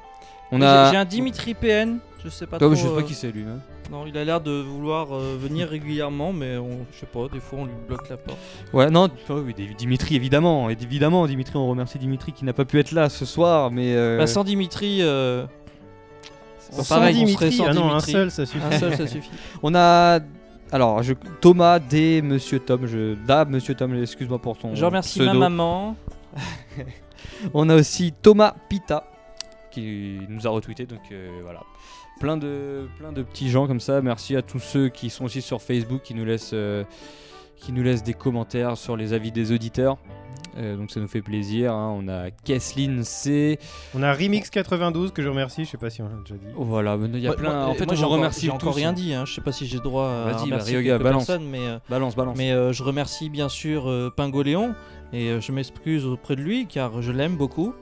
Speaker 1: On a.
Speaker 2: J'ai j'ai un Dimitri PN. Je sais pas
Speaker 1: Toi,
Speaker 2: trop.
Speaker 1: je sais
Speaker 2: euh,
Speaker 1: pas qui c'est lui. hein.
Speaker 2: Non, il a l'air de vouloir euh, venir régulièrement, mais on, je sais pas, des fois on lui bloque la porte.
Speaker 1: Ouais, non, oh oui, Dé- Dimitri, évidemment. Et évidemment, Dimitri, on remercie Dimitri qui n'a pas pu être là ce soir, mais. euh,
Speaker 2: Bah, sans Dimitri, euh,
Speaker 1: c'est
Speaker 2: on
Speaker 1: pas
Speaker 2: sent
Speaker 1: pareil.
Speaker 2: Dimitri.
Speaker 3: ah non un
Speaker 2: Dimitri.
Speaker 3: seul ça suffit
Speaker 2: un seul ça suffit.
Speaker 1: On a. Alors, je... Thomas D. Monsieur Tom, je. Da, Monsieur Tom, excuse-moi pour ton.
Speaker 2: Je remercie
Speaker 1: pseudo.
Speaker 2: ma maman.
Speaker 1: On a aussi Thomas Pita qui nous a retweeté, donc euh, voilà. Plein de, plein de petits gens comme ça. Merci à tous ceux qui sont aussi sur Facebook, qui nous laissent, euh, qui nous laissent des commentaires sur les avis des auditeurs. Euh, donc ça nous fait plaisir. hein. On a Kathleen C.
Speaker 3: on a Remix 92 que je remercie je sais pas si on l'a déjà dit
Speaker 1: Oh, Voilà, mais il y a
Speaker 2: Moi-
Speaker 1: plein.
Speaker 2: moi-
Speaker 1: en fait,
Speaker 2: moi,
Speaker 1: on
Speaker 2: j'ai
Speaker 1: vous
Speaker 2: encore-
Speaker 1: remercie
Speaker 2: J'ai encore
Speaker 1: tous.
Speaker 2: rien dit. Hein. Je sais pas si j'ai droit à
Speaker 1: Vas-y, bah,
Speaker 2: remercier
Speaker 1: Ryoga,
Speaker 2: quelques
Speaker 1: balance.
Speaker 2: personnes, mais euh,
Speaker 1: Balance, balance.
Speaker 2: mais euh, je remercie bien sûr euh, Pingoléon et euh, je m'excuse auprès de lui car je l'aime beaucoup.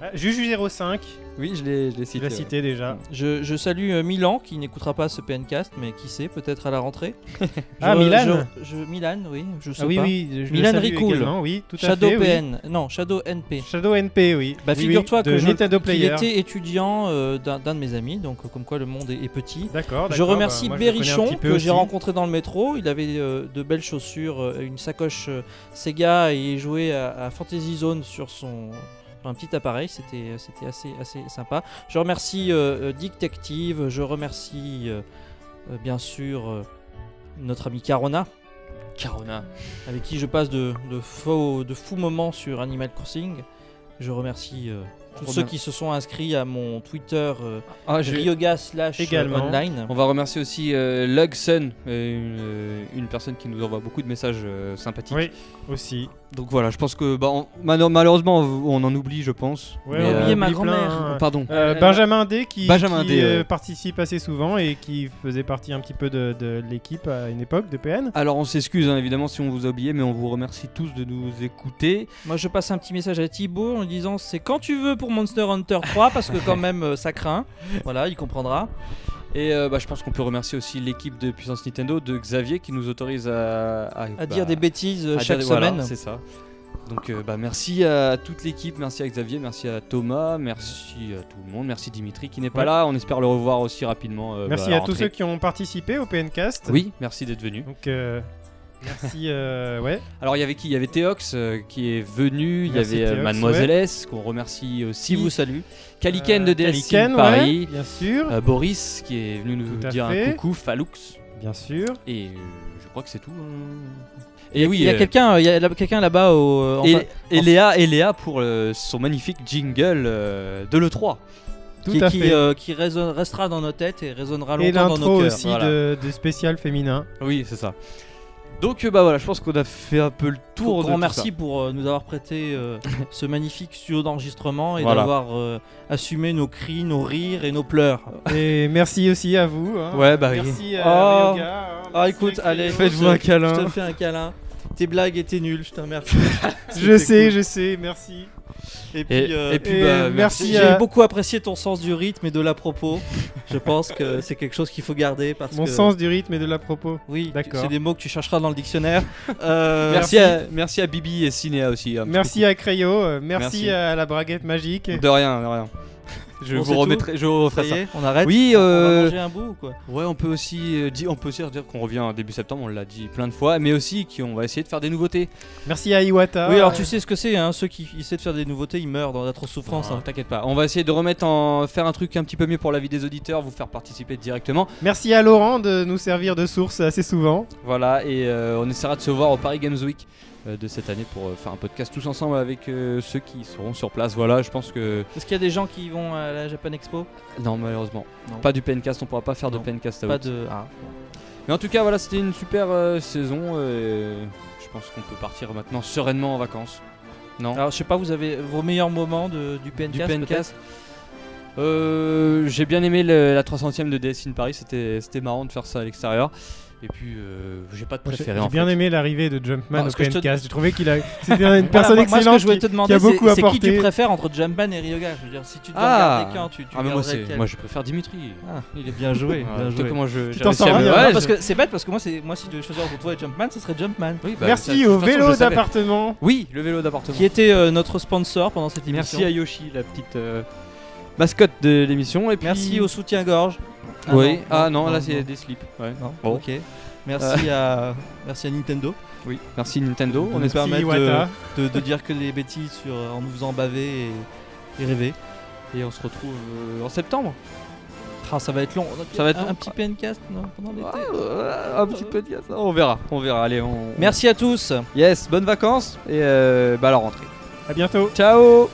Speaker 3: Ah, Juju05
Speaker 1: Oui, je l'ai, je l'ai
Speaker 3: tu
Speaker 1: cité.
Speaker 3: l'as
Speaker 2: euh,
Speaker 1: ouais.
Speaker 3: cité déjà
Speaker 2: Je, je salue euh, Milan qui n'écoutera pas ce PNcast, mais qui sait, peut-être à la rentrée. Je-
Speaker 3: Ah, Milan
Speaker 2: je, je- Milan, oui, je sais
Speaker 3: Ah oui,
Speaker 2: pas.
Speaker 3: oui, je le
Speaker 2: Milan
Speaker 3: salue
Speaker 2: Ricoul.
Speaker 3: également, oui, tout
Speaker 2: Shadow
Speaker 3: à fait. oui.
Speaker 2: PN, non, Shadow NP.
Speaker 3: Shadow NP, oui.
Speaker 2: Bah
Speaker 3: Oui,
Speaker 2: figure-toi
Speaker 3: oui,
Speaker 2: que
Speaker 3: de
Speaker 2: je-
Speaker 3: Nintendo
Speaker 2: qu'il
Speaker 3: Player.
Speaker 2: était étudiant euh, d'un d'un de mes amis, donc euh, comme quoi le monde est, est petit.
Speaker 3: D'accord,
Speaker 2: Je
Speaker 3: d'accord,
Speaker 2: remercie
Speaker 3: bah, moi, je le connais un
Speaker 2: Berrichon
Speaker 3: petit peu
Speaker 2: que j'ai
Speaker 3: aussi.
Speaker 2: rencontré dans le métro. Il avait euh, de belles chaussures, euh, une sacoche euh, Sega et il jouait à, à Fantasy Zone sur son sur un petit appareil. C'était euh, c'était assez assez sympa. Je remercie euh, euh, Dictective. Je remercie euh, euh, bien sûr euh, notre ami Carona
Speaker 1: Carona.
Speaker 2: avec qui je passe de, de faux de fous moments sur Animal Crossing. Je remercie euh, tous
Speaker 1: Trop
Speaker 2: ceux
Speaker 1: bien.
Speaker 2: qui se sont inscrits à mon Twitter euh,
Speaker 1: Ah, j'ai-
Speaker 2: Ryoga slash euh,
Speaker 3: Également.
Speaker 2: online.
Speaker 1: On va remercier aussi euh, Lugson, euh, une, euh, une personne qui nous envoie beaucoup de messages euh, sympathiques.
Speaker 3: Oui, aussi.
Speaker 1: Donc voilà, je pense que bah, on- mal- malheureusement on en oublie, je pense.
Speaker 3: Ouais,
Speaker 1: Mais,
Speaker 2: on
Speaker 1: euh,
Speaker 2: oubliait ma
Speaker 3: oublie plein,
Speaker 2: grand-mère.
Speaker 3: hein.
Speaker 1: Pardon.
Speaker 3: Euh, Benjamin D qui,
Speaker 1: Benjamin
Speaker 3: qui,
Speaker 1: D,
Speaker 3: euh,
Speaker 1: ouais.
Speaker 3: participe assez souvent et qui faisait partie un petit peu de, de l'équipe à une époque de PN.
Speaker 1: Alors on s'excuse hein, évidemment si on vous a oublié, mais on vous remercie tous de nous écouter.
Speaker 2: Moi, je passe un petit message à Thibaut en lui disant c'est quand tu veux pour Monster Hunter 3 parce que quand même euh, ça craint. Voilà, il comprendra.
Speaker 1: Et euh, bah, je pense qu'on peut remercier aussi l'équipe de Puissance Nintendo, de Xavier qui nous autorise à, à,
Speaker 2: À
Speaker 1: bah,
Speaker 2: dire des bêtises euh,
Speaker 1: à
Speaker 2: chaque
Speaker 1: dire- voilà,
Speaker 2: semaine.
Speaker 1: c'est ça. Donc euh, bah, merci à toute l'équipe, merci à Xavier, merci à Thomas, merci à tout le monde, merci Dimitri qui n'est pas
Speaker 3: Ouais.
Speaker 1: là. On espère le revoir aussi rapidement. euh,
Speaker 3: Merci
Speaker 1: bah,
Speaker 3: à
Speaker 1: la
Speaker 3: tous
Speaker 1: rentrée.
Speaker 3: ceux qui ont participé au PNcast.
Speaker 1: Oui, merci d'être venu.
Speaker 3: Donc euh, merci euh, ouais.
Speaker 1: Alors il y avait qui Il y avait Théox euh, qui est venu, il y
Speaker 3: Merci,
Speaker 1: avait euh,
Speaker 3: Théox,
Speaker 1: Mademoiselle S qu'on remercie aussi.
Speaker 2: Qui vous salue.
Speaker 1: Caliken de
Speaker 3: Euh,
Speaker 1: DSC
Speaker 3: Caliken, ouais,
Speaker 1: Paris,
Speaker 3: bien sûr,
Speaker 1: euh, Boris qui est venu nous
Speaker 3: Tout à
Speaker 1: dire un
Speaker 3: fait.
Speaker 1: coucou, Falux,
Speaker 3: bien sûr.
Speaker 1: et euh, je crois que c'est tout. hein. Et oui,
Speaker 2: Il y a
Speaker 1: euh,
Speaker 2: quelqu'un, il y a là- quelqu'un là-bas au. euh, en
Speaker 1: et,
Speaker 2: face-
Speaker 1: et
Speaker 2: en-
Speaker 1: Léa, et Léa pour euh, son magnifique jingle euh, de l'E3.
Speaker 3: Tout
Speaker 2: qui,
Speaker 3: à
Speaker 2: qui,
Speaker 3: fait.
Speaker 2: euh, qui résonne- restera dans nos têtes et résonnera
Speaker 3: et
Speaker 2: longtemps dans nos
Speaker 3: l'intro
Speaker 2: cœurs.
Speaker 3: aussi
Speaker 1: voilà.
Speaker 3: de, de spécial féminin.
Speaker 1: Oui, c'est ça. Donc euh, bah voilà, je pense qu'on a fait un peu le tour
Speaker 2: Tour
Speaker 1: de
Speaker 2: grand
Speaker 1: tout
Speaker 2: merci
Speaker 1: ça.
Speaker 2: pour euh, nous avoir prêté euh, ce magnifique studio d'enregistrement et
Speaker 1: Voilà.
Speaker 2: d'avoir euh, assumé nos cris, nos rires et nos pleurs.
Speaker 3: Et merci aussi à vous. hein.
Speaker 1: Ouais, bah oui.
Speaker 3: merci
Speaker 2: Oh.
Speaker 3: à Ryoga, hein,
Speaker 2: Ah
Speaker 3: merci
Speaker 2: écoute,
Speaker 3: Xavier.
Speaker 2: allez,
Speaker 1: Faites-vous
Speaker 2: je-
Speaker 1: un câlin.
Speaker 2: Je te fais un câlin. Tes blagues étaient nulles, je te remercie.
Speaker 3: Je
Speaker 2: C'était
Speaker 3: sais, je sais, merci.
Speaker 2: cool. Et puis,
Speaker 1: Et,
Speaker 2: euh,
Speaker 1: et puis
Speaker 3: et
Speaker 1: bah,
Speaker 3: merci
Speaker 2: j'ai
Speaker 3: à- euh,
Speaker 2: beaucoup apprécié ton sens du rythme et de la propos. je pense que c'est quelque chose qu'il faut garder parce
Speaker 3: Mon
Speaker 2: que.
Speaker 3: sens du rythme et de la propos.
Speaker 2: Oui, tu-
Speaker 3: D'accord.
Speaker 2: c'est des mots que tu chercheras dans le dictionnaire. Euh,
Speaker 1: Merci, à, merci à Bibi et Cinéa aussi. un petit
Speaker 3: Merci à Crayo, euh, merci,
Speaker 1: Merci.
Speaker 3: à la braguette magique.
Speaker 1: De rien, de rien. Je
Speaker 2: Bon, c'est
Speaker 1: vous remettrai, je vous
Speaker 2: Ça
Speaker 1: referai
Speaker 2: y
Speaker 1: ça.
Speaker 2: est, on arrête.
Speaker 1: Oui,
Speaker 2: On- On
Speaker 1: euh,
Speaker 2: va manger un bout ou quoi
Speaker 1: Ouais, on peut aussi, euh, di- on peut aussi dire qu'on revient début septembre, on l'a dit plein de fois, mais aussi qu'on va essayer de faire des nouveautés.
Speaker 3: Merci à
Speaker 1: ah
Speaker 3: Iwata.
Speaker 2: Oui, alors tu sais ce que c'est, hein, ceux qui essaient de faire des nouveautés, ils meurent dans la trop souffrance.
Speaker 1: Non,
Speaker 2: hein.
Speaker 1: T'inquiète pas, on va essayer de remettre en, faire un truc un petit peu mieux pour la vie des auditeurs, vous faire participer directement.
Speaker 3: euh, Merci à Laurent de nous servir de source assez souvent.
Speaker 1: Voilà, et euh, on essaiera de se voir au Paris Games Week euh, de cette année pour euh, faire un podcast tous ensemble avec euh, ceux qui seront sur place. Voilà, je pense que
Speaker 2: Est-ce qu'il y a des gens qui vont à la Japan Expo
Speaker 1: non, malheureusement,
Speaker 2: Non.
Speaker 1: pas du PNcast, on pourra pas faire
Speaker 2: Non,
Speaker 1: de PNcast. à
Speaker 2: Pas
Speaker 1: Haute.
Speaker 2: de. Ah.
Speaker 1: Mais en tout cas, voilà, c'était une super euh, saison. euh, je pense qu'on peut partir maintenant sereinement en vacances. Non.
Speaker 2: Alors je sais pas, vous avez vos meilleurs moments de- du PNK
Speaker 1: du PNcast. Euh, J'ai bien aimé le- la 300ème de DS in Paris, c'était c'était marrant de faire ça à l'extérieur. Et puis, euh, j'ai pas de
Speaker 3: J'ai
Speaker 1: préféré
Speaker 3: j'ai
Speaker 1: en
Speaker 3: bien
Speaker 1: fait.
Speaker 3: aimé l'arrivée de Jumpman
Speaker 2: Ah,
Speaker 3: au
Speaker 2: ce que je te-
Speaker 3: PNcast. J'ai trouvé qu'il a... c'était une personne
Speaker 2: moi, ce que
Speaker 3: excellente.
Speaker 2: je voulais te
Speaker 3: qui-
Speaker 2: demander,
Speaker 3: a beaucoup
Speaker 2: c'est- c'est qui
Speaker 3: apporté.
Speaker 2: tu préfères entre Jumpman et Ryoga Je veux dire, si tu dois
Speaker 1: Ah.
Speaker 2: regarder qu'un, tu, tu
Speaker 1: Ah, mais moi,
Speaker 2: garderais
Speaker 1: c'est-
Speaker 2: lequel
Speaker 1: moi, je préfère Dimitri.
Speaker 2: Ah, il est bien joué,
Speaker 1: Ah,
Speaker 2: bien
Speaker 1: tu sais
Speaker 2: joué.
Speaker 1: comment je. j'ai
Speaker 3: t'en
Speaker 1: réussi à
Speaker 3: sors
Speaker 1: me-
Speaker 3: bien,
Speaker 1: ouais,
Speaker 2: Non,
Speaker 1: je-
Speaker 2: hein, parce que c'est bête parce que moi c'est moi si je devais choisir entre toi et Jumpman, ce serait Jumpman.
Speaker 1: Oui, bah, ça-
Speaker 3: Merci
Speaker 1: de
Speaker 3: au
Speaker 1: toute façon, je
Speaker 3: vélo
Speaker 1: le savais.
Speaker 3: d'appartement.
Speaker 1: Oui, le vélo d'appartement.
Speaker 2: Qui était euh, notre sponsor pendant cette émission.
Speaker 1: Merci à Yoshi, la petite euh, mascotte de l'émission. Et puis...
Speaker 2: Merci au soutien-gorge. Ah
Speaker 1: oui. ah non, là,
Speaker 2: non.
Speaker 1: c'est des Oh. Euh. slips. Ouais.
Speaker 2: Non,
Speaker 1: Bon.
Speaker 2: ok. Merci, à, merci à Nintendo
Speaker 1: Oui. Merci Nintendo. On
Speaker 2: nous
Speaker 1: espère.
Speaker 3: Merci
Speaker 2: permettre
Speaker 3: Iwata.
Speaker 2: de, de dire que les bêtises sur, euh, en nous faisant baver et, et rêver.
Speaker 1: Et on se retrouve euh, en septembre.
Speaker 2: Ah, ça va être long.
Speaker 1: Ça va être
Speaker 2: un,
Speaker 1: long.
Speaker 2: un petit PNcast non, pendant l'été.
Speaker 1: Ah, euh, un petit peu de gaz. On verra. On verra. Allez, on.
Speaker 2: Merci à tous.
Speaker 1: Yes, bonnes vacances et euh, bah à la rentrée.
Speaker 3: À bientôt.
Speaker 1: Ciao